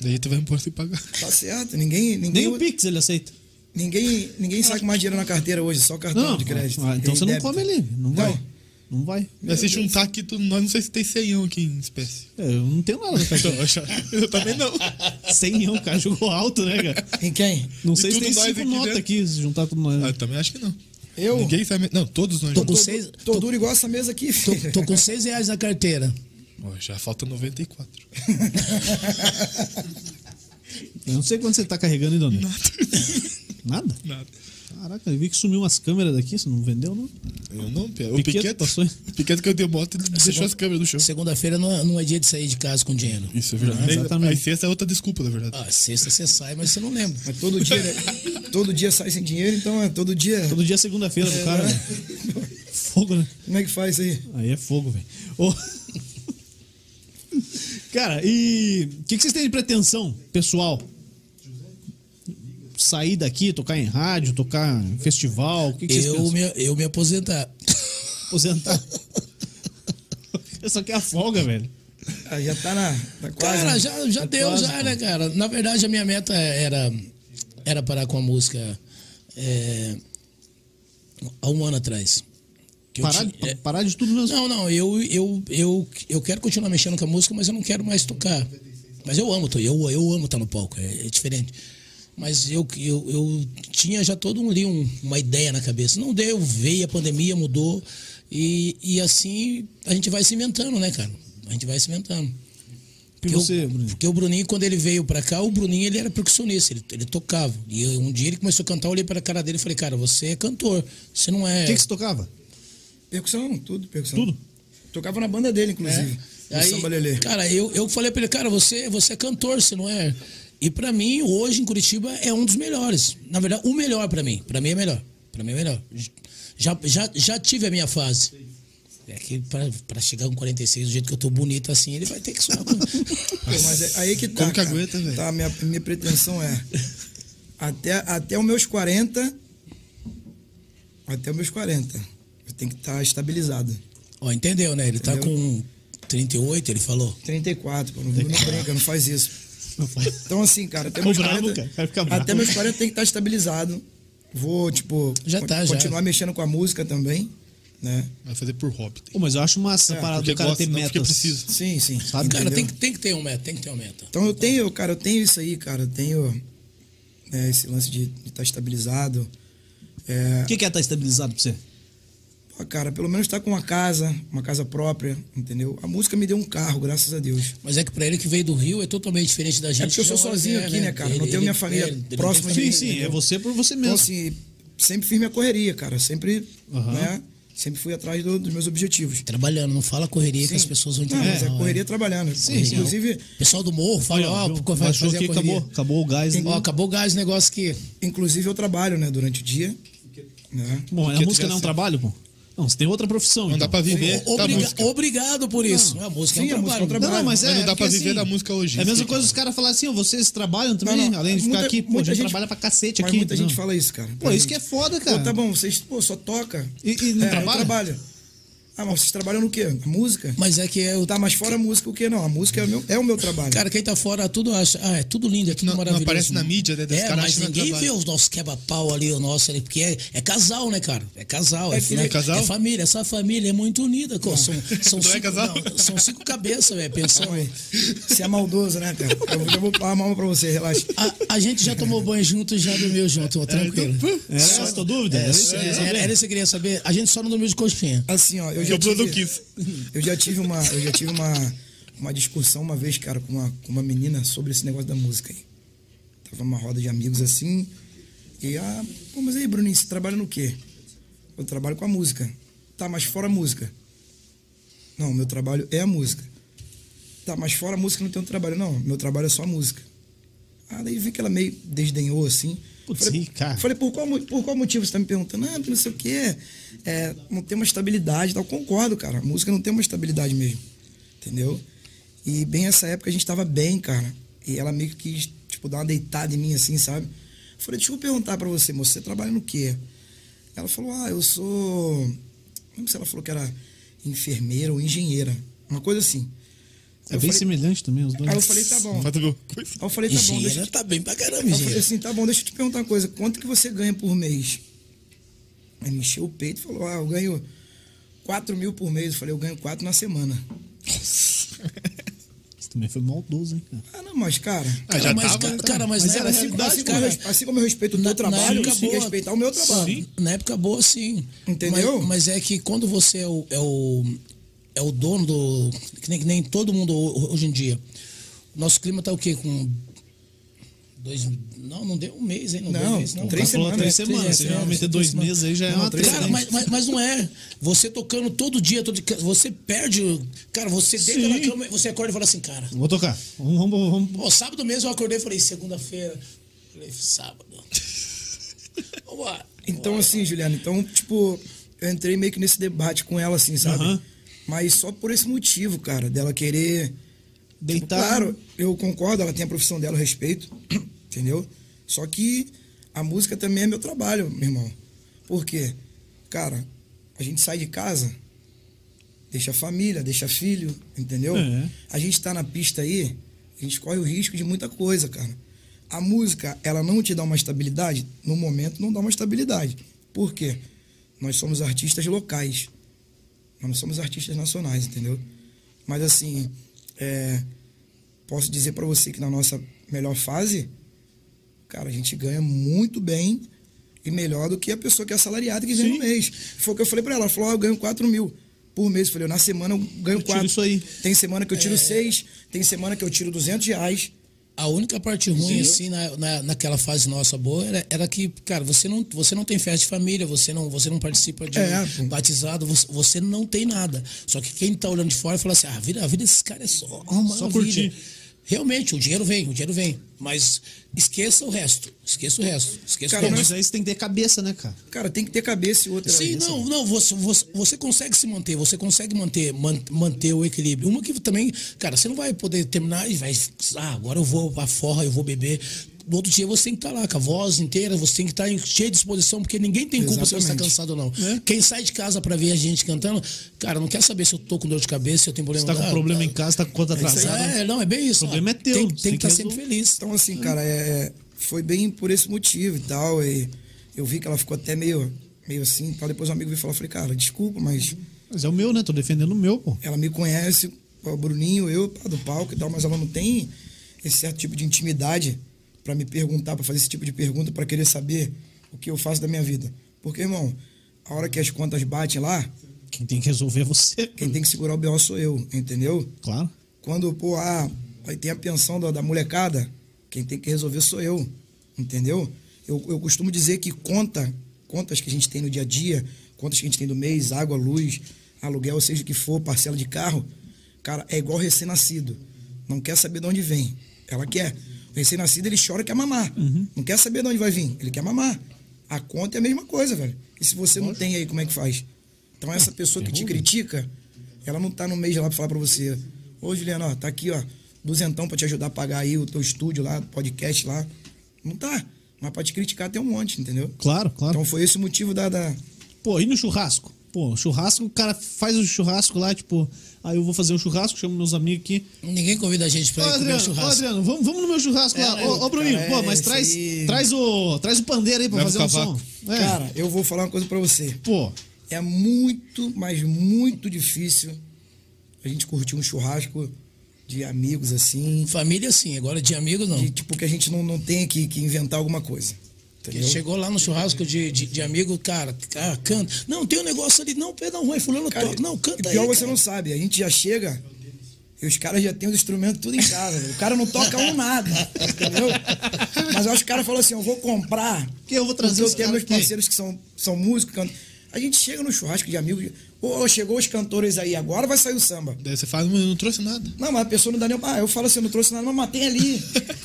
S2: Daí tu vai embora sem pagar.
S4: Tá certo. Ninguém,
S1: Nem
S4: ninguém,
S1: o Pix ele aceita.
S4: ninguém, ninguém sai com mais dinheiro na carteira hoje, só cartão
S1: Não,
S4: de crédito.
S1: ah, então
S4: E
S1: você não
S4: débito.
S1: come ali. Não vai.
S4: Não.
S1: Não vai.
S2: Daí se juntar aqui, tu- nós não sei se tem ceião aqui em espécie.
S1: É, Eu não tenho nada no cartão.
S2: Eu, já- eu também não.
S1: Sem não, cara. Jogou alto, né, cara?
S4: Em quem?
S1: Não
S2: E
S1: sei se
S2: tudo
S1: tem
S2: nós
S1: cinco
S2: aqui
S1: notas
S2: dentro.
S1: aqui, se juntar tudo
S2: Ah,
S1: nós.
S2: eu também acho que não.
S4: Eu?
S2: Ninguém sabe. Não, todos nós.
S3: Tô com
S2: juntos.
S3: seis,
S4: Tô
S3: tô,
S4: duro igual essa mesa aqui, filho.
S3: tô com seis reais na carteira.
S2: Ó, já falta 94.
S1: Eu não sei quanto você tá carregando ainda, né? Nada.
S2: Nada.
S1: Caraca, eu vi que sumiu umas câmeras daqui, você não vendeu, não?
S2: Eu não, Pia. O
S1: Piquete
S2: Piquete,
S1: passou, hein?
S2: o Piquete que eu dei moto, ele deixou as câmeras do show.
S3: Segunda-feira não, é- não é dia de sair de casa com dinheiro.
S2: Isso é verdade.
S1: Exatamente.
S2: Aí sexta é outra desculpa, na verdade.
S3: Ah, sexta você sai, mas você não lembra.
S4: Mas todo dia, né? todo dia sai sem dinheiro, então é todo dia.
S1: Todo dia é segunda-feira do cara, né? Fogo, né?
S4: Como é que faz isso aí?
S1: Aí é fogo, velho. Ô. Cara, e o que, que vocês têm de pretensão, pessoal? Sair daqui, tocar em rádio, tocar em festival, o que, que vocês
S3: Eu
S1: pensam?
S3: me, eu me aposentar.
S1: aposentar. Eu só quero a folga, velho.
S4: Ah, já tá na. Tá quase.
S3: Cara,
S4: né?
S3: já, já deu,
S1: É quase,
S3: já, né, cara? Na verdade, a minha meta era, era parar com a música é, há um ano atrás. Que eu
S1: Parar,
S3: tinha- é,
S1: parar de tudo mesmo.
S3: não, não, eu, eu, eu, eu quero continuar mexendo com a música, mas eu não quero mais tocar. Mas eu amo, tô- eu, eu amo estar no palco, é, é diferente. Mas eu, eu, eu tinha já todo um, ali um- uma ideia na cabeça. Não deu, veio a pandemia, mudou. E, e assim a gente vai se inventando, né, cara? A gente vai se inventando.
S1: E
S3: Porque
S1: você,
S3: o,
S1: Bruno?
S3: Porque o Bruninho, quando ele veio pra cá, o Bruninho ele era percussionista, ele, ele tocava. E eu- um dia ele começou a cantar, eu olhei pra cara dele e falei, cara, você é cantor, você não é.
S1: O que, que você tocava?
S4: Percussão, tudo, percussão.
S1: Tudo?
S4: Tocava na banda dele, inclusive.
S3: É.
S4: No Samba Lelê.
S3: Cara, eu, eu falei pra ele, cara, você, você é cantor, você não é? E pra mim, hoje em Curitiba é um dos melhores. Na verdade, o melhor pra mim. Pra mim é melhor. Pra mim é melhor. Já, já, já tive a minha fase. É que pra, pra chegar com 46, do jeito que eu tô bonito assim, ele vai ter que soar. com-
S4: Pô, mas é aí que tá.
S2: Como que
S4: cara.
S2: aguenta, velho?
S4: Tá, minha, minha pretensão é. Até, até os meus 40. Até os meus 40. Eu tenho que estar estabilizado.
S3: Ó, entendeu, né? Ele tá com 38, ele falou.
S4: 34, pô, não, não brinca, não faz isso. Então, assim, cara, até
S1: Ficou
S4: meus
S1: bravo,
S4: 40,
S1: cara. O cara fica
S4: até
S1: bravo.
S4: meus 40 tem que estar estabilizado. Vou, tipo,
S3: Já tá, já.
S4: continuar mexendo com a música também, né?
S2: Vai fazer por hobby.
S1: Pô, mas eu acho massa a
S4: É,
S1: parada
S2: Porque
S1: do cara
S2: gosta,
S1: ter
S2: não porque
S1: metas.
S2: precisa.
S4: Sim, sim.
S1: Sabe,
S3: Cara,
S4: entendeu?
S3: tem, que- tem que ter um meta, tem que ter um meta.
S4: Então eu tenho, cara, eu tenho isso aí, cara. Eu tenho né, esse lance de estar estabilizado. É,
S1: O que, que é estar estabilizado pra você?
S4: pô, cara, pelo menos estar com uma casa, uma casa própria, entendeu? A música me deu um carro, graças a Deus.
S3: Mas é que pra ele que veio do Rio é totalmente diferente da gente.
S4: É porque eu sou
S3: Já uma
S4: sozinho
S3: ideia,
S4: aqui, né, cara? Não tenho minha família próxima de
S1: Sim,
S4: mim,
S1: sim, é
S4: entendeu?
S1: você por você
S4: Então,
S1: mesmo.
S4: assim, sempre fiz minha correria, cara. Sempre,
S1: Aham.
S4: né? Sempre fui atrás do- dos meus objetivos.
S3: Trabalhando, não fala correria que as pessoas vão
S4: Não,
S3: entender.
S4: mas é
S3: não,
S4: correria trabalhando.
S1: sim.
S4: inclusive,
S3: O pessoal do morro fala, ó,
S1: viu?
S3: vai
S1: Baixou
S3: fazer a
S1: aqui,
S3: correria.
S1: acabou, acabou o gás. né?
S3: Ó, acabou o gás, negócio que
S4: inclusive eu trabalho, né, durante o dia. né?
S1: Bom, a
S2: Porque
S1: música não é um
S2: assim-
S1: trabalho, pô? Não, você tem outra profissão.
S2: Não
S1: então.
S2: dá pra
S4: É,
S2: viver da
S3: Obriga-
S2: música.
S3: Obrigado por isso. a música
S4: tá, Sim,
S3: é
S4: a
S3: um
S4: música é um
S3: trabalho.
S4: trabalho.
S1: Não, não, mas,
S2: Mas
S1: é,
S2: não dá
S1: porque,
S2: pra viver
S1: assim,
S2: da música hoje,
S1: É a
S2: isso
S1: mesma
S2: que-
S1: coisa os caras falarem assim, ó, vocês trabalham também,
S4: Não, não,
S1: além de ficar
S4: muita-
S1: aqui, pô, a
S4: muita
S1: gente, trabalha pra cacete
S4: mas
S1: aqui.
S4: Muita gente
S1: entendeu?
S4: fala isso, cara.
S1: Pô,
S4: pra
S1: isso
S4: gente.
S1: que é foda,
S4: Pô,
S1: cara.
S4: tá bom, vocês pô, só toca.
S1: E- e não
S4: é, eu
S1: trabalha?
S4: trabalho. Ah, mas vocês trabalham no quê? Na música?
S3: Mas é que é o.
S4: Tá, mas fora a música o quê? Não, a música é o meu, é o meu trabalho.
S3: Cara, quem tá fora tudo acha. Ah, é tudo lindo, é tudo
S2: Não- não
S3: maravilhoso.
S2: aparece na mídia, né, dos
S3: É,
S2: caras
S3: mas
S2: achando
S3: ninguém
S2: trabalho.
S3: vê os nossos quebra-pau ali, o nosso ali, porque é, é casal, né, cara? É casal. É,
S4: que-
S3: né,
S2: é casal?
S3: família. Essa família é muito unida, pô. São, são
S2: Não é
S3: cinco,
S2: casal?
S3: não, são cinco cabeças, velho, pensando.
S4: Oi. Você é maldoso, né, cara? Eu, vou- eu vou falar mal pra você, relaxa.
S3: A, a gente já tomou banho junto e já dormiu junto, ó,
S2: É,
S3: tranquilo.
S2: então,
S1: Era essa a tua dúvida?
S3: É,
S1: Era isso que eu queria
S3: era,
S1: saber.
S3: era isso que eu queria saber. A gente só não dormiu de coxinha.
S4: Assim, ó,
S2: E
S4: eu já
S2: o Bruno
S4: tive,
S2: quis.
S4: eu já tive uma, eu já tive uma, uma discussão uma vez, cara, com uma, com uma menina sobre esse negócio da música aí. Tava numa roda de amigos assim. E ah, pô, mas aí, Bruninho, você trabalha no quê? Eu trabalho com a música. Tá, mas fora a música. Não, meu trabalho é a música. Tá, mas fora a música não tem um trabalho. Não, meu trabalho é só a música. Ah, daí vi que ela meio desdenhou assim.
S1: Putz,
S4: falei,
S1: ih, cara.
S4: falei, por qual, mo- por qual motivo você tá me perguntando? Ah, não sei o quê. É, não tem uma estabilidade e tal. Concordo, cara. A música não tem uma estabilidade mesmo. Entendeu? E bem essa época a gente tava bem, cara. E ela meio que quis, tipo, dar uma deitada em mim assim, sabe? Falei, deixa eu perguntar pra você, moça, você trabalha no quê? Ela falou, ah, eu sou. Não lembro se ela falou que era enfermeira ou engenheira. Uma coisa assim.
S1: É
S4: eu
S1: bem
S4: falei-
S1: semelhante também, os dois.
S4: Aí eu falei, tá bom.
S2: Faz
S4: Aí
S2: a mesma coisa.
S4: eu falei, tá bom, deixa eu
S3: Engenheira
S4: te...
S3: tá bem pra caramba,
S4: Aí eu falei
S3: engenheira.
S4: assim, tá bom, deixa eu te perguntar uma coisa, quanto que você ganha por mês? Aí me encheu o peito e falou, ah, eu ganho 4 mil por mês. Eu falei, eu ganho 4 na semana.
S1: Isso também foi maldoso, hein, cara.
S4: Ah, não, mas cara.
S2: Ah, já
S3: Cara, mas,
S2: tava,
S3: ca-
S2: né?
S3: cara, mas,
S1: Mas
S3: na
S1: era
S3: era
S4: Assim, como-
S3: realidade,
S4: assim como eu,
S3: cara.
S4: res- assim como eu respeito o teu trabalho, você tem que respeitar o meu trabalho.
S3: Sim, na época boa, sim.
S4: Entendeu?
S3: Mas, mas é que quando você é o, é o, é o dono do. Que nem, que nem todo mundo ho- hoje em dia. Nosso clima tá o quê? Com Dois, não, não deu um mês, hein? Não, deu
S4: Não,
S3: um mês, não.
S4: três
S1: Ela falou
S4: semanas,
S1: três
S4: né?
S1: semanas. Você
S4: Três, é,
S1: geralmente é
S4: três
S1: dois
S4: semanas.
S1: meses aí já é
S4: Não,
S1: uma
S4: três
S1: treta.
S3: Cara, mas, mas, mas não é. Você tocando todo dia, todo dia, você perde. o- Cara, você deita na cama, você acorda e fala assim, cara.
S1: Vou tocar. Vamos, vamos,
S4: Tipo,
S1: vamos.
S3: Pô, sábado mesmo eu acordei e falei, segunda-feira. Falei, sábado. Vambora.
S4: Então, assim, Juliano, então, tipo, eu entrei meio que nesse debate com ela, assim, sabe?
S1: Aham.
S4: Mas só por esse motivo, cara, dela querer. Tipo,
S1: Deitar.
S4: claro, eu concordo, ela tem a profissão dela, eu respeito, entendeu? Só que a música também é meu trabalho, meu irmão. Por quê? Cara, a gente sai de casa, deixa a família, deixa filho, entendeu?
S1: É.
S4: A gente tá na pista aí, a gente corre o risco de muita coisa, cara. A música, ela não te dá uma estabilidade? No momento, não dá uma estabilidade. Por quê? Nós somos artistas locais. Nós não somos artistas nacionais, entendeu? Mas assim, é, posso dizer pra você que na nossa melhor fase, cara, a gente ganha muito bem e melhor do que a pessoa que é assalariada que ganha no mês. Foi o que eu falei pra ela, ela falou, ah, eu ganho 4 mil por mês. Eu falei, na semana eu ganho
S1: tiro
S4: 4.
S1: isso aí.
S4: Tem semana que eu tiro 6, tem semana que eu tiro 200 reais.
S3: A única parte ruim, assim, na, na, naquela fase nossa boa, era, era que, cara, você não, você não tem festa de família, você não, você não participa de um
S4: É, pô.
S3: batizado, você, você não tem nada. Só que quem tá olhando de fora fala assim, ah, a vida, a vida desses caras é só uma
S1: Só
S3: maravilha.
S1: curtir.
S3: Realmente, o dinheiro vem, o dinheiro vem. Mas esqueça o resto. Esqueça o resto. Esqueça
S4: Cara,
S3: o resto.
S1: Mas aí você tem que ter cabeça, né, cara?
S4: Cara, tem que ter cabeça e outra.
S3: Sim, não, não, você, você, você consegue se manter, você consegue manter, man- manter o equilíbrio. Uma que também, cara, você não vai poder terminar e vai, ah, agora eu vou pra forra, eu vou beber. No outro dia você tem que estar lá com a voz inteira, você tem que estar em- cheio de disposição, porque ninguém tem culpa se você está
S4: Exatamente.
S3: cansado ou não.
S1: É.
S3: Quem sai de casa pra ver a gente cantando, cara, não quer saber se eu tô com dor de cabeça, se eu tenho
S1: Você
S3: problema.
S1: tá com
S4: É,
S3: Ah,
S1: problema
S3: tá-
S1: em casa, tá com conta atrasada.
S3: É, não, é bem isso.
S1: O problema
S3: ah,
S1: é teu,
S3: Tem,
S1: você tem
S3: tem que estar
S1: que
S3: sempre
S1: resolver.
S3: feliz.
S4: Então, assim, cara, é, foi bem por esse motivo e tal. E eu vi que ela ficou até meio, meio assim e tal. Depois um amigo veio falar, eu falei, cara, desculpa, mas
S1: Mas é o meu, né? Tô defendendo o meu, pô.
S4: ela me conhece, o Bruninho, eu, pá, do palco e tal, mas ela não tem esse certo tipo de intimidade pra me perguntar, pra fazer esse tipo de pergunta, pra querer saber o que eu faço da minha vida. Porque, irmão, a hora que as contas batem lá,
S1: Quem tem que resolver é você.
S4: quem tem que segurar o B.O. sou eu, entendeu?
S1: Claro.
S4: Quando, pô, ah, aí tem a pensão da, da molecada, quem tem que resolver sou eu, entendeu? Eu, eu costumo dizer que conta, contas que a gente tem no dia a dia, contas que a gente tem do mês, água, luz, aluguel, seja o que for, parcela de carro, cara, é igual recém-nascido. Não quer saber de onde vem. Ela quer. O recém-nascido, ele chora e quer mamar. Não quer saber de onde vai vir. Ele quer mamar. A conta é a mesma coisa, velho. E se você não tem aí, como é que faz? Então essa pessoa que te critica, ela não tá no mês lá pra falar pra você, ô Juliano, ó, tá aqui, ó, duzentão pra te ajudar a pagar aí o teu estúdio lá, podcast lá. Não tá. Mas pra te criticar tem um monte, entendeu?
S1: Claro, claro.
S4: Então foi esse o motivo da. da-
S1: Pô, e no churrasco? Pô, churrasco, o cara faz o churrasco lá, tipo, aí eu vou fazer um churrasco, chamo meus amigos aqui.
S3: Ninguém convida a gente
S1: Ô,
S3: pra ir comer um
S1: Adriano, ô,
S3: churrasco.
S1: Adriano, vamos, vamos no meu churrasco lá.
S4: É,
S1: Ô, ô, Bruninho,
S4: cara,
S1: pô,
S4: é,
S1: mas
S4: isso
S1: traz,
S4: aí.
S1: traz, o, traz o pandeiro aí pra
S2: Leva
S1: fazer
S2: o
S1: um som.
S2: cavaco.
S1: É,
S4: Cara, eu vou falar uma coisa pra você.
S1: pô,
S4: É muito, mas muito difícil a gente curtir um churrasco de amigos assim.
S3: Família sim, agora de amigo não.
S4: De, tipo, que a gente não, não tem que, que inventar alguma coisa.
S3: Ele
S4: Entendeu?
S3: chegou lá no churrasco de, de, de amigo, cara, cara, canta. Não, tem um negócio ali, não, perdão, vai, fulano
S4: Cara,
S3: toca. Não, canta
S4: e pior
S3: aí.
S4: você
S3: cara.
S4: não sabe. A gente já chega e os caras já têm os instrumentos tudo em casa. velho. O cara não toca um nada, entendeu? Mas eu acho que o cara falou assim, eu vou comprar.
S1: Que eu vou trazer
S4: porque
S1: os
S4: eu tenho
S1: caras
S4: meus
S1: aqui.
S4: parceiros que são, são músicos, cantam. A gente chega no churrasco de amigos, ou chegou os cantores aí, agora vai sair o samba.
S2: Daí você fala, mas eu não trouxe nada.
S4: Não, mas a pessoa não dá nem... Ah, eu falo assim, eu não trouxe nada, mas matei ali.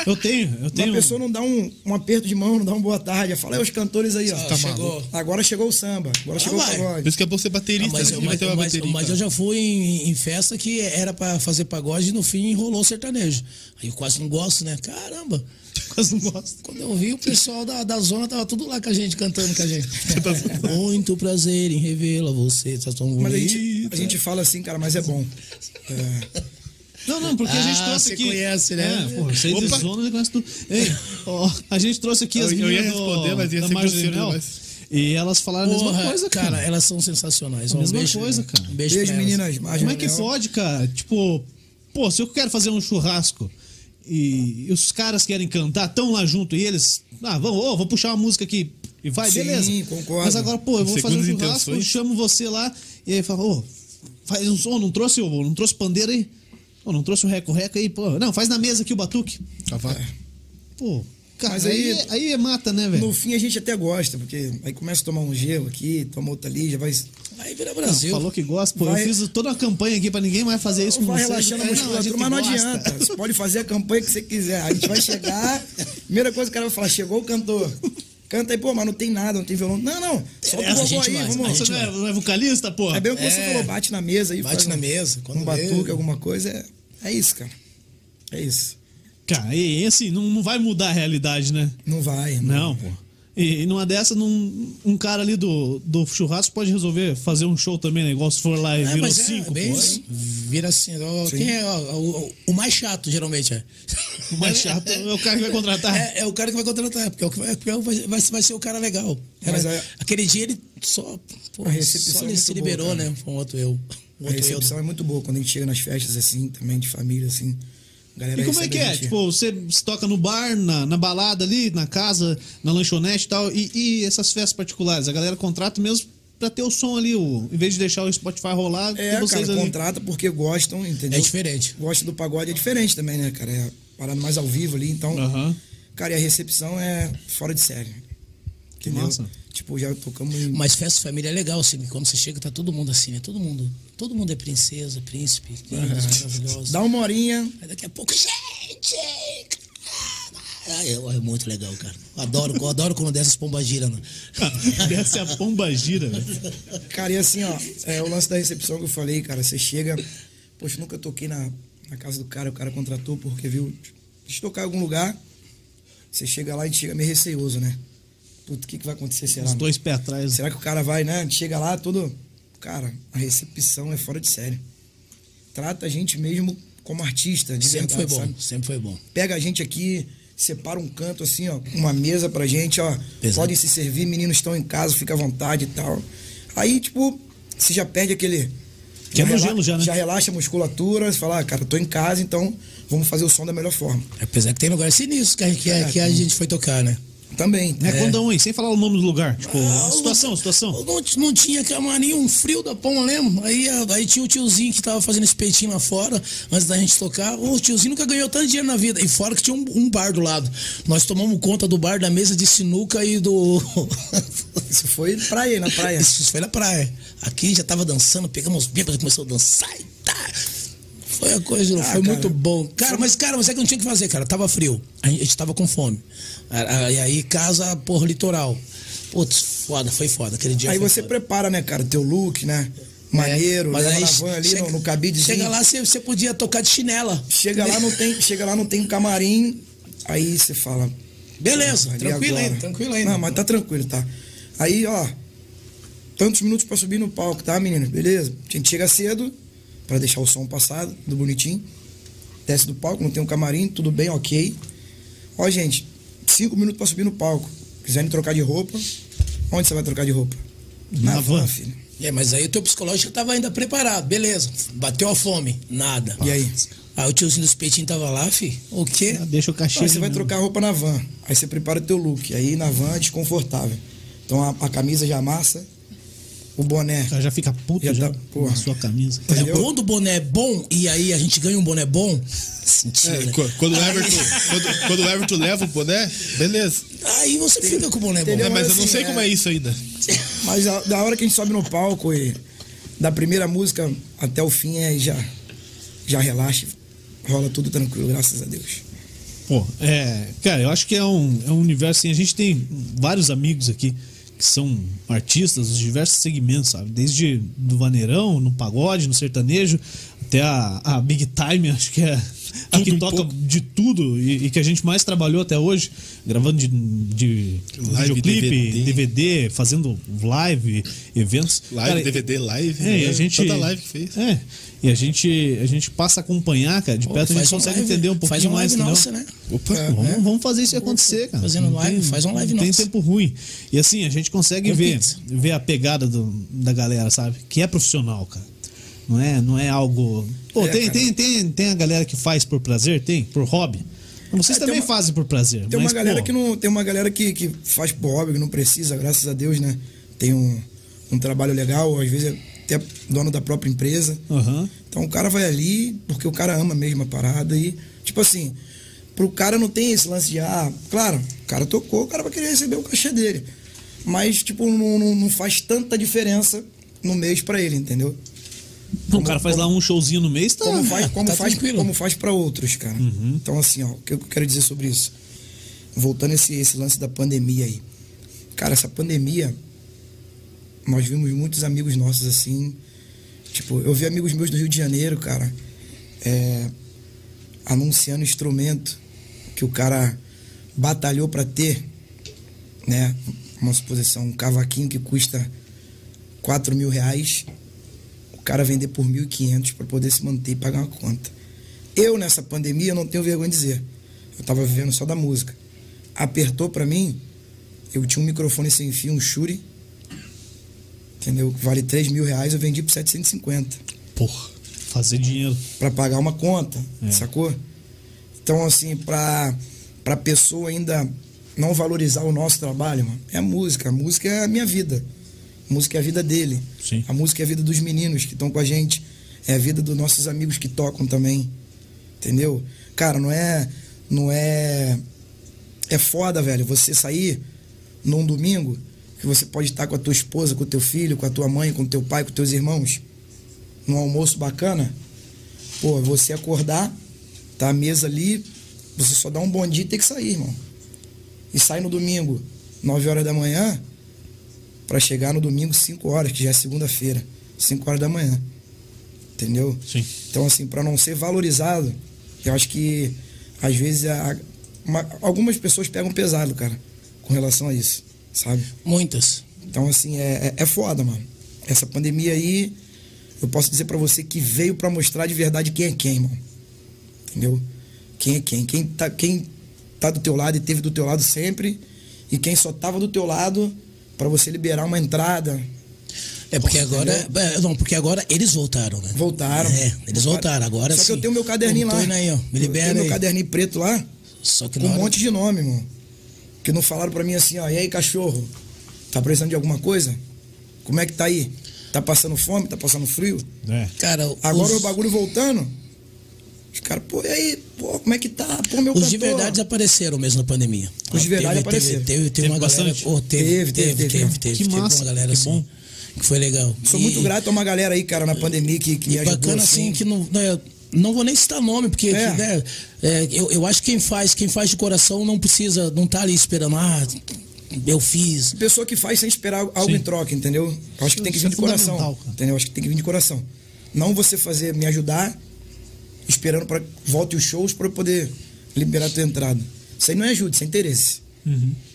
S1: eu tenho, eu tenho.
S4: Uma pessoa não dá um, um aperto de mão, não dá um boa tarde. Eu falo, é os cantores aí, ó.
S3: Ah, chegou.
S4: Agora chegou o samba,
S1: Ah,
S4: agora chegou
S3: vai.
S4: o
S2: Por
S4: pagode.
S2: isso que é bom ser
S3: Ah,
S2: baterista,
S3: mas,
S2: ninguém
S3: eu-
S2: vai
S3: mas,
S2: ter
S1: é
S2: uma
S3: mas-
S2: bateria.
S3: mas eu já fui em, em festa que era pra fazer pagode e no fim enrolou o sertanejo. Aí eu quase não gosto, né? Caramba!
S1: Quase não gosta.
S3: Quando eu vi, o pessoal da, da zona tava tudo lá com a gente, cantando com a gente. Muito prazer em revê-la, você tá tão bonita.
S4: Mas a gente, a gente fala assim, cara, mas é bom. É,
S1: Não, não, porque a gente
S3: Ah,
S1: trouxe
S3: você
S1: aqui.
S3: conhece, né?
S1: É, pô, você é de
S2: Opa.
S1: zona, você conhece tudo. Ei, ó, a gente trouxe aqui
S2: Eu-
S1: as
S2: eu ia
S1: meninas do-
S2: responder, mas ia
S1: da
S2: ser grosseiro
S1: Marginal,
S2: demais.
S1: E elas falaram a
S3: Porra,
S1: mesma coisa,
S3: cara,
S1: cara.
S3: elas são sensacionais. Ó, um
S1: Mesma
S3: beijo,
S1: coisa, cara.
S3: Um beijo,
S4: Beijo,
S3: pra elas.
S4: meninas. Marginal.
S1: Como é que pode, cara? Tipo, pô, se eu quero fazer um churrasco e, e os caras querem cantar, tão lá junto e eles, ah, vamos, ô, vou puxar uma música aqui e vai,
S4: Sim,
S1: beleza.
S4: concordo.
S1: Mas agora, pô, eu vou fazer um
S2: Segundas
S1: churrasco,
S2: intenções.
S1: chamo você lá e aí fala, ô, faz um som, não trouxe, ô, não trouxe pandeiro aí? Ô, não trouxe o reco-reco aí, pô. Não, faz na mesa aqui o batuque.
S2: Cavaco.
S1: Pô, Cara,
S4: É. Mas
S1: aí,
S4: aí-
S1: aí, é mata, né, velho?
S4: No fim a gente até gosta, porque aí começa a tomar um gelo aqui, toma outro ali, já vai.
S3: Aí vira Brasil.
S1: Falou que gosta, pô.
S4: Vai-
S1: Eu fiz toda uma campanha aqui pra ninguém mais fazer isso com
S4: vai
S1: vocês.
S4: relaxando a
S1: É, não,
S4: musculatura,
S1: gente
S4: mas não
S1: gosta.
S4: adianta. Você pode fazer a campanha que você quiser. A gente vai chegar, primeira coisa que o cara vai falar, chegou o cantor. Canta aí, pô, mas não tem nada, não tem violão. Não, não. Solta o
S3: Essa a
S4: gogó
S3: gente
S4: aí,
S3: vai, a
S4: vamos.
S1: Você não é, não é vocalista, pô?
S4: É bem o que você
S3: É.
S4: falou, bate na mesa aí.
S3: Bate
S4: faz
S3: na
S4: um-
S3: mesa, quando
S4: um
S3: vê.
S4: batuque, alguma coisa. É, é isso, cara. É isso.
S1: Cara, e e assim, não, não vai mudar a realidade, né?
S4: Não vai.
S1: Não, pô. E, e numa dessa, num, um cara ali do, do churrasco pode resolver fazer um show também, né? Igual se for
S4: É,
S1: lá e virou
S3: mas
S1: cinco,
S3: É, bem
S1: pô.
S3: isso. Vira assim, ó,
S4: Sim.
S3: quem é ó, o, o mais chato, geralmente, é.
S1: O mais chato é o cara que vai contratar.
S3: É, é o cara que vai contratar, porque é o que vai, porque é o- vai, vai, vai ser o cara legal.
S4: Mas
S3: Era-
S4: a-
S3: aquele dia ele só, pô,
S4: A recepção
S3: só
S4: é
S3: ele
S4: muito
S3: se
S4: boa,
S3: liberou,
S4: cara.
S3: né? Foi um outro eu. Um
S4: A
S3: outro eu.
S4: recepção é muito boa quando a gente chega nas festas assim, também de família, assim. a Galera
S1: E como é
S4: recebe
S1: que
S4: a
S1: é?
S4: gente-
S1: Tipo, você se toca no bar, na, na balada ali, na casa, na lanchonete e tal, e, e essas festas particulares? A galera contrata mesmo pra ter o som ali, o, em vez de deixar o Spotify rolar,
S4: É,
S1: ter vocês
S4: cara,
S1: ali.
S4: contrata porque gostam, entendeu?
S3: É diferente.
S4: Gosta do pagode é diferente também, né, cara? É parado mais ao vivo ali, então.
S1: Aham.
S4: Cara, e a recepção é fora de série. Entendeu?
S1: massa.
S4: Tipo, já tocamos em.
S3: Mas festa de família é legal, assim, porque quando você chega, tá todo mundo assim, né? Todo mundo. Todo mundo é princesa, príncipe, lindos, maravilhosos.
S4: Dá uma horinha.
S3: Aí daqui a pouco, gente! Ah, eu- é muito legal, cara. Adoro, eu adoro quando desce as pombas giram. né?
S1: Desce é a pomba gira, velho.
S4: Cara, e assim, ó, é o lance da recepção que eu falei, cara. Você chega, poxa, nunca toquei na, na casa do cara, o cara contratou porque viu. Deixa eu tocar em algum lugar. Você chega lá e chega meio receioso, né? Puto, o que, que vai acontecer? Será?
S1: Os dois pés atrás.
S4: Será que o cara vai, né? A gente Chega lá, todo. Cara, a recepção é fora de série. Trata a gente mesmo como artista, de
S3: Sempre foi
S4: verdade,
S3: bom,
S4: sabe?
S3: sempre foi bom.
S4: Pega a gente aqui, separa um canto assim, ó, uma mesa pra gente, ó.
S3: Pesado.
S4: Podem se servir, meninos estão em casa, fica à vontade e tal. Aí, tipo, você já perde aquele.
S1: Quebra o
S4: rela-
S1: gelo já, né?
S4: Já relaxa a musculatura, você fala, ah, cara, tô em casa, então vamos fazer o som da melhor forma.
S3: Apesar que tem lugar sinistro que, a- que, a- que a gente foi tocar, né?
S4: Também.
S1: Né,
S4: É.
S1: Conta um aí, sem falar o nome do lugar. Tipo,
S3: Ah,
S1: a situação, a situação.
S3: Não, não tinha camarim, um frio da pão, lembro. Aí, a- aí tinha o tiozinho que tava fazendo espetinho lá fora, antes da gente tocar. Ô, o tiozinho nunca ganhou tanto dinheiro na vida. E fora que tinha um, um bar do lado. Nós tomamos conta do bar, da mesa de sinuca e do.
S4: Isso foi praia, na praia.
S3: Isso foi na praia. Aqui já tava dançando, pegamos bêbados, começou a dançar e tá. Foi a coisa, foi
S4: Ah, cara.
S3: muito bom. Cara, mas cara, mas é que não tinha o que fazer, cara. Tava frio. A gente, a gente tava com fome. A- a- E aí, casa por litoral. Putz, foda, foi foda. Aquele dia
S4: Aí
S3: foi
S4: você
S3: foda.
S4: prepara, né, cara, teu look, né? Maneiro,
S3: É, Mas
S4: leva
S3: aí
S4: na van ali,
S3: chega-
S4: no, no cabidezinho.
S3: Chega lá, você, você podia tocar de chinela.
S4: Chega lá, não tem, chega lá, não tem camarim. Aí você fala.
S3: Beleza,
S4: "Ali
S3: tranquilo
S4: agora."
S3: ainda, tranquilo ainda.
S4: Não, mas tá tranquilo, tá? Aí, ó, tantos minutos pra subir no palco, tá, menino? Beleza. A gente chega cedo, pra deixar o som passado, do bonitinho. Desce do palco, não tem um camarim, tudo bem, ok. Ó, gente, cinco minutos pra subir no palco. Quiserem trocar de roupa, onde você vai trocar de roupa?
S1: Na van.
S4: filho.
S3: É, mas aí o teu psicológico já tava ainda preparado, beleza. Bateu a fome, nada.
S4: E aí?
S3: Aí o tiozinho dos peitinhos tava lá, fi. O quê?
S1: Ah, Deixa o cachê.
S4: Aí você
S1: ali
S4: vai
S1: mesmo.
S4: trocar a roupa na van. Aí você prepara o teu look. Aí na van é desconfortável. Então a, a camisa já amassa, o boné.
S1: O cara já fica puto já,
S4: Já tá- porra.
S1: na sua camisa.
S3: É
S4: Entendeu?
S3: quando o boné é bom e aí a gente ganha um boné bom, sentia.
S2: É,
S3: né?
S2: qu- quando, o Everton, quando, quando o Everton leva o boné, beleza.
S3: Aí você fica com o boné bom.
S4: Entendeu?
S2: É,
S4: Não,
S2: mas
S4: mas
S2: eu não
S4: assim,
S2: sei
S4: é-
S2: como é isso ainda.
S4: Mas a- da hora que a gente sobe no palco e da primeira música até o fim aí já, já relaxa. Rola tudo tranquilo, graças a Deus.
S1: Pô, é. Cara, eu acho que é um, é um universo assim. A gente tem vários amigos aqui que são artistas dos diversos segmentos, sabe? Desde do vaneirão, no pagode, no sertanejo, até a, a Big Time, acho que é a que toca de tudo e, e que a gente mais trabalhou até hoje, gravando de, de
S2: Live,
S1: videoclipe,
S2: DVD.
S1: DVD, fazendo live, eventos.
S2: Live,
S1: Cara,
S2: DVD, live.
S1: É, e
S2: né?
S1: a gente.
S2: Tanta live que fez.
S1: É. E a gente, a gente passa a acompanhar, cara, de
S3: Pô,
S1: perto a gente
S3: faz um
S1: consegue
S3: live,
S1: entender um pouquinho
S3: faz um
S1: mais. entendeu?
S3: live nossa, né?
S1: Opa, vamos, vamos fazer isso acontecer, cara.
S3: Fazendo
S1: Não
S3: live, faz um live
S1: Não tem
S3: nosso.
S1: tempo ruim. E assim, a gente consegue
S3: Com
S1: ver,
S3: pizza.
S1: ver a pegada do- da galera, sabe? Que é profissional, cara. Não é, não é algo. Pô,
S4: É,
S1: tem,
S4: cara.
S1: tem, tem, tem a galera que faz por prazer, tem, por hobby. Vocês
S4: É, tem
S1: também
S4: uma-
S1: fazem por prazer.
S4: Tem uma
S1: mas,
S4: galera
S1: pô,
S4: que não. Tem uma galera que, que faz pro hobby, que não precisa, graças a Deus, né? Tem um, um trabalho legal, às vezes é até dono da própria empresa.
S1: Aham.
S4: Então o cara vai ali porque o cara ama mesmo a parada e, tipo assim, pro cara não tem esse lance de, ah, claro, o cara tocou, o cara vai querer receber o cachê dele. Mas, tipo, não, não- não faz tanta diferença no mês pra ele, entendeu?
S1: Não, o cara faz lá um showzinho no mês, tá?
S4: como faz, como
S3: tá
S4: faz,
S3: tranquilo. Uhum.
S4: como faz para outros, cara. Então, assim, ó, o que eu quero dizer sobre isso? Voltando esse, esse lance da pandemia aí. Cara, essa pandemia, nós vimos muitos amigos nossos assim. Tipo, eu vi amigos meus do Rio de Janeiro, cara, é, anunciando instrumento que o cara batalhou pra ter, né? Uma suposição, um cavaquinho que custa 4 mil reais o cara vender por 1.500 para poder se manter e pagar uma conta. Eu, nessa pandemia, eu não tenho vergonha de dizer. Eu estava vivendo só da música. Apertou para mim, eu tinha um microfone sem fio, um Shure, entendeu? Que Vale 3 mil reais, eu vendi por 750
S1: Porra, fazer dinheiro.
S4: para pagar uma conta,
S1: É.
S4: sacou? Então, assim, pra, pra pessoa ainda não valorizar o nosso trabalho, mano, é a música. A música é a minha vida. A música é a vida dele.
S1: Sim.
S4: A música é a vida dos meninos que estão com a gente. É a vida dos nossos amigos que tocam também. Entendeu? Cara, não é. Não é. É foda, velho, você sair num domingo que você pode estar com a tua esposa, com o teu filho, com a tua mãe, com o teu pai, com teus irmãos, num almoço bacana. Pô, você acordar, tá a mesa ali, você só dá um bom dia e tem que sair, irmão. E sai no domingo, 9 horas da manhã, pra chegar no domingo, 5 horas, que já é segunda-feira, 5 horas da manhã. Entendeu?
S1: Sim.
S4: Então, assim, pra não ser valorizado, eu acho que às vezes a- uma- algumas pessoas pegam pesado, cara, com relação a isso, sabe?
S3: Muitas.
S4: Então, assim, é, é, é foda, mano. Essa pandemia aí, eu posso dizer pra você que veio pra mostrar de verdade quem é quem, mano. Entendeu? Quem é quem. Quem tá, quem tá do teu lado e teve do teu lado sempre. E quem só tava do teu lado pra você liberar uma entrada.
S3: É porque agora. é, Não, porque agora eles voltaram, né?
S4: Voltaram.
S3: É, eles voltaram. Agora
S4: Só
S3: sim.
S4: que eu tenho meu caderninho lá.
S3: Tô indo aí, ó. Me
S4: eu tenho
S3: libera
S4: meu
S3: aí.
S4: caderninho preto lá.
S3: Só que
S4: com
S3: na
S4: um
S3: hora-
S4: monte de nome, mano. Que não falaram pra mim assim, ó, e aí, cachorro? Tá precisando de alguma coisa? Como é que tá aí? Tá passando fome? Tá passando frio?
S1: É.
S3: Cara,
S4: Agora
S3: os,
S4: o bagulho voltando. Os caras, pô, e aí? Pô, como é que tá? Pô, meu
S3: os
S4: cantor.
S3: de verdade desapareceram mesmo na pandemia. Ah,
S4: Os de
S3: teve,
S4: verdade
S3: teve,
S4: apareceram.
S3: teve, teve
S1: Teve
S3: uma galera.
S1: bastante?
S3: Oh, teve, teve,
S4: Teve, teve,
S3: teve,
S4: teve.
S3: teve,
S1: Que
S3: teve
S1: massa,
S3: uma galera
S1: que
S3: assim.
S1: bom.
S3: Que foi legal.
S4: Sou
S3: E-
S4: muito grato a uma galera aí, cara, na pandemia que, que me
S3: E
S4: ajudou.
S3: bacana assim, que não, né, não vou nem citar nome, porque
S4: É.
S3: que, né, é, eu, eu acho que quem faz, quem faz de coração não precisa, não tá ali esperando, ah, eu fiz.
S4: Pessoa que faz sem esperar algo
S1: Sim.
S4: em troca, entendeu? Eu acho que tem que
S1: Isso
S4: vir
S1: é
S4: de coração.
S1: fundamental, cara.
S4: Entendeu? Eu Acho que tem que vir de coração. Não você fazer, me ajudar, esperando pra volte os shows pra eu poder liberar a tua entrada. Isso aí não é ajuda, isso é interesse.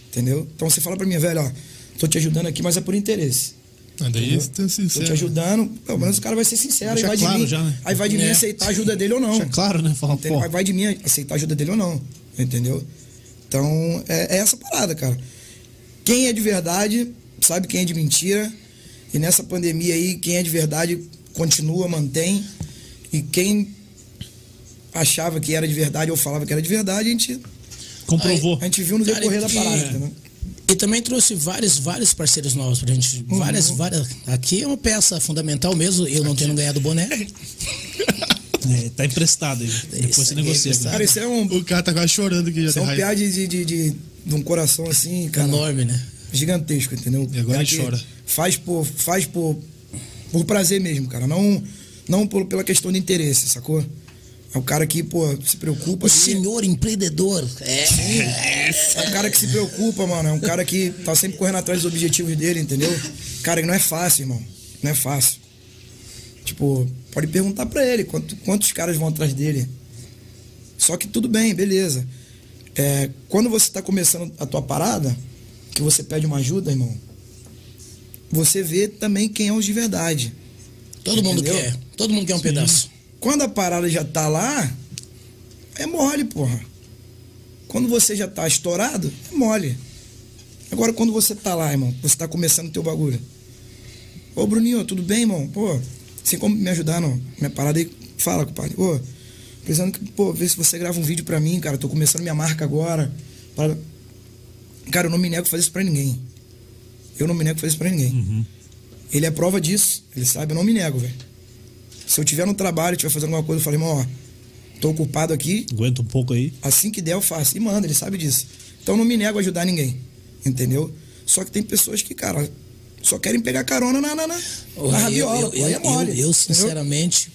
S4: Entendeu? Então você fala pra mim, velho, ó, tô te ajudando aqui, mas é por interesse.
S2: Ah, daí você tá
S4: Tô
S2: sincero.
S4: te ajudando. Pelo menos o cara vai ser sincero. Aí
S1: Deixa
S4: vai,
S1: claro
S4: de mim,
S1: já, né?
S4: aí vai de mim
S3: É.
S4: aceitar a ajuda dele ou não.
S1: Deixa claro, né? Fala,
S4: Entendeu?
S1: pô.
S4: Aí vai de mim aceitar a ajuda dele ou não. Entendeu? Então, é, é essa parada, cara. Quem é de verdade sabe quem é de mentira. E nessa pandemia aí, quem é de verdade continua, mantém. E quem achava que era de verdade ou falava que era de verdade, a gente,
S1: Comprovou.
S4: a gente viu no
S3: Cara,
S4: decorrer da
S3: que- é.
S4: parada, entendeu?
S3: E também trouxe vários, vários parceiros novos pra gente. Várias, várias. Aqui é uma peça fundamental mesmo, eu não tendo ganhado boné.
S1: É, tá emprestado aí. Depois
S3: isso
S1: você negocia.
S3: aí,
S1: né?
S3: emprestado.
S1: cara.
S4: Cara, isso é um,
S2: O cara tá quase chorando aqui já
S4: isso
S2: tem
S4: é um
S2: raiva.
S4: piá de, de, de, de- de um coração assim, cara.
S3: Enorme, né?
S4: gigantesco, entendeu?
S2: E agora
S4: Cara
S2: ele
S4: que
S2: chora.
S4: Faz por, faz por, por prazer mesmo, cara. Não, não por, pela questão de interesse, sacou? É o cara que, pô, se preocupa.
S3: O
S4: ali.
S3: senhor empreendedor. É.
S4: É um cara que se preocupa, mano. É um cara que tá sempre correndo atrás dos objetivos dele, entendeu? Cara, não é fácil, irmão. Não é fácil. Tipo, pode perguntar pra ele quanto- quantos caras vão atrás dele. Só que tudo bem, beleza. É, quando você tá começando a tua parada, que você pede uma ajuda, irmão, você vê também quem é os de verdade.
S3: Todo mundo
S4: Entendeu?
S3: quer. Todo mundo quer um pedaço.
S4: Quando a parada já tá lá, é mole, porra. Quando você já tá estourado, é mole. Agora, quando você tá lá, irmão, você tá começando o teu bagulho. Ô, Bruninho, tudo bem, irmão? Pô, sem como me ajudar, não. Minha parada aí, fala, compadre. Ô, precisando que, pô, ver se você grava um vídeo pra mim, cara. Tô começando minha marca agora. Parada- Cara, eu não me nego a fazer isso pra ninguém. Eu não me nego a fazer isso pra ninguém.
S1: Uhum.
S4: Ele é prova disso. Ele sabe, eu não me nego, velho. Se eu tiver no trabalho, e tiver fazendo alguma coisa, eu falo, irmão, ó, Tô ocupado aqui,
S1: Aguenta um pouco aí.
S4: assim que der eu faço. E manda, ele sabe disso. Então não me nego a ajudar ninguém, entendeu? Só que tem pessoas que, cara, só querem pegar carona na, na, na, na rabiola,
S3: eu,
S4: pô, aí é mole.
S3: eu- eu,
S4: entendeu?
S3: sinceramente,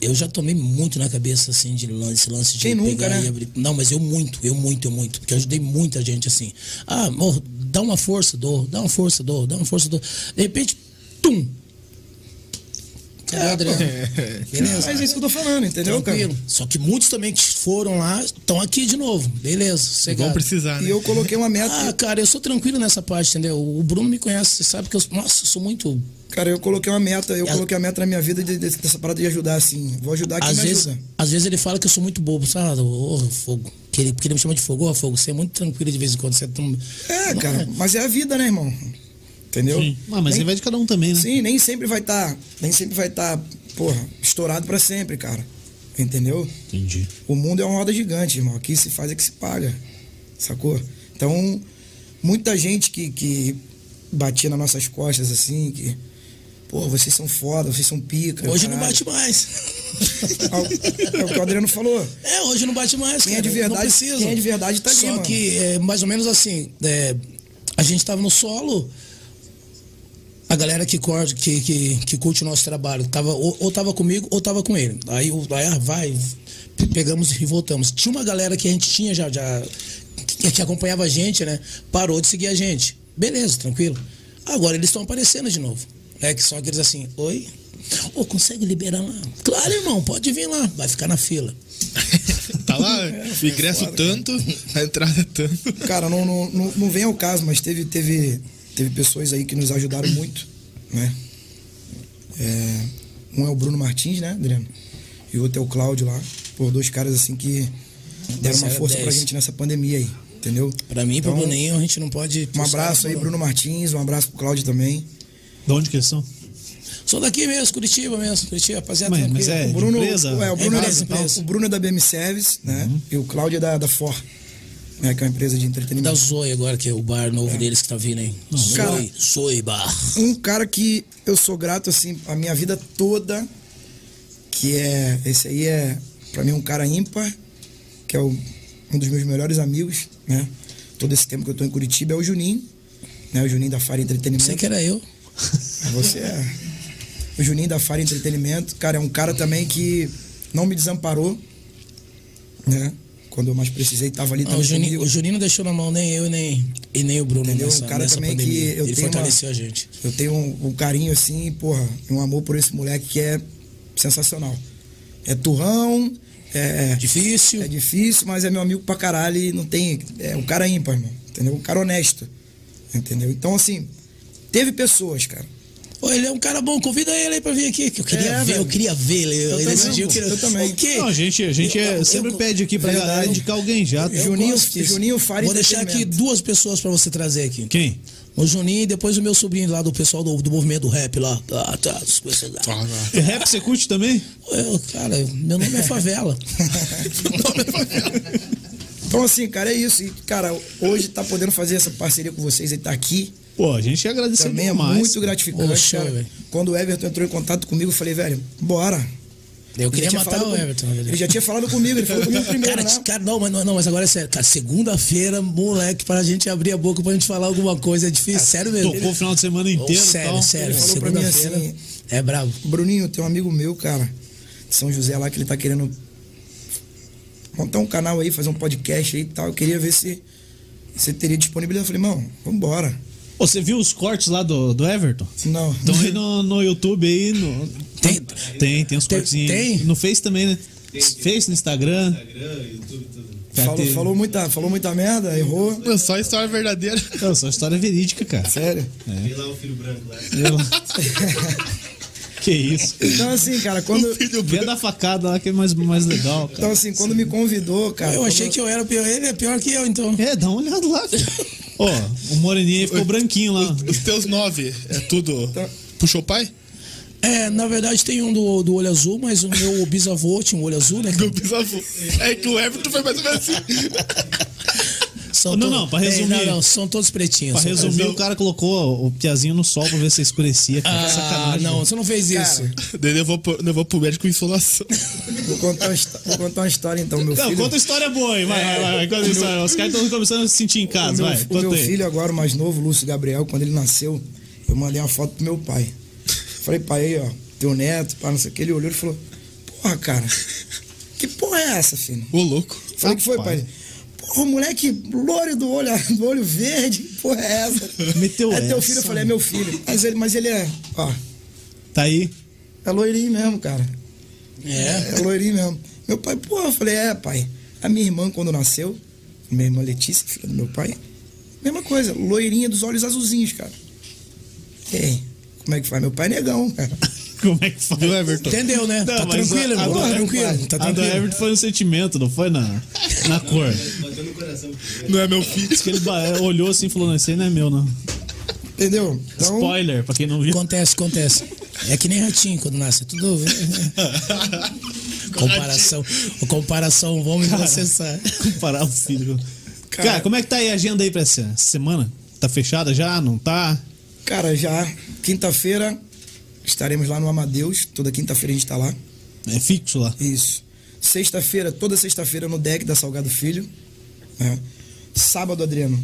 S3: eu já tomei muito na cabeça, assim, de lance, lance de
S4: Quem nunca,
S3: pegar
S4: né?
S3: e abrir. Não, mas eu muito, eu muito, eu muito. Porque eu ajudei muita gente, assim. Ah, amor, dá uma força, dou, dá uma força, dou, dá uma força, dou. De repente, tum! Cadê o Adriano? Beleza.
S4: Mas é isso que eu tô falando, entendeu,
S3: Tranquilo.
S4: cara?
S3: Só que muitos também que foram lá estão aqui de novo. Beleza,
S2: Vão
S3: sossegado.
S2: precisar, né?
S4: E eu coloquei uma meta.
S3: Ah, cara, eu sou tranquilo nessa parte, entendeu? O Bruno me conhece, você sabe que eu, nossa, eu sou muito
S4: Cara, eu coloquei uma meta, eu
S3: É.
S4: coloquei a meta na minha vida de- de- dessa parada de ajudar, assim. Vou ajudar quem
S3: às
S4: me
S3: vezes,
S4: ajuda.
S3: às vezes ele fala que eu sou muito bobo, sabe? Ah, Ô, fogo. Que ele, porque ele me chama de fogo, ô, fogo. Você é muito tranquilo de vez em quando. Você é tão...
S4: É,
S3: Não
S4: cara, mas é a vida, né, irmão? Entendeu?
S1: Sim. Ah, mas aí
S4: nem,
S1: vai de cada um também, né?
S4: sim, nem sempre vai estar, nem sempre vai estar, porra, estourado pra sempre, cara. Entendeu?
S1: Entendi.
S4: O mundo é uma roda gigante, irmão. Aqui se faz é que se paga. Sacou? Então, muita gente que, que batia nas nossas costas, assim, que. Pô, vocês são foda, vocês são pica.
S3: Hoje não
S4: caralho.
S3: bate mais.
S4: É o que o Adriano falou.
S3: É, hoje não bate mais.
S4: Quem é
S3: cara.
S4: de verdade-
S3: não precisa.
S4: quem é de verdade tá ali,
S3: Só
S4: mano.
S3: que é mais ou menos assim, é, a gente tava no solo, a galera que, corta, que, que, que curte o nosso trabalho, tava, ou, ou tava comigo ou tava com ele. Aí, o- aí ah, vai, pe- pegamos e voltamos. Tinha uma galera que a gente tinha já, já que, que acompanhava a gente, né? Parou de seguir a gente. Beleza, tranquilo. Agora eles estão aparecendo de novo. É que só aqueles assim, oi? Ô, consegue liberar lá? Claro, irmão, pode vir lá. Vai ficar na fila.
S2: Tá lá,
S4: É,
S2: ingresso tanto, a entrada é tanto.
S4: Cara, não, não, não, não vem ao caso, mas teve, teve, teve pessoas aí que nos ajudaram muito, né? É, um é o Bruno Martins, né, Adriano? E o outro é o Cláudio lá. Pô, dois caras assim que deram uma
S3: Sério,
S4: força pra
S3: dez.
S4: gente nessa pandemia aí, entendeu?
S3: Pra mim,
S4: Então,
S3: pro Bruninho, a gente não pode.
S4: Um abraço
S3: é.
S4: aí, Bruno Martins, um abraço pro Cláudio também.
S1: De onde que eles são?
S3: Sou daqui mesmo, Curitiba mesmo. Curitiba, rapaziada.
S1: Mas- mas
S3: tranquilo.
S1: é-
S4: O Bruno,
S1: empresa?
S4: é, o,
S1: É
S4: Bruno é
S3: empresa,
S4: da,
S3: empresa.
S4: o Bruno é da BM Service, né? E o Cláudio é da, da For, né? Que é uma empresa de
S3: Da
S4: entretenimento.
S3: Zoe agora, que é o bar novo deles que tá vindo aí. Zoe,
S4: cara-
S3: Zoe Bar.
S4: um cara que eu sou grato assim a minha vida toda que é esse aí é pra mim um cara ímpar que é o- um dos meus melhores amigos né todo esse tempo que eu tô em Curitiba é o Juninho né o Juninho da Fara Entretenimento
S3: Pensei que é- era eu.
S4: você é. O Juninho da Fara Entretenimento, cara, é um cara também que não me desamparou, né? Quando eu mais precisei, tava ali
S3: Não,
S4: também.
S3: o, Juninho,
S4: Então, comigo.
S3: o Juninho não deixou na mão nem eu nem, e nem o Bruno
S4: Entendeu?
S3: nessa,
S4: Um cara
S3: nessa
S4: também
S3: pandemia.
S4: que eu
S3: Ele
S4: tenho uma-
S3: fortaleceu a gente.
S4: Eu tenho um, um carinho assim, porra, um amor por esse moleque que é sensacional. É turrão, é,
S3: Difícil.
S4: é difícil, mas é meu amigo pra caralho e não tem. É um cara ímpar, irmão. Entendeu? Um cara honesto. Entendeu? Então, assim, teve pessoas, cara.
S3: Ô, ele é um cara bom, convida ele aí pra vir aqui. Que eu queria
S4: É,
S3: ver,
S4: velho.
S3: eu queria ver ele. ele
S4: também,
S3: esse dia eu,
S4: pô,
S3: queria...
S4: eu também.
S3: O quê?
S1: Não, a gente, a gente é-
S3: Eu- eu-
S1: sempre
S3: eu-
S1: pede aqui pra galera
S4: Verdade.
S1: indicar alguém já.
S3: Eu
S4: Juninho-
S3: gosto disso.
S4: Juninho Fari
S3: Vou deixar aqui
S4: Entretenimento.
S3: duas pessoas pra você trazer aqui.
S1: Quem?
S3: O Juninho e depois o meu sobrinho lá do pessoal do, do movimento do rap lá. Ah, tá, as coisas lá.
S1: É rap você curte também?
S3: Eu, cara, meu nome é Favela.
S4: Então, assim, cara, é isso. E, cara, hoje tá podendo fazer essa parceria com vocês e tá aqui.
S1: Pô, a gente agradece
S4: Também é
S1: demais.
S4: muito gratificante,
S3: Pô, show,
S4: cara.
S3: velho.
S4: Quando o Everton entrou em contato comigo, eu falei, velho, bora.
S3: Eu
S4: Ele já
S3: queria
S4: tinha
S3: matar
S4: falado
S3: o
S4: com-
S3: Everton. velho.
S4: Ele já tinha falado comigo, ele falou comigo primeiro,
S3: Cara,
S4: né?
S3: cara, não, mas não, não, mas agora é sério. Cara, segunda-feira, moleque, pra gente abrir a boca, pra gente falar alguma coisa, é difícil. sério mesmo.
S1: Tocou o final de semana
S3: Ô,
S1: inteiro então. e
S3: sério,
S1: tal.
S3: sério.
S4: Ele falou pra mim
S3: Segunda-feira
S4: assim-
S3: é brabo.
S4: Bruninho, tem um amigo meu, cara, de São José lá, que ele tá querendo montar um canal aí, fazer um podcast aí e tal. Eu queria ver se você teria disponibilidade. Eu falei, irmão, vambora.
S1: Ô, você viu os cortes lá do, do Everton?
S4: Não.
S1: Estão
S3: Então,
S1: aí no, no YouTube aí. no-
S3: Tem-
S1: tem, tem uns
S3: Tem-
S1: cortezinhos. aí.
S3: tem?
S1: No Face também, né? Face no Instagram.
S5: Instagram, YouTube, tudo.
S1: Cara,
S4: falou,
S1: tem-
S4: falou muita, falou muita merda, errou.
S2: Mano, só história verdadeira.
S1: Não, só história verídica, cara.
S4: Sério.
S5: Vê lá o filho branco lá.
S1: que isso.
S4: Então, assim, cara, quando.
S1: Vê da facada lá que é mais, mais legal, cara.
S4: Então, assim, quando me convidou, cara.
S3: Eu achei
S4: quando-
S3: que eu era pior. Ele é pior que eu, então.
S1: É, dá uma olhada lá. filho. Ó, o Moreninho aí ficou branquinho lá.
S2: Os teus nove é tudo.
S4: Então-
S2: Puxou o pai?
S3: É, na verdade tem um do, do olho azul, mas o meu bisavô tinha um olho azul, né? cara?
S2: Do bisavô. É que o Everton foi mais ou menos assim.
S3: São
S1: Não,
S3: to-
S1: não, pra
S3: Bem,
S1: resumir.
S3: Não, não, são todos pretinhos.
S1: Pra
S3: são-
S1: resumir, o cara colocou o piazinho no sol pra ver se escurecia. Cara,
S3: Ah,
S1: sacanagem.
S3: não, você não fez isso.
S2: Daí levou, pro- levou pro médico com insolação.
S4: Vou contar, uma histó- vou contar uma história então, meu
S1: Não,
S4: filho.
S1: conta a história boa aí, vai, vai, vai, vai, conta a história. Os caras estão começando a se sentir em
S4: o
S1: casa,
S4: meu,
S1: Ah, vai,
S4: o meu
S1: conta aí.
S4: filho agora, o mais novo, Lúcio Gabriel, quando ele nasceu, eu mandei uma foto pro meu pai. Falei, pai, aí, ó, teu neto, pá, não sei o que, ele olhou e falou, porra, cara, que porra é essa, filho?
S2: Ô, louco.
S4: Falei, que foi, pai? Porra, moleque loiro do olho, do olho verde, que porra é essa?
S1: Meteu
S4: é teu
S1: essa,
S4: filho, eu
S1: mano.
S4: falei, é meu filho. Mas ele, mas ele é, ó,
S1: Tá aí.
S4: é loirinho mesmo, cara.
S3: É.
S4: É loirinho mesmo. Meu pai, porra, eu falei, é, pai. A minha irmã, quando nasceu, minha irmã Letícia, filha do meu pai, mesma coisa, loirinha dos olhos azulzinhos, cara. E aí, como é que faz? Meu pai é negão, cara.
S1: Como é que faz?
S2: Viu, Everton?
S3: Entendeu, né?
S1: Não,
S3: tá
S1: mas
S3: tranquilo,
S1: a- a
S3: irmão.
S1: do-
S3: Tá tranquilo.
S4: a-
S3: Tá
S1: a do
S3: tranquilo.
S1: Everton foi no sentimento, não foi na, na cor.
S5: Bateu no coração.
S2: Não é meu filho.
S1: Diz que ele ba- olhou assim e falou: Não, esse aí não é meu, não.
S4: Entendeu? Então,
S1: Spoiler, pra quem não viu.
S3: Acontece, acontece. É que nem ratinho quando nasce, é tudo. comparação, comparação, vamos me processar.
S1: Comparar o filho. Cara,
S4: Cara-
S1: como é que tá aí a agenda aí pra essa semana? Tá fechada já? Não tá?
S4: cara, já quinta-feira estaremos lá no Amadeus. Toda quinta-feira a gente tá lá.
S1: É fixo lá.
S4: Isso. Sexta-feira, toda sexta-feira no deck da Salgado Filho. né? Sábado, Adriano.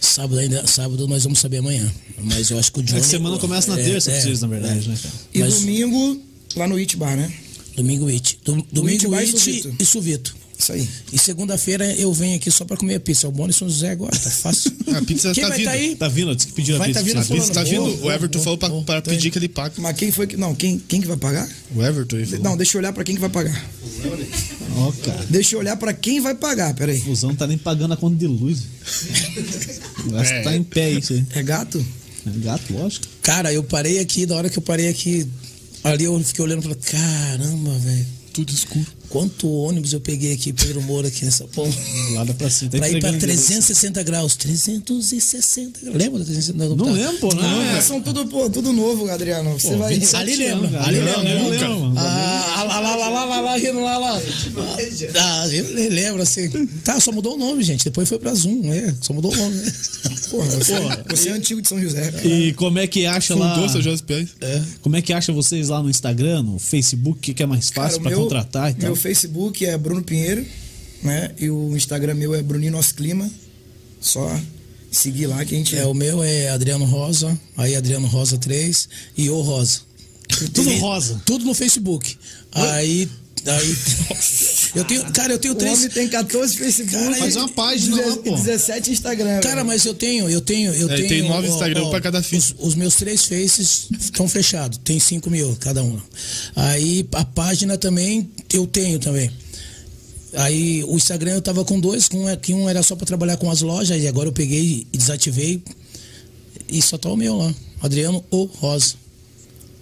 S3: Sábado ainda, sábado nós vamos saber amanhã. Mas eu acho que o
S1: A
S3: Johnny.
S1: semana começa na
S3: é,
S1: terça, pra
S3: é,
S1: vocês, na verdade, né, cara?
S4: E
S3: Mas-
S4: domingo, lá no It Bar, né?
S3: Domingo It. Dom-
S4: It
S3: domingo
S4: vai
S3: It,
S4: Suvito.
S3: e Suvito.
S4: Isso aí.
S3: E segunda-feira eu venho aqui só pra comer pizza. O Boni São José agora, tá fácil.
S2: A pizza
S3: Quem
S2: tá
S3: vai
S2: vindo.
S3: tá aí?
S1: Ah, Tá vindo, disse que pediu a
S3: Vai
S1: pizza.
S3: tá vindo
S1: pra
S3: a
S1: vocês.
S3: fulana.
S2: Tá vindo?
S3: Boa,
S2: o
S3: boa,
S2: Everton
S3: boa,
S2: falou pra,
S3: boa.
S2: pra
S3: Tô
S2: pedir
S3: indo.
S2: que ele pague.
S4: Mas quem foi que. Não, quem, quem que vai pagar?
S2: O Everton ele falou.
S4: Não, deixa eu olhar pra quem que vai pagar.
S1: Ó, cara.
S4: Deixa eu olhar pra quem vai pagar, peraí.
S1: O Fusão não tá nem pagando a conta de luz. Vai
S2: É.
S1: tá em pé isso aí.
S4: É gato?
S1: É Gato, lógico.
S3: Cara, eu parei aqui, da hora que eu parei aqui, ali eu fiquei olhando e falei, caramba, velho.
S2: Tudo escuro.
S3: Quanto ônibus eu peguei aqui, Pedro Moura, aqui nessa ponta.
S1: Lá dá pra cima. Tá
S3: Pra ir pra
S1: entregando de luz.
S3: 360 graus. 360 graus. Lembra da 360 graus?
S1: Não lembro, pô, não
S4: Ah,
S1: é.
S4: são tudo, pô, tudo novo, Adriano. Você
S1: Pô,
S4: vai.
S1: 27
S3: Ali lembra,
S1: anos, cara.
S3: ali lembra,
S1: Não,
S2: nunca.
S1: não lembro, mano.
S3: Ah, lá, lá, lá, lá, lá, lá, rindo lá, lá. Ah, eu le- lembro assim. Tá, só mudou o nome, gente. Depois foi pra Zoom, né? Só mudou o nome, né?
S4: Porra, você, você é antigo de São José. cara.
S1: E como é que acha lá?
S2: Fundou São José dos Pinhais.
S1: Como é que acha vocês lá no Instagram, no Facebook? O que que é mais
S4: Cara,
S1: fácil
S4: o
S1: pra
S4: meu-
S1: contratar e tal?
S4: Meu Facebook é Bruno Pinheiro, né? E o Instagram meu é Bruninho Nosso Clima. Só seguir lá que a gente
S3: É, o meu é Adriano Rosa, aí Adriano Rosa 3 e o Rosa.
S1: Tudo rosa.
S3: Tudo no Facebook. Aí. Aí. Eu tenho. Cara, eu tenho
S4: O homem
S3: três.
S4: tem 14 Facebook.
S1: Faz uma página lá, pô.
S4: 17 Instagram.
S3: Cara,
S4: velho.
S3: mas eu tenho, eu tenho, eu
S2: É,
S3: tenho.
S2: tem nove
S3: ó,
S2: Instagram
S3: ó,
S2: pra cada filho.
S3: Os, os meus três faces estão fechados. Tem cinco mil cada um. Aí a página também eu tenho também. Aí o Instagram eu tava com dois, com um é- que um era só pra trabalhar com as lojas, e agora eu peguei e desativei. E só tá o meu lá. Adriano ou Rosa.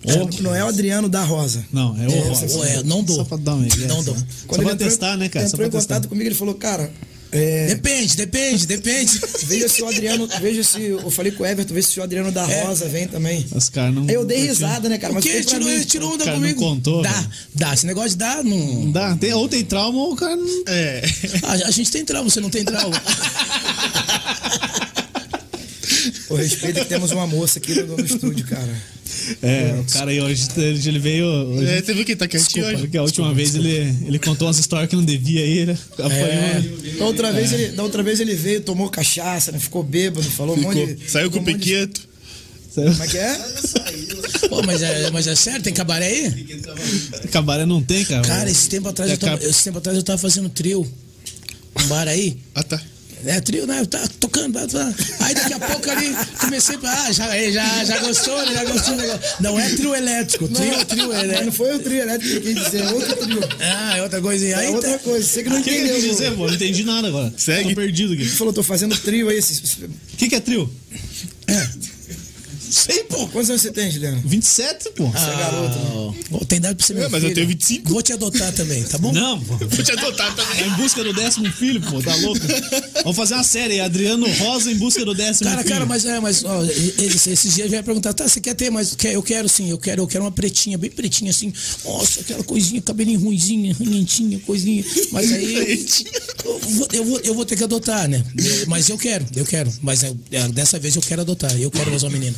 S1: Ou-
S4: Não é o Adriano da Rosa.
S1: Não, é o
S3: É,
S1: rosa.
S3: ou é, não dou.
S1: Só pra dar uma ideia,
S3: Não dou.
S1: Só pra
S4: Quando ele entrou-
S1: testar, né, cara? Só
S4: Entrou
S1: pra
S4: em
S1: testar.
S4: contato comigo, ele falou, cara, é,
S3: Depende, depende, depende.
S4: veja se o Adriano, veja se, eu falei com o Everton, veja se o Adriano da
S3: É.
S4: Rosa vem também.
S1: Os caras não.
S4: Aí eu dei risada, né, cara?
S3: o
S4: Mas
S3: quê?
S4: foi
S3: Ele
S4: pra
S3: tirou,
S4: mim.
S3: ele tirou onda
S1: O cara não
S3: comigo.
S1: contou,
S3: Dá,
S1: velho.
S3: dá. Esse negócio de dar, não.
S1: Dá, tem, ou tem trauma ou o cara não.
S2: É.
S3: A, a gente tem trauma, você não tem trauma.
S4: O respeito que temos uma moça aqui no, no estúdio, cara.
S1: É, o cara aí hoje hoje ele veio. hoje-
S2: É, Você viu quem tá quietinho hoje?
S1: Porque a última vez ele, ele contou umas histórias que não devia aí, né? Apanhou.
S4: é? Da outra, vez ele, da outra vez ele veio, tomou cachaça, né? Ficou bêbado, falou um monte de.
S2: Ficou- Saiu com
S4: falou
S2: o
S4: um monte de-
S2: Piqueto.
S4: Como é que é?
S3: Pô, mas é, mas é sério, tem cabaré aí?
S1: Cabaré não tem, cara. É
S3: Cara, esse tempo atrás,
S2: É
S3: eu tava, esse tempo atrás eu tava fazendo trio. Um bar aí.
S2: Ah, tá.
S3: É, trio, né? Eu tava tocando. blá, blá. Aí daqui a pouco ali comecei pra. Ah, já, aí, já, já gostou, né? Já gostou do negócio. Não é trio elétrico, trio, é trio
S4: Mas não
S3: elétrico.
S4: foi o trio elétrico que eu quis dizer, é outro trio.
S3: Ah, é outra coisa. E
S4: É
S3: Aí
S4: outra
S3: tá-
S4: coisa, você que não
S1: O que, é- que ele
S4: entendeu.
S1: quis
S4: pô.
S1: dizer, pô? Não entendi nada agora.
S2: Segue.
S1: Tô perdido aqui. é
S4: Ele falou, tô fazendo trio aí. esses-
S1: O que, que é trio?
S3: Sei, pô.
S4: Quantos anos você tem, Juliano?
S1: 27, pô. Ah.
S4: Você é garoto, né?
S3: Bom, tem idade pra você, meu
S2: É, mas eu
S3: filho.
S2: tenho 25.
S3: Vou te adotar também, tá bom?
S1: Não, pô.
S2: Vou te adotar também.
S1: É em busca do décimo filho, pô, tá louco? Vamos fazer uma série, Adriano Rosa em busca do décimo
S3: Cara,
S1: filho.
S3: cara, mas é, mas ó, esses, esses dias vai perguntar, tá, você quer ter, mas quer, eu quero sim, eu quero, eu quero uma pretinha, bem pretinha assim. Nossa, aquela coisinha, cabelinho ruimzinha, lentinha, coisinha. Mas aí eu vou, eu vou, eu vou ter que adotar, né? Eu- Mas eu quero, eu quero. Mas é, é, dessa vez eu quero adotar, eu quero mais uma menina.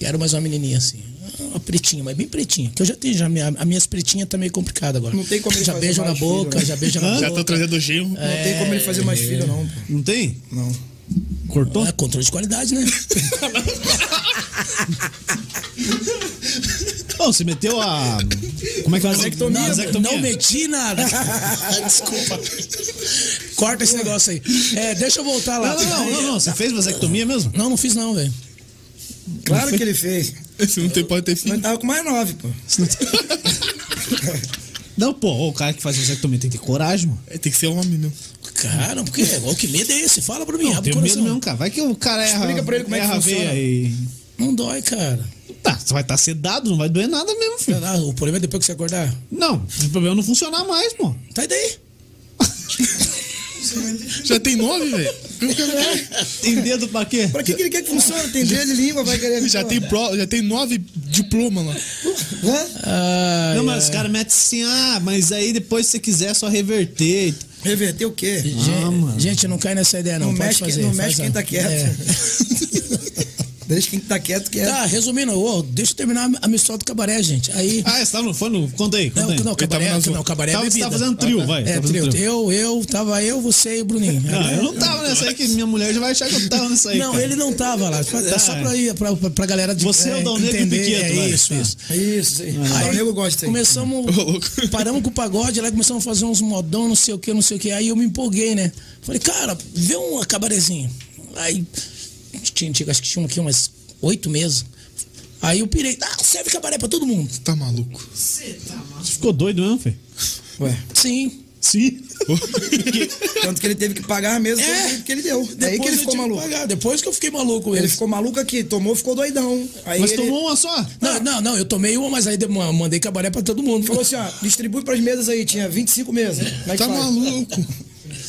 S3: Quero mais uma menininha assim. Uma pretinha, mas bem pretinha. Que eu já tenho, já minha, a minhas pretinhas tá meio complicada agora.
S4: Não tem como ele
S3: Já
S4: fazer
S3: beija na
S4: mais filho,
S3: boca,
S4: né?
S3: já beija na
S2: Já
S3: boca.
S2: tô trazendo o genro.
S4: Não tem como ele fazer mais filho, não, pô.
S1: Não tem?
S4: Não.
S1: Cortou?
S3: É, controle de qualidade, né?
S1: Não, você meteu a. Como é que faz?
S3: Não,
S1: Não, vasectomia.
S3: não meti nada. Desculpa. Corta esse negócio aí. É, deixa eu voltar lá.
S1: Não, não, não, não, não. Você fez vasectomia mesmo?
S3: Não, não fiz não, velho.
S4: Claro que ele fez.
S2: Você não tem, pode ter filho.
S4: Mas tava com mais nove, pô.
S1: Não, pô, o cara que faz vasectomia tem que ter coragem, mano.
S2: É, tem que ser homem, meu.
S3: Cara, porque ó, que medo é esse? Fala pra mim, abre o
S1: Tem medo
S3: coração.
S1: mesmo, cara. Vai que o cara erra.
S4: Explica pra ele como é que
S1: erra a
S4: funciona.
S1: veia e.
S3: Não dói, cara.
S1: Tá, você vai estar sedado, não vai doer nada mesmo, filho.
S3: Ah, O problema é depois que você acordar.
S1: Não, o problema é não funcionar mais, pô.
S3: Tá aí daí.
S2: Já tem nove, velho.
S1: Tem dedo pra quê?
S4: Pra que, que ele quer que funcione? Tem dedo e língua, vai querer.
S2: Já
S4: Pô.
S2: tem, pro, já tem nove diploma lá.
S4: Hã?
S3: Ai,
S1: Não, mas
S3: ai.
S1: os caras metem assim, ah, mas aí depois se você quiser é só reverter.
S4: Reverter o quê?
S3: Gente,
S1: Ah, mano.
S3: gente, não cai nessa ideia, não.
S4: Não
S3: Pode
S4: mexe quem-
S3: fazer,
S4: não
S3: faz
S4: mexe
S3: a-
S4: quem tá quieto. Deixa quem tá quieto que é.
S3: Tá, resumindo, ô, deixa eu terminar a missão do cabaré, gente. Aí.
S1: Ah, você tá no fone? Conta aí, conta
S3: Não,
S1: aí.
S3: não, cabaré,
S2: tava na
S3: não,
S2: zona.
S3: cabaré é
S1: Tava, você
S3: bebida.
S1: tá fazendo trio, vai.
S3: É,
S1: tá fazendo
S3: trio. Eu, eu, tava eu, você e o Bruninho. É,
S1: Não, eu não tava nessa aí que minha mulher já vai achar que eu tava nessa aí.
S3: Não,
S1: cara.
S3: ele não tava lá. É só
S1: Tá,
S3: pra, ir, pra, pra, pra galera de
S1: Você é o Dal Negro e o
S3: entender,
S1: Piqueto,
S3: É
S1: vai.
S3: isso,
S1: Tá.
S3: isso.
S4: Isso, isso. Ah, o nego gosta aí.
S3: Começamos.
S2: Ô, louco.
S3: Paramos com o pagode, lá começamos a fazer uns modão, não sei o que, não sei o que. Aí eu me empolguei, né? Falei, cara, vê um cabarezinho. Aí. Tinha, tinha, acho que tinha um aqui umas oito meses. Aí eu pirei. Ah, serve cabaré pra todo mundo.
S2: Você tá maluco.
S1: Você ficou doido mesmo, filho?
S4: Ué,
S3: Sim.
S1: Sim.
S4: tanto que ele teve que pagar a mesa
S3: É.
S4: que ele deu. Daí
S3: Depois
S4: que ele
S3: eu
S4: ficou
S3: tive
S4: maluco.
S3: pagar, Depois que eu fiquei maluco.
S4: Ele
S3: Ele
S4: ficou maluco aqui, tomou, ficou doidão. Aí
S1: Mas
S4: ele
S1: tomou uma só?
S3: Não, não, não, eu tomei uma, mas aí de- mandei cabaré pra todo mundo.
S4: falou assim, ó, distribui pras mesas aí, tinha 25 mesas. Como é que
S2: Tá
S4: faz?
S2: maluco.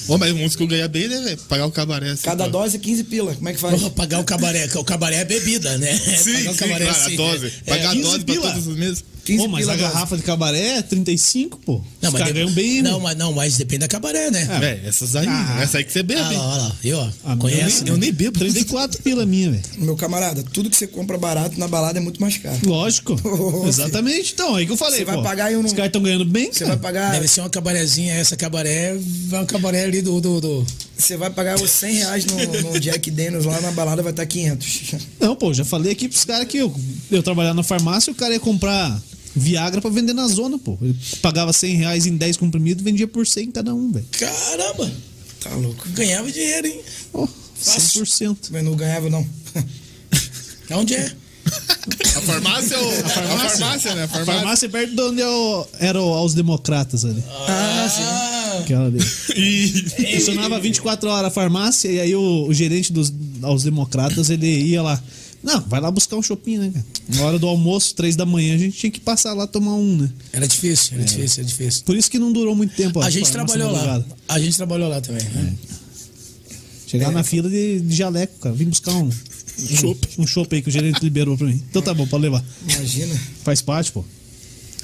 S2: Ó, mas vamos que eu ganhar bem, né, velho? Pagar o cabaré assim.
S4: Cada
S2: pô.
S4: dose 15 pila, como é que faz?
S3: Porra, pagar o cabaré. que O cabaré é bebida, né?
S2: Sim,
S3: pagar
S2: sim, claro, a dose.
S3: É,
S2: Pagar a
S1: 15
S2: dose
S1: pila.
S2: pra todas as mesas.
S4: 15
S1: Pô, mas
S4: pila
S1: a
S4: dose.
S1: garrafa de cabaré é 35, pô.
S3: Não,
S1: Os
S3: mas
S1: caras
S2: um
S1: ganham bem.
S3: Não,
S1: né?
S3: mas, não, mas depende da cabaré, né?
S2: É, essas aí.
S1: Ah.
S2: Essa aí que você bebe.
S3: Ah, lá,
S2: hein?
S3: lá, lá. Eu, ó,
S2: é
S1: Ah, mas
S3: conhece?
S1: eu nem, eu nem bebo. 34 pila minha, velho.
S4: Meu camarada, tudo que você compra barato na balada é muito mais caro.
S1: Lógico.
S4: Ô,
S1: Exatamente. Então, aí que eu falei,
S4: Você vai
S1: pô.
S4: pagar e eu não-
S1: Os caras estão ganhando bem,
S4: Você
S1: cara.
S4: vai pagar,
S3: Deve ser uma cabarezinha, essa cabaré é uma cabaré ali do. do, do-
S4: você vai pagar os 100 reais no, no Jack Daniels lá na balada vai estar 500.
S1: Não, pô, já falei aqui pros caras que eu, eu trabalhava na farmácia e o cara ia comprar Viagra pra vender na zona, pô. Ele pagava 100 reais em 10 comprimidos e vendia por 100 cada um, velho.
S3: Caramba!
S4: Tá louco.
S3: Ganhava dinheiro, hein?
S1: Ó, 100%.
S4: Mas não ganhava não.
S3: Onde é?
S2: A farmácia ou. A farmácia, né? A
S1: A
S2: farmácia.
S1: farmácia é perto de onde eu, era o- aos democratas ali.
S3: Ah, sim.
S1: Aquela ali.
S2: E.
S1: Funcionava 24 horas a farmácia e aí o, o gerente dos aos democratas, ele ia lá. Não, vai lá buscar um shopping, né, cara? Na hora do almoço, 3 da manhã, a gente tinha que passar lá tomar um, né?
S3: Era difícil,
S2: É.
S3: era difícil, era difícil.
S1: Por isso que não durou muito tempo. ó,
S3: A gente
S1: farmácia
S3: trabalhou lá.
S1: madrugada.
S3: A gente trabalhou lá também. né?
S2: É.
S1: Chegar
S3: É.
S1: na fila de, de jaleco, cara. Vim buscar um. Um chopp aí que o gerente liberou pra mim. Então tá bom, pode levar.
S4: Imagina.
S1: Faz parte, pô.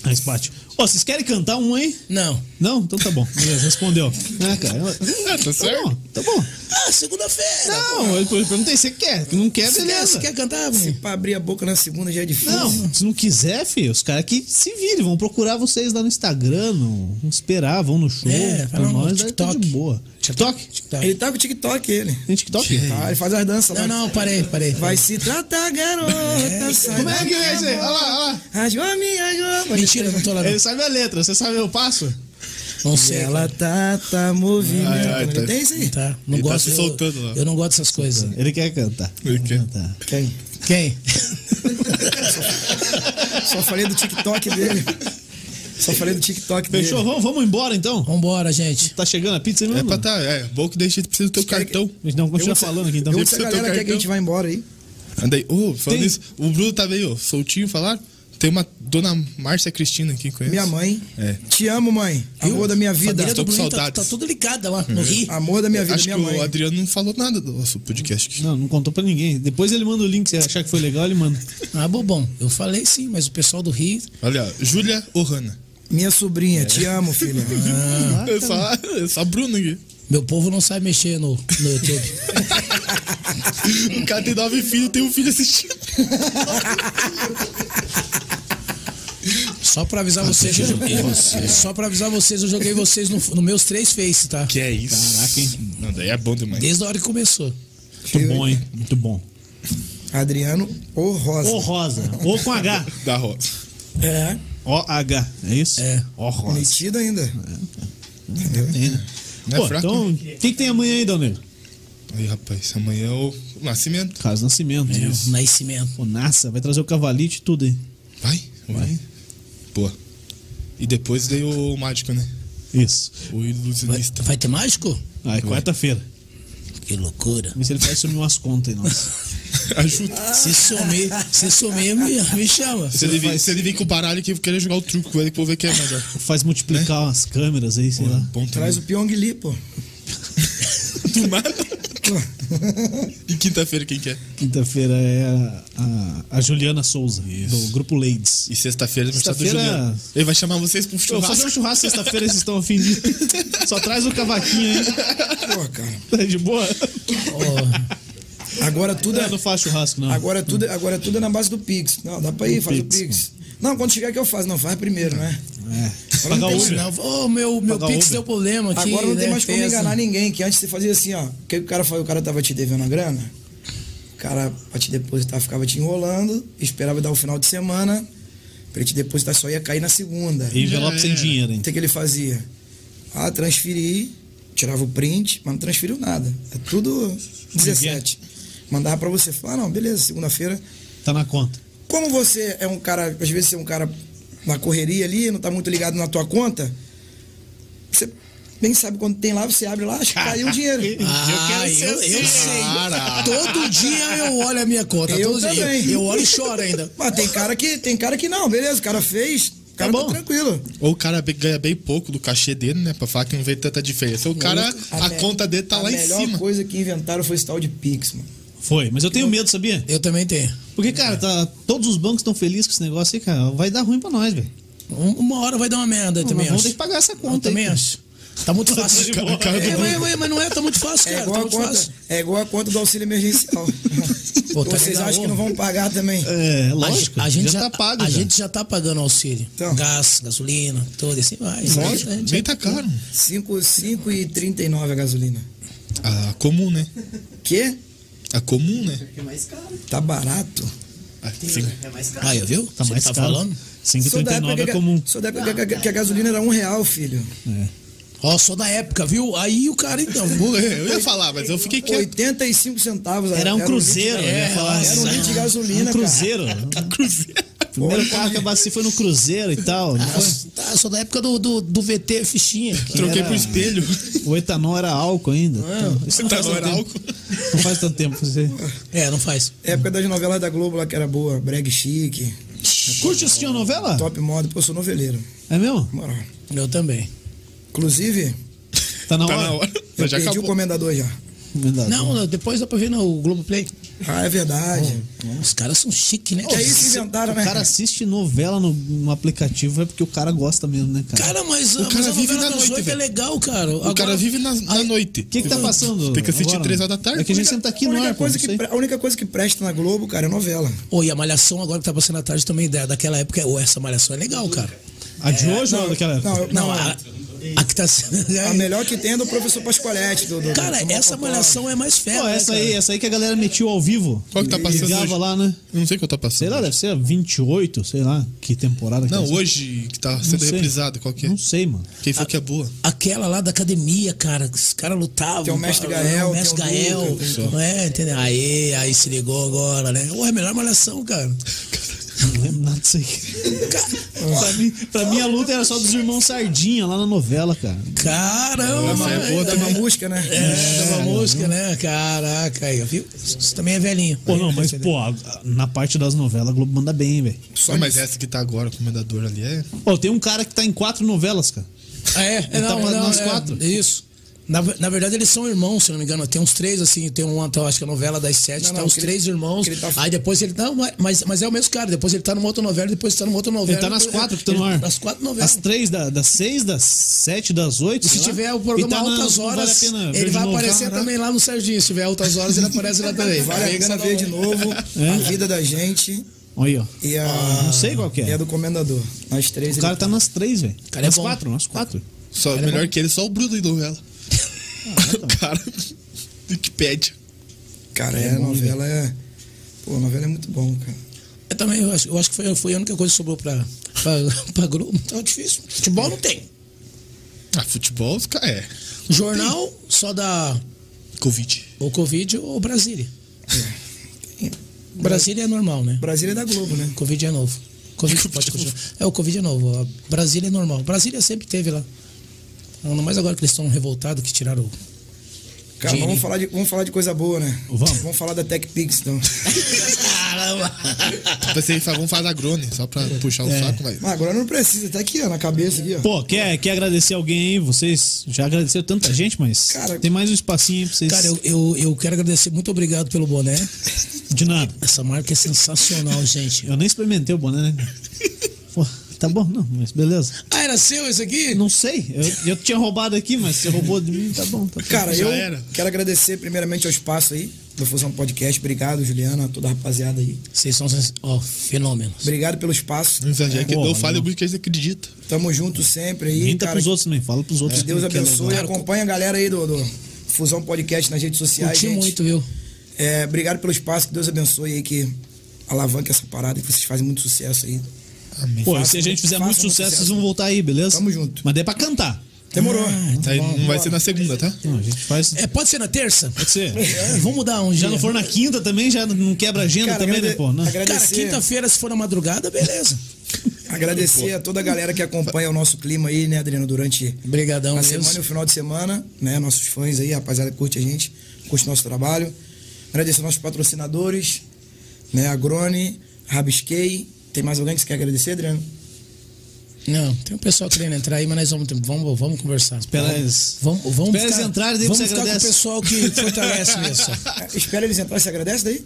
S1: Faz parte. Ô, vocês querem cantar um aí?
S3: Não.
S1: Não? Então tá bom. Beleza, respondeu. Ah, cara.
S2: Ah, tá
S1: Tá
S2: certo?
S1: bom, tá bom.
S3: Ah, segunda-feira!
S1: Não, Tá eu eu perguntei, você quer? Não quer, Uhum.
S3: Você quer, você
S1: beleza.
S3: quer cantar, Bruno?
S4: Pra abrir a boca na segunda já é difícil.
S1: Não, se não quiser, filho, os caras que se virem, vão procurar vocês lá no Instagram, no- vão esperar, vão no show.
S3: É,
S1: pra
S3: vai lá no
S1: nós, daí tá de
S3: TikTok.
S1: boa. TikTok?
S4: Ele tá com o TikTok, ele.
S1: Tem TikTok? Ah,
S4: Tá, ele faz as danças
S3: Não,
S4: lá.
S3: não, parei, parei.
S4: Vai se tratar, garota. sai
S1: Como é
S4: da
S1: que é isso aí?
S4: minha
S1: Olha lá, olha lá.
S4: boca. As minhas gomas.
S3: Mentira, não tô lá.
S2: É
S1: Ele
S3: Não,
S1: sabe a letra, você sabe o passo?
S3: não
S4: E
S3: sei.
S4: ela tá, tá movimentando.
S2: Ai, ai, tá-
S4: Tem isso aí?
S3: Tá, não
S2: Ele tá
S3: gosto.
S2: se
S3: eu-
S2: soltando lá.
S3: eu, não gosto dessas coisas.
S1: Ele quer cantar.
S2: Ele quer.
S1: cantar.
S4: Quem?
S3: Quem?
S4: Só falei do TikTok dele. Só falei do TikTok dele.
S1: Fechou? Vamos, vamos embora então?
S3: Vambora, gente.
S1: Tá chegando a pizza aí
S2: É
S1: mesmo?
S2: pra tá. É, bom que deixa precisa do teu
S4: caras
S2: cartão.
S1: Mas Não,
S4: Eu
S1: continua
S4: vou-
S1: falando aqui então.
S4: Eu vou
S2: Você
S4: se a
S2: tem o
S4: galera quer que a
S2: cartão?
S4: gente vai embora aí.
S2: Anda aí. Ô, falando
S1: Tem-
S2: isso, o Bruno tá meio soltinho, falaram? Tem uma dona Márcia Cristina aqui, conhece?
S4: Minha mãe.
S2: É.
S4: Te amo, mãe. Amor da minha vida.
S3: Família
S2: Tô
S3: do
S2: com
S3: Bruninho tá,
S2: saudades.
S3: tá tudo ligada lá no Rio.
S4: Amor da minha vida,
S2: É, Acho
S4: minha
S2: que
S4: mãe.
S2: o Adriano não falou nada do nosso podcast aqui.
S1: Não, não contou pra ninguém. Depois ele manda o link, se achar que foi legal, ele manda.
S3: Ah, bobão. Eu falei sim, mas o pessoal do Rio.
S2: Olha, Júlia Ohana.
S4: Minha sobrinha, te amo, filha.
S2: é, só, é só Bruno aqui.
S3: Meu povo não sabe mexer no, no YouTube.
S2: O cara tem nove filhos, tem um filho assistindo.
S3: Só pra avisar vocês, eu joguei vocês. Só pra avisar vocês, eu joguei vocês no, no meus três faces, tá?
S2: Que é isso? Caraca, hein? Não, daí é bom demais.
S3: Desde a hora que começou.
S1: Muito bom, hein? Muito bom.
S4: Ah, Adriano ou Rosa.
S1: Ou rosa. Ou com H.
S2: Da roça.
S3: É.
S1: O-H. É isso?
S3: É.
S1: Ó, rosa.
S4: Metido ainda.
S2: É,
S1: Tem, né?
S2: Não é
S1: Pô,
S2: fraco?
S1: então, o que, que tem amanhã aí, Dalneiro?
S2: Aí, rapaz, amanhã é o nascimento.
S1: Caso Nascimento.
S3: É,
S1: Isso.
S3: o Nascimento.
S1: Pô, NASA, vai trazer o cavalite e tudo, hein?
S2: Vai, vai. Pô. E depois daí o mágico, né?
S1: Isso.
S2: O
S3: Vai,
S2: ilusionista.
S3: vai ter mágico?
S1: Aí, Ah, é quarta-feira.
S3: Que loucura.
S1: Vamos ver se ele vai sumir umas contas aí, nossa.
S2: Ajuda.
S4: Ah,
S3: Se sumir, se sumir, me, me chama.
S2: Se ele, vir, se ele vir com o baralho aqui, eu queria jogar o truco com ele que eu vou ver que é melhor.
S1: Faz multiplicar umas câmeras aí, sei lá.
S2: Bom
S4: Traz
S2: também.
S4: o Pyong Lee, pô.
S2: Do nada. E quinta-feira quem quer?
S1: Quinta-feira é a, a, a Juliana Souza, do grupo Ladies.
S2: E sexta-feira é aniversário do
S1: Sexta-feira- é.
S2: Juliano. Ele vai chamar vocês pro
S1: Eu vou fazer um
S2: churrasco.
S1: churrasco sexta-feira, vocês estão afim de. Só traz o cavaquinho aí.
S4: Pô, cara.
S1: Tá de boa?
S3: Ó,
S4: Agora tudo é.
S1: Eu não faço churrasco, não.
S4: Agora tudo, agora tudo é na base do Pix. Não, dá pra ir, faz o Pix. Não, quando chegar que eu faço. Não, faz primeiro, né?
S1: É. Pagar
S4: tem
S1: Uber.
S3: não, ô, meu, meu
S1: Pagar
S3: Pix
S1: Uber.
S3: deu problema aqui.
S4: Agora não tem
S3: né,
S4: mais como
S3: fez-
S4: enganar ninguém, que antes você fazia assim, ó. O que que o cara fazia? O cara tava te devendo a grana, o cara pra te depositar ficava te enrolando, esperava dar o final de semana, pra ele te depositar só ia cair na segunda.
S1: E envelope
S2: Já
S1: sem
S2: era.
S1: dinheiro, hein?
S4: O que, que ele fazia? Ah, transferi, tirava o print, mas não transferiu nada. É tudo 17. Mandava pra você, falar, ah, não, beleza, segunda-feira
S1: Tá na conta.
S4: como você é um cara, às vezes você é um cara na correria ali, não tá muito ligado na tua conta, você nem sabe quando tem lá, você abre lá, acho que caiu o dinheiro.
S3: Ah, eu, eu,
S1: um
S3: sei.
S6: Ah.
S2: Cara.
S3: Todo dia eu olho a minha conta.
S4: Eu
S3: todo
S4: também.
S3: Dia. Eu olho e choro ainda.
S4: Mas tem cara que tem cara que não, beleza, o cara fez, o cara tá,
S1: bom.
S4: tranquilo.
S2: Ou o cara be- ganha bem pouco do cachê dele, né? Pra falar que não vê tanta diferença. O cara, a,
S1: É,
S4: me-
S2: conta dele tá lá em
S4: A
S2: cima.
S4: melhor coisa que inventaram foi esse tal de Pix, mano.
S1: Foi, mas eu tenho medo, sabia?
S3: Eu também tenho.
S1: Porque, cara, tá- todos os bancos estão felizes com esse negócio aí, cara. Vai dar ruim pra nós, velho.
S3: Um- Uma hora vai dar uma merda eu
S1: Nós
S3: também.
S1: vamos
S3: acho.
S1: ter que pagar essa
S3: Eu
S1: conta
S3: também
S1: aí.
S3: acho. Tá muito fácil.
S2: Ca- boa. cara do
S3: é, mas, mas- mas não é, tá muito fácil,
S4: É
S3: cara.
S4: igual,
S3: Tá
S4: a
S3: muito
S4: conta,
S3: fácil.
S4: é igual a conta do auxílio emergencial.
S3: Pô, tá
S4: Vocês
S3: legal,
S4: acham que
S3: ó.
S4: não vão pagar também?
S1: É,
S3: A
S1: lógico.
S3: gente- a gente já,
S1: tá pago.
S3: A
S1: já.
S3: gente já tá pagando auxílio.
S4: Então.
S3: Gás, gasolina, tudo assim vai.
S2: Lógico,
S3: A gente-
S2: bem tá caro.
S4: 5, 5 e 39 a gasolina.
S2: A comum, né?
S4: Que?
S2: A comum, né? Ah,
S5: É mais caro.
S4: Tá barato.
S2: A cinco-
S5: É mais caro.
S3: Aí, viu?
S1: Tá
S3: Você
S1: mais
S3: tá
S1: caro.
S3: falando?
S1: 5,39
S4: que
S1: é
S4: a-
S1: comum.
S4: Só da época que a- que a gasolina era um real, filho.
S3: Ó, sou da época, viu? Aí o cara então.
S2: Pô, Eu ia falar, mas eu fiquei quieto.
S4: 85 centavos.
S1: é? Era um cruzeiro,
S4: litro,
S1: né? Falar
S4: Era um
S1: assim.
S4: litro de gasolina,
S1: Um cruzeiro.
S3: Tá
S1: Primeiro carro que eu bati foi no cruzeiro e tal.
S3: Ah, sou- tá, sou da época do, do, do VT fichinha.
S2: Troquei pro espelho.
S1: O etanol era álcool ainda. Então, isso não
S2: Tá
S1: faz
S2: no
S1: tanto tempo.
S2: era álcool.
S1: Não faz tanto tempo. Você...
S3: É, não faz.
S4: cara. Época das novelas da Globo lá que era boa. Breg Chique,
S1: Curte o senhor novela?
S4: Top Moda. Pô, eu sou noveleiro.
S1: É mesmo?
S4: na Moral.
S3: Eu também.
S4: Inclusive,
S1: Tá na
S2: Tá
S1: hora?
S2: na hora.
S4: eu
S2: Mas já
S4: perdi o
S2: acabou.
S4: comendador já.
S1: Verdade.
S3: Não, não, depois dá pra ver no Globoplay.
S4: Ah, é verdade.
S3: Os caras são chiques, né?
S4: que é isso que inventaram,
S1: O
S4: né?
S1: cara assiste novela no, no aplicativo é porque o cara gosta mesmo, né, cara?
S3: Cara, mas, o
S2: cara
S3: mas a
S2: vive
S3: novela
S2: na
S3: das
S2: noite,
S3: oito é
S2: velho.
S3: legal, cara.
S2: O cara vive na, na noite.
S1: O que, que tá passando?
S2: Tem que assistir
S1: agora?
S2: três horas da tarde.
S1: É que a gente sempre tá aqui
S4: a,
S1: no
S4: única
S1: ar, pô,
S4: coisa
S1: não
S4: que
S1: sei.
S4: pre- a única coisa que presta na Globo, cara, é novela.
S3: Ô, e a Malhação agora que tá passando à tarde também, da- daquela época. Ô, essa Malhação é legal, cara.
S1: A de hoje ou daquela época?
S4: Não, eu-
S3: é, Não,
S4: não,
S3: a, a que tá sendo.
S4: a melhor que tem é do professor Pascoalete. Do, do-
S3: Cara,
S4: do- do-
S3: essa
S4: do-
S3: malhação é mais fera.
S1: Pô,
S3: né,
S1: essa
S3: cara?
S1: aí, essa aí que a galera metiu ao vivo.
S2: Qual que tá passando
S1: Ligava
S2: hoje?
S1: lá, né?
S2: Eu não sei o que eu tô passando.
S1: Sei lá, deve ser a 28, sei lá, que temporada que
S2: Não,
S1: é essa.
S2: hoje que tá sendo
S1: sei.
S2: reprisado, qual que é?
S1: Não sei, mano.
S2: Quem foi que é boa?
S3: Aquela lá da academia, cara, que os caras lutavam.
S4: Tem o Mestre
S3: pá,
S4: Gael,
S3: O Mestre
S4: tem o
S3: Gael.
S4: Duca,
S3: não é, entendeu? Aí, aí se ligou agora, né? Ô, é a melhor malhação, cara.
S1: Não lembro nada disso aí. Cara, pra, mim, pra mim, a luta era só dos irmãos Sardinha lá na novela, cara.
S3: Caramba!
S2: Essa é boa
S3: ainda
S4: É uma
S3: bem.
S4: música, né?
S3: É, dava música, né? Caraca, aí, viu? Você também é velhinho.
S1: Pô, não, mas, pô, na parte das novelas, a Globo manda bem, velho.
S2: Só mas essa que tá agora, comendador ali, é.
S1: Ó, tem um cara que tá em quatro novelas, cara.
S3: Ah, é? é
S1: tá
S3: não,
S1: pra-
S3: não,
S1: nós
S3: é,
S1: quatro.
S3: é isso. Na, ve- na verdade, eles são irmãos, se não me engano. Tem uns três, assim, tem um, então, acho que é a novela das sete,
S4: Não,
S3: tá
S4: não,
S3: os
S4: que ele-
S3: três irmãos.
S4: que ele tá-
S3: Aí depois ele tá. Mas, mas é o mesmo cara, depois ele tá numa outra novela, depois tá numa outra novela.
S1: tá nas
S3: depois-
S1: quatro que tá no ar.
S3: Nas quatro novelas.
S1: Das três, da- das seis, das sete, das oito.
S3: E se
S1: sei lá.
S3: tiver o
S1: E tá
S3: programa
S1: na-
S3: Altas
S1: não
S3: Horas,
S1: vale a pena ver
S3: ele
S1: de
S3: vai
S1: novo.
S3: aparecer
S1: Caraca.
S3: também lá no Serginho. Se tiver Altas Horas, ele aparece lá também. Tá
S4: Vale a
S3: Aí
S4: pena
S3: você
S4: ver
S3: dá
S4: de
S3: uma-
S4: novo
S1: É.
S4: a vida da gente
S1: Olha aí, ó.
S4: e a.
S1: não sei qual que é.
S4: E a do Comendador. Nós três.
S1: O cara
S4: ele-
S1: tá nas três, velho.
S3: Cara, é
S1: Nas
S3: bom.
S1: quatro, nas quatro.
S2: Só, melhor que ele, só o Bruno em novela. O cara. Wikipedia.
S4: Cara, é, a novela é. Pô, a novela é muito bom, cara.
S3: Eu também, eu acho, eu acho que foi, foi a única coisa que sobrou pra, pra, pra grupo. Tá difícil. Futebol não tem.
S2: Ah, futebol, os caras é.
S3: Jornal só dá
S2: Covid.
S3: ou Covid ou Brasília. Brasília é normal, né?
S4: Brasília é da Globo, né?
S3: Covid é novo. Covid pode continuar. É, o Covid é novo. A Brasília é normal. Brasília sempre teve lá. Ainda mais agora que eles estão revoltados que tiraram o.
S4: Cara, mas vamos falar, de, vamos falar de coisa boa, né?
S1: Vamos.
S4: Vamos falar da TechPix, então.
S2: Pensei que Tipo assim, vamos fazer a Grone, só pra puxar o saco, mas.
S4: Mas agora não precisa, tá aqui, ó, na cabeça aqui, ó.
S1: Pô, quer, quer agradecer alguém aí? Vocês já agradeceram tanta gente, mas
S4: Cara-
S1: tem mais um espacinho aí pra vocês.
S3: Cara, eu, eu, eu quero agradecer. Muito obrigado pelo boné.
S1: De nada.
S3: Essa marca é sensacional, gente.
S1: Eu nem experimentei o boné, né? Pô, tá bom, não, mas beleza.
S3: Ah, era seu esse aqui?
S1: Não sei, eu, eu tinha roubado aqui, mas você roubou de mim, tá bom. Tá bom.
S4: Cara,
S2: Já
S4: eu
S2: era.
S4: quero agradecer primeiramente ao espaço aí do Fusão Podcast. Obrigado, Juliana, a toda a rapaziada aí.
S3: Vocês são sens- ó, fenômenos.
S4: Obrigado pelo espaço.
S2: Não exagera que
S1: Pô,
S2: eu falo muito que eles acreditam.
S4: Tamo junto sempre aí,
S1: Grita
S4: cara.
S1: pros outros também, fala pros outros.
S4: Que Deus
S1: que é legal.
S4: abençoe.
S3: Cara,
S4: Acompanha a galera aí do, do Fusão Podcast nas redes sociais,
S3: Curti
S4: gente.
S3: muito, viu?
S4: É, obrigado pelo espaço. Que Deus abençoe aí, que alavanca essa parada, que vocês fazem muito sucesso aí.
S1: Pô, e
S4: Faça
S1: se a gente
S4: muito-
S1: fizer
S4: faça
S1: muito
S4: muito
S1: sucesso,
S4: sucesso.
S1: vocês vão voltar aí, beleza?
S4: Tamo junto.
S1: Mas daí é pra cantar. Ah,
S4: Demorou.
S2: Tá, aí não vai ser na segunda, tá?
S1: Não, a gente faz.
S3: É, pode ser na terça?
S1: Pode ser.
S3: É, Vamos mudar um
S1: Já
S3: dia.
S1: não for na quinta também, já não quebra a agenda
S4: Cara,
S1: também,
S4: agrade-
S1: né, pô? Não.
S3: Cara,
S4: agradecer,
S3: quinta-feira, se for na madrugada, beleza.
S4: agradecer a toda a galera que acompanha o nosso clima aí, né, Adriano, durante
S3: Obrigadão,
S4: na
S3: mesmo.
S4: semana e o final de semana, né? Nossos fãs aí, rapaziada que curte a gente, curte nosso trabalho. Agradecer aos nossos patrocinadores, né? A Grone, Rabisquei. Tem mais alguém que você quer agradecer, Adriano?
S3: Não, tem um pessoal querendo entrar aí, mas nós vamos, vamos, vamos conversar.
S1: Espera eles-
S3: Vamos, vamos
S1: espera
S3: ficar,
S1: eles entrarem, daí
S3: vamos
S1: você
S3: ficar com o
S1: agradece.
S3: pessoal que fortalece mesmo.
S4: É, espera eles entrarem, você agradece daí?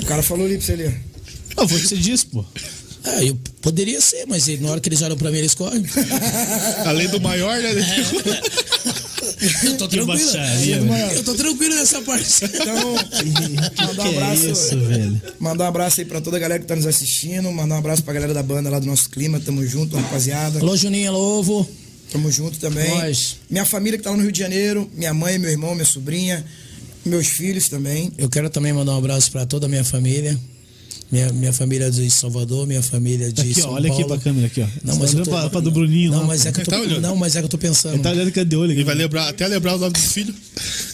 S4: O cara falou ali pra você ali.
S1: Ah, foi o que você disse, pô.
S3: Ah, eu poderia ser, mas na hora que eles olham pra mim, eles correm.
S2: Além do maior, né?
S3: Eu tô
S1: Que
S3: tranquilo.
S1: baixaria, né?
S3: Eu tô tranquilo nessa parte.
S4: Então,
S1: Que,
S4: mandar um
S1: é
S4: abraço.
S1: isso, velho?
S4: Mandar um abraço aí pra toda a galera que tá nos assistindo. Mandar um abraço pra galera da banda lá do nosso clima. Tamo junto, rapaziada.
S3: Alô, Juninho, alô, ovo.
S4: Tamo junto também.
S3: Nós.
S4: Minha família que tá lá no Rio de Janeiro. Minha mãe, meu irmão, minha sobrinha. Meus filhos também.
S3: Eu quero também mandar um abraço pra toda a minha família. Minha, minha família de Salvador, minha família de
S1: Aqui, ó,
S3: São
S1: olha aqui
S3: Paulo.
S1: pra câmera aqui, ó.
S3: Não, mas eu tô...
S1: pra, pra do Bruninho
S3: não,
S1: lá,
S3: mas
S1: pô.
S3: é que eu tô,
S2: Tá olhando.
S3: não, mas é que eu tô pensando.
S1: Ele tá olhando que é de olho aqui.
S2: E vai lembrar, até lembrar o nome dos filhos.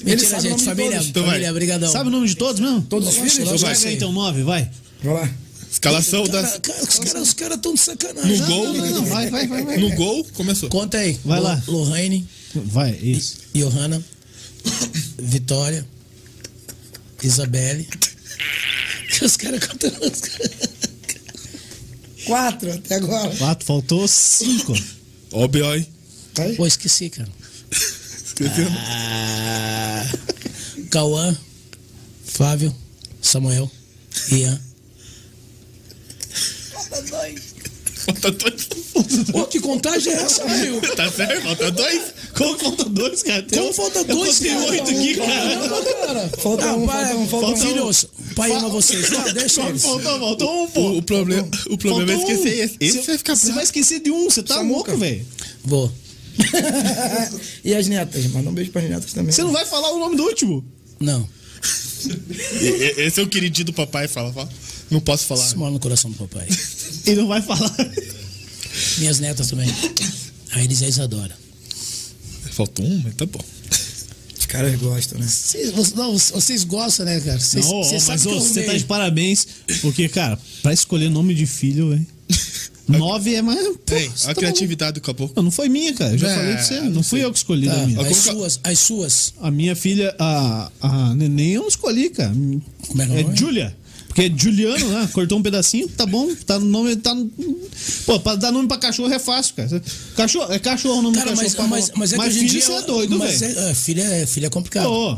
S4: Ele
S3: Mentira,
S4: sabe
S3: gente.
S4: o nome de
S3: Família,
S4: todos.
S2: Então vai.
S3: família, brigadão.
S1: Sabe o nome de todos mesmo?
S4: Todos os filhos?
S1: Então vai,
S3: Sim.
S1: ganha então nove, vai.
S4: Vai lá.
S2: Escalação das.
S3: Cara, cara, os caras estão de sacanagem.
S2: No gol.
S1: vai, vai, vai, vai.
S2: No gol, começou.
S3: Conta aí.
S1: Vai
S3: Lo-
S1: lá.
S3: Lohane,
S1: Vai, isso.
S3: Johanna, Vitória, Isabelle. Os caras contando os caras.
S4: Quatro até agora.
S1: Quatro, faltou cinco.
S2: Ó, o B.O., hein?
S4: Tá aí?
S3: Pô, esqueci, cara.
S2: Esqueceu?
S3: Ah, Cauã, Flávio, Samuel, Ian.
S2: Falta dois.
S3: Pô, que contagem é essa, meu?
S2: Tá certo? Falta dois.
S1: Como que falta dois, cara? Tem
S3: Como
S1: um-
S3: falta
S1: Eu
S3: dois,
S1: contei
S3: cara?
S1: oito aqui, cara.
S3: Caramba, cara.
S4: Falta um, falta um, falta um.
S3: Filhos, pai ama vocês. Tá, deixa eles.
S1: Faltou, faltou um, pô.
S2: O, o problema, o problema é
S1: Faltou um.
S2: esquecer esse. Esse é
S1: Você-
S2: vai ficar
S1: Você
S2: bravo.
S1: vai esquecer de um, você tá
S4: Samuca.
S1: louco, velho.
S3: Vou.
S4: e as netas? Manda um beijo pras netas também.
S1: Você não vai falar o nome do último.
S3: Não.
S2: E- e- Esse é o queridinho do papai, fala, fala. Não posso falar.
S3: Isso mora no coração do papai.
S1: E não vai falar.
S3: Minhas netas também. A Elis e a Isadora.
S2: Faltou um, mas tá bom.
S4: caras gostam, né?
S3: Vocês, vocês- não, vocês gostam, né, cara? Vocês,
S1: Não, ô,
S3: vocês
S1: mas
S3: sabem
S1: ô,
S3: que eu
S1: você tá
S3: arrumei.
S1: de parabéns, porque, cara, pra escolher nome de filho, velho. Nove é mais. Pô,
S2: Tem,
S1: você tá
S2: a criatividade do caboclo.
S1: maluco. Não, não foi minha, cara. Eu já
S2: É,
S1: falei pra você.
S2: não
S1: Não fui eu que escolhi
S3: Tá,
S1: da minha.
S3: as
S2: como que-
S3: suas, as suas.
S1: A minha filha, a, a neném, eu não escolhi, cara.
S3: Como é que é o nome?
S1: Julia. Porque é Juliano, né? Cortou um pedacinho, tá bom. Tá no nome. Tá no... Pô, pra dar nome pra cachorro é fácil, cara. Cachorro, é cachorro o nome
S3: Cara,
S1: do
S3: mas,
S1: cachorro. tá
S3: mas, mas é que hoje em
S1: filho,
S3: dia...
S1: você é doido,
S3: mas
S1: velho.
S3: é, é, filho, é, filho é complicado.
S1: Ô,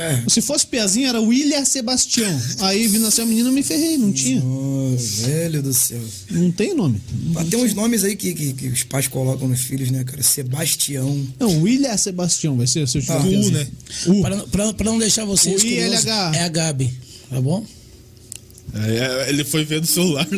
S4: É.
S1: Se fosse Piazinho, era William Sebastião. Aí vi nascer a menina, eu me ferrei. Não tinha.
S4: Ô, velho do céu.
S1: Não tem nome.
S4: Mas tem uns nomes aí que, que, que os pais colocam nos filhos, né, cara? Sebastião.
S1: Não, William Sebastião vai ser seu
S4: Ah,
S2: U, né?
S1: U.
S3: Para, não- para, para não deixar vocês
S1: O I, L,
S3: curiosos,
S1: H.
S3: é a Gabi, tá bom?
S2: É, é, ele foi vendo o celular.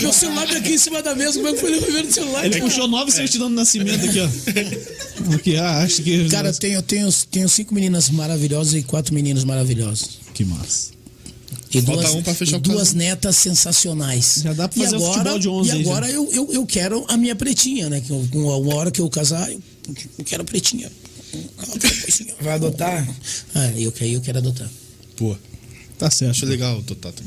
S3: Meu celular tá aqui em cima da mesa, como é que foi ele ver no celular?
S1: Ele
S3: cara?
S1: puxou nove certidão de nascimento aqui, ó. Aqui, ah, acho que.
S3: Cara, eu tenho, eu tenho, tenho cinco meninas maravilhosas e quatro meninos maravilhosos.
S1: que massa.
S3: E
S2: Falta
S3: duas,
S2: um pra fechar
S3: e
S2: o
S3: duas
S2: caso.
S3: netas sensacionais.
S1: Já dá pra
S3: E
S1: fazer o futebol de onze
S3: E
S1: aí, já.
S3: agora eu, eu, eu quero a minha pretinha, né? Que eu, uma uma hora que eu casar, eu, eu quero a pretinha.
S4: Vai adotar?
S3: Ah, eu, quero- eu quero adotar.
S2: Pô,
S1: Tá certo.
S2: acho legal o Totata.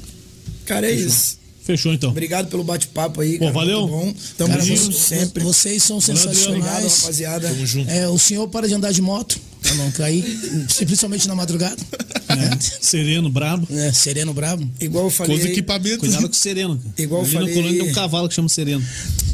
S4: Cara, é isso.
S1: Fechou então.
S4: Obrigado pelo bate-papo aí,
S1: Pô,
S4: cara.
S1: valeu.
S4: Muito bom. Tamo
S3: Cara,
S4: junto
S3: vocês-
S4: sempre.
S3: Vocês são
S4: Obrigado,
S3: sensacionais.
S4: rapaziada.
S2: Tamo junto.
S3: É, o senhor para de andar de moto pra não cair, principalmente na madrugada. né?
S1: É, sereno, brabo.
S3: É, sereno brabo.
S4: Igual eu
S2: Com
S4: falei.
S2: os
S4: aí,
S2: equipamentos.
S1: Cuidado com o sereno. Cara.
S4: Igual eu
S1: Ali
S4: falei-
S1: no colônia tem um cavalo que chama sereno.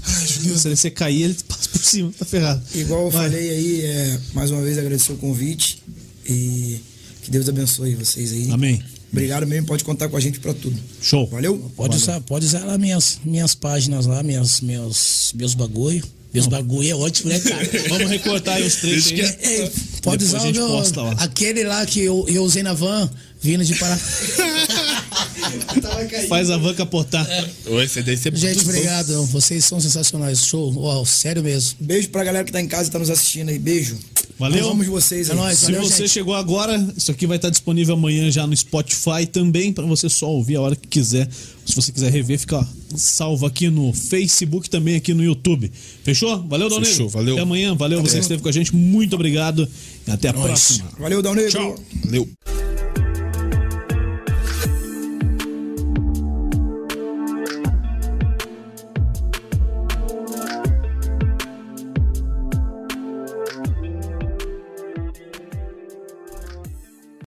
S1: Se ele- se você cair, ele passa por cima, tá ferrado.
S4: Igual eu
S1: Vai.
S4: falei aí, é, mais uma vez agradecer o convite e que Deus abençoe vocês aí.
S1: Amém.
S4: Obrigado mesmo, pode contar com a gente pra tudo.
S1: Show.
S4: Valeu?
S3: Pode usar, pode usar lá minhas, minhas páginas lá, minhas, meus, meus bagulho. Meus bagulho é ótimo, né, cara?
S1: Vamos recortar aí os três. aí.
S3: É,
S1: Depois
S3: pode usar
S1: a
S3: o
S1: gente
S3: meu,
S1: posta lá.
S3: aquele lá que eu, eu usei na van, vindo de Paraná.
S1: Faz a van capotar.
S2: Oi, esse daí você é
S3: Gente,
S2: produção.
S3: obrigado. Vocês são sensacionais. Show. Ó, sério mesmo.
S4: Beijo pra galera que tá em casa e tá nos assistindo aí. Beijo.
S1: Valeu.
S4: Amamos vocês
S3: É
S4: aí.
S3: nóis.
S1: Se
S3: Valeu,
S1: você
S3: gente.
S1: chegou agora, isso aqui vai estar disponível amanhã já no Spotify também, para você só ouvir a hora que quiser. Se você quiser rever, fica salvo aqui no Facebook também aqui no YouTube. Fechou? Valeu, Donego.
S2: Fechou, valeu. É
S1: Até amanhã. Valeu você que esteve com a gente. Muito obrigado e até a
S3: nóis.
S1: próxima.
S4: Valeu, Dal Negro.
S2: Tchau. Valeu.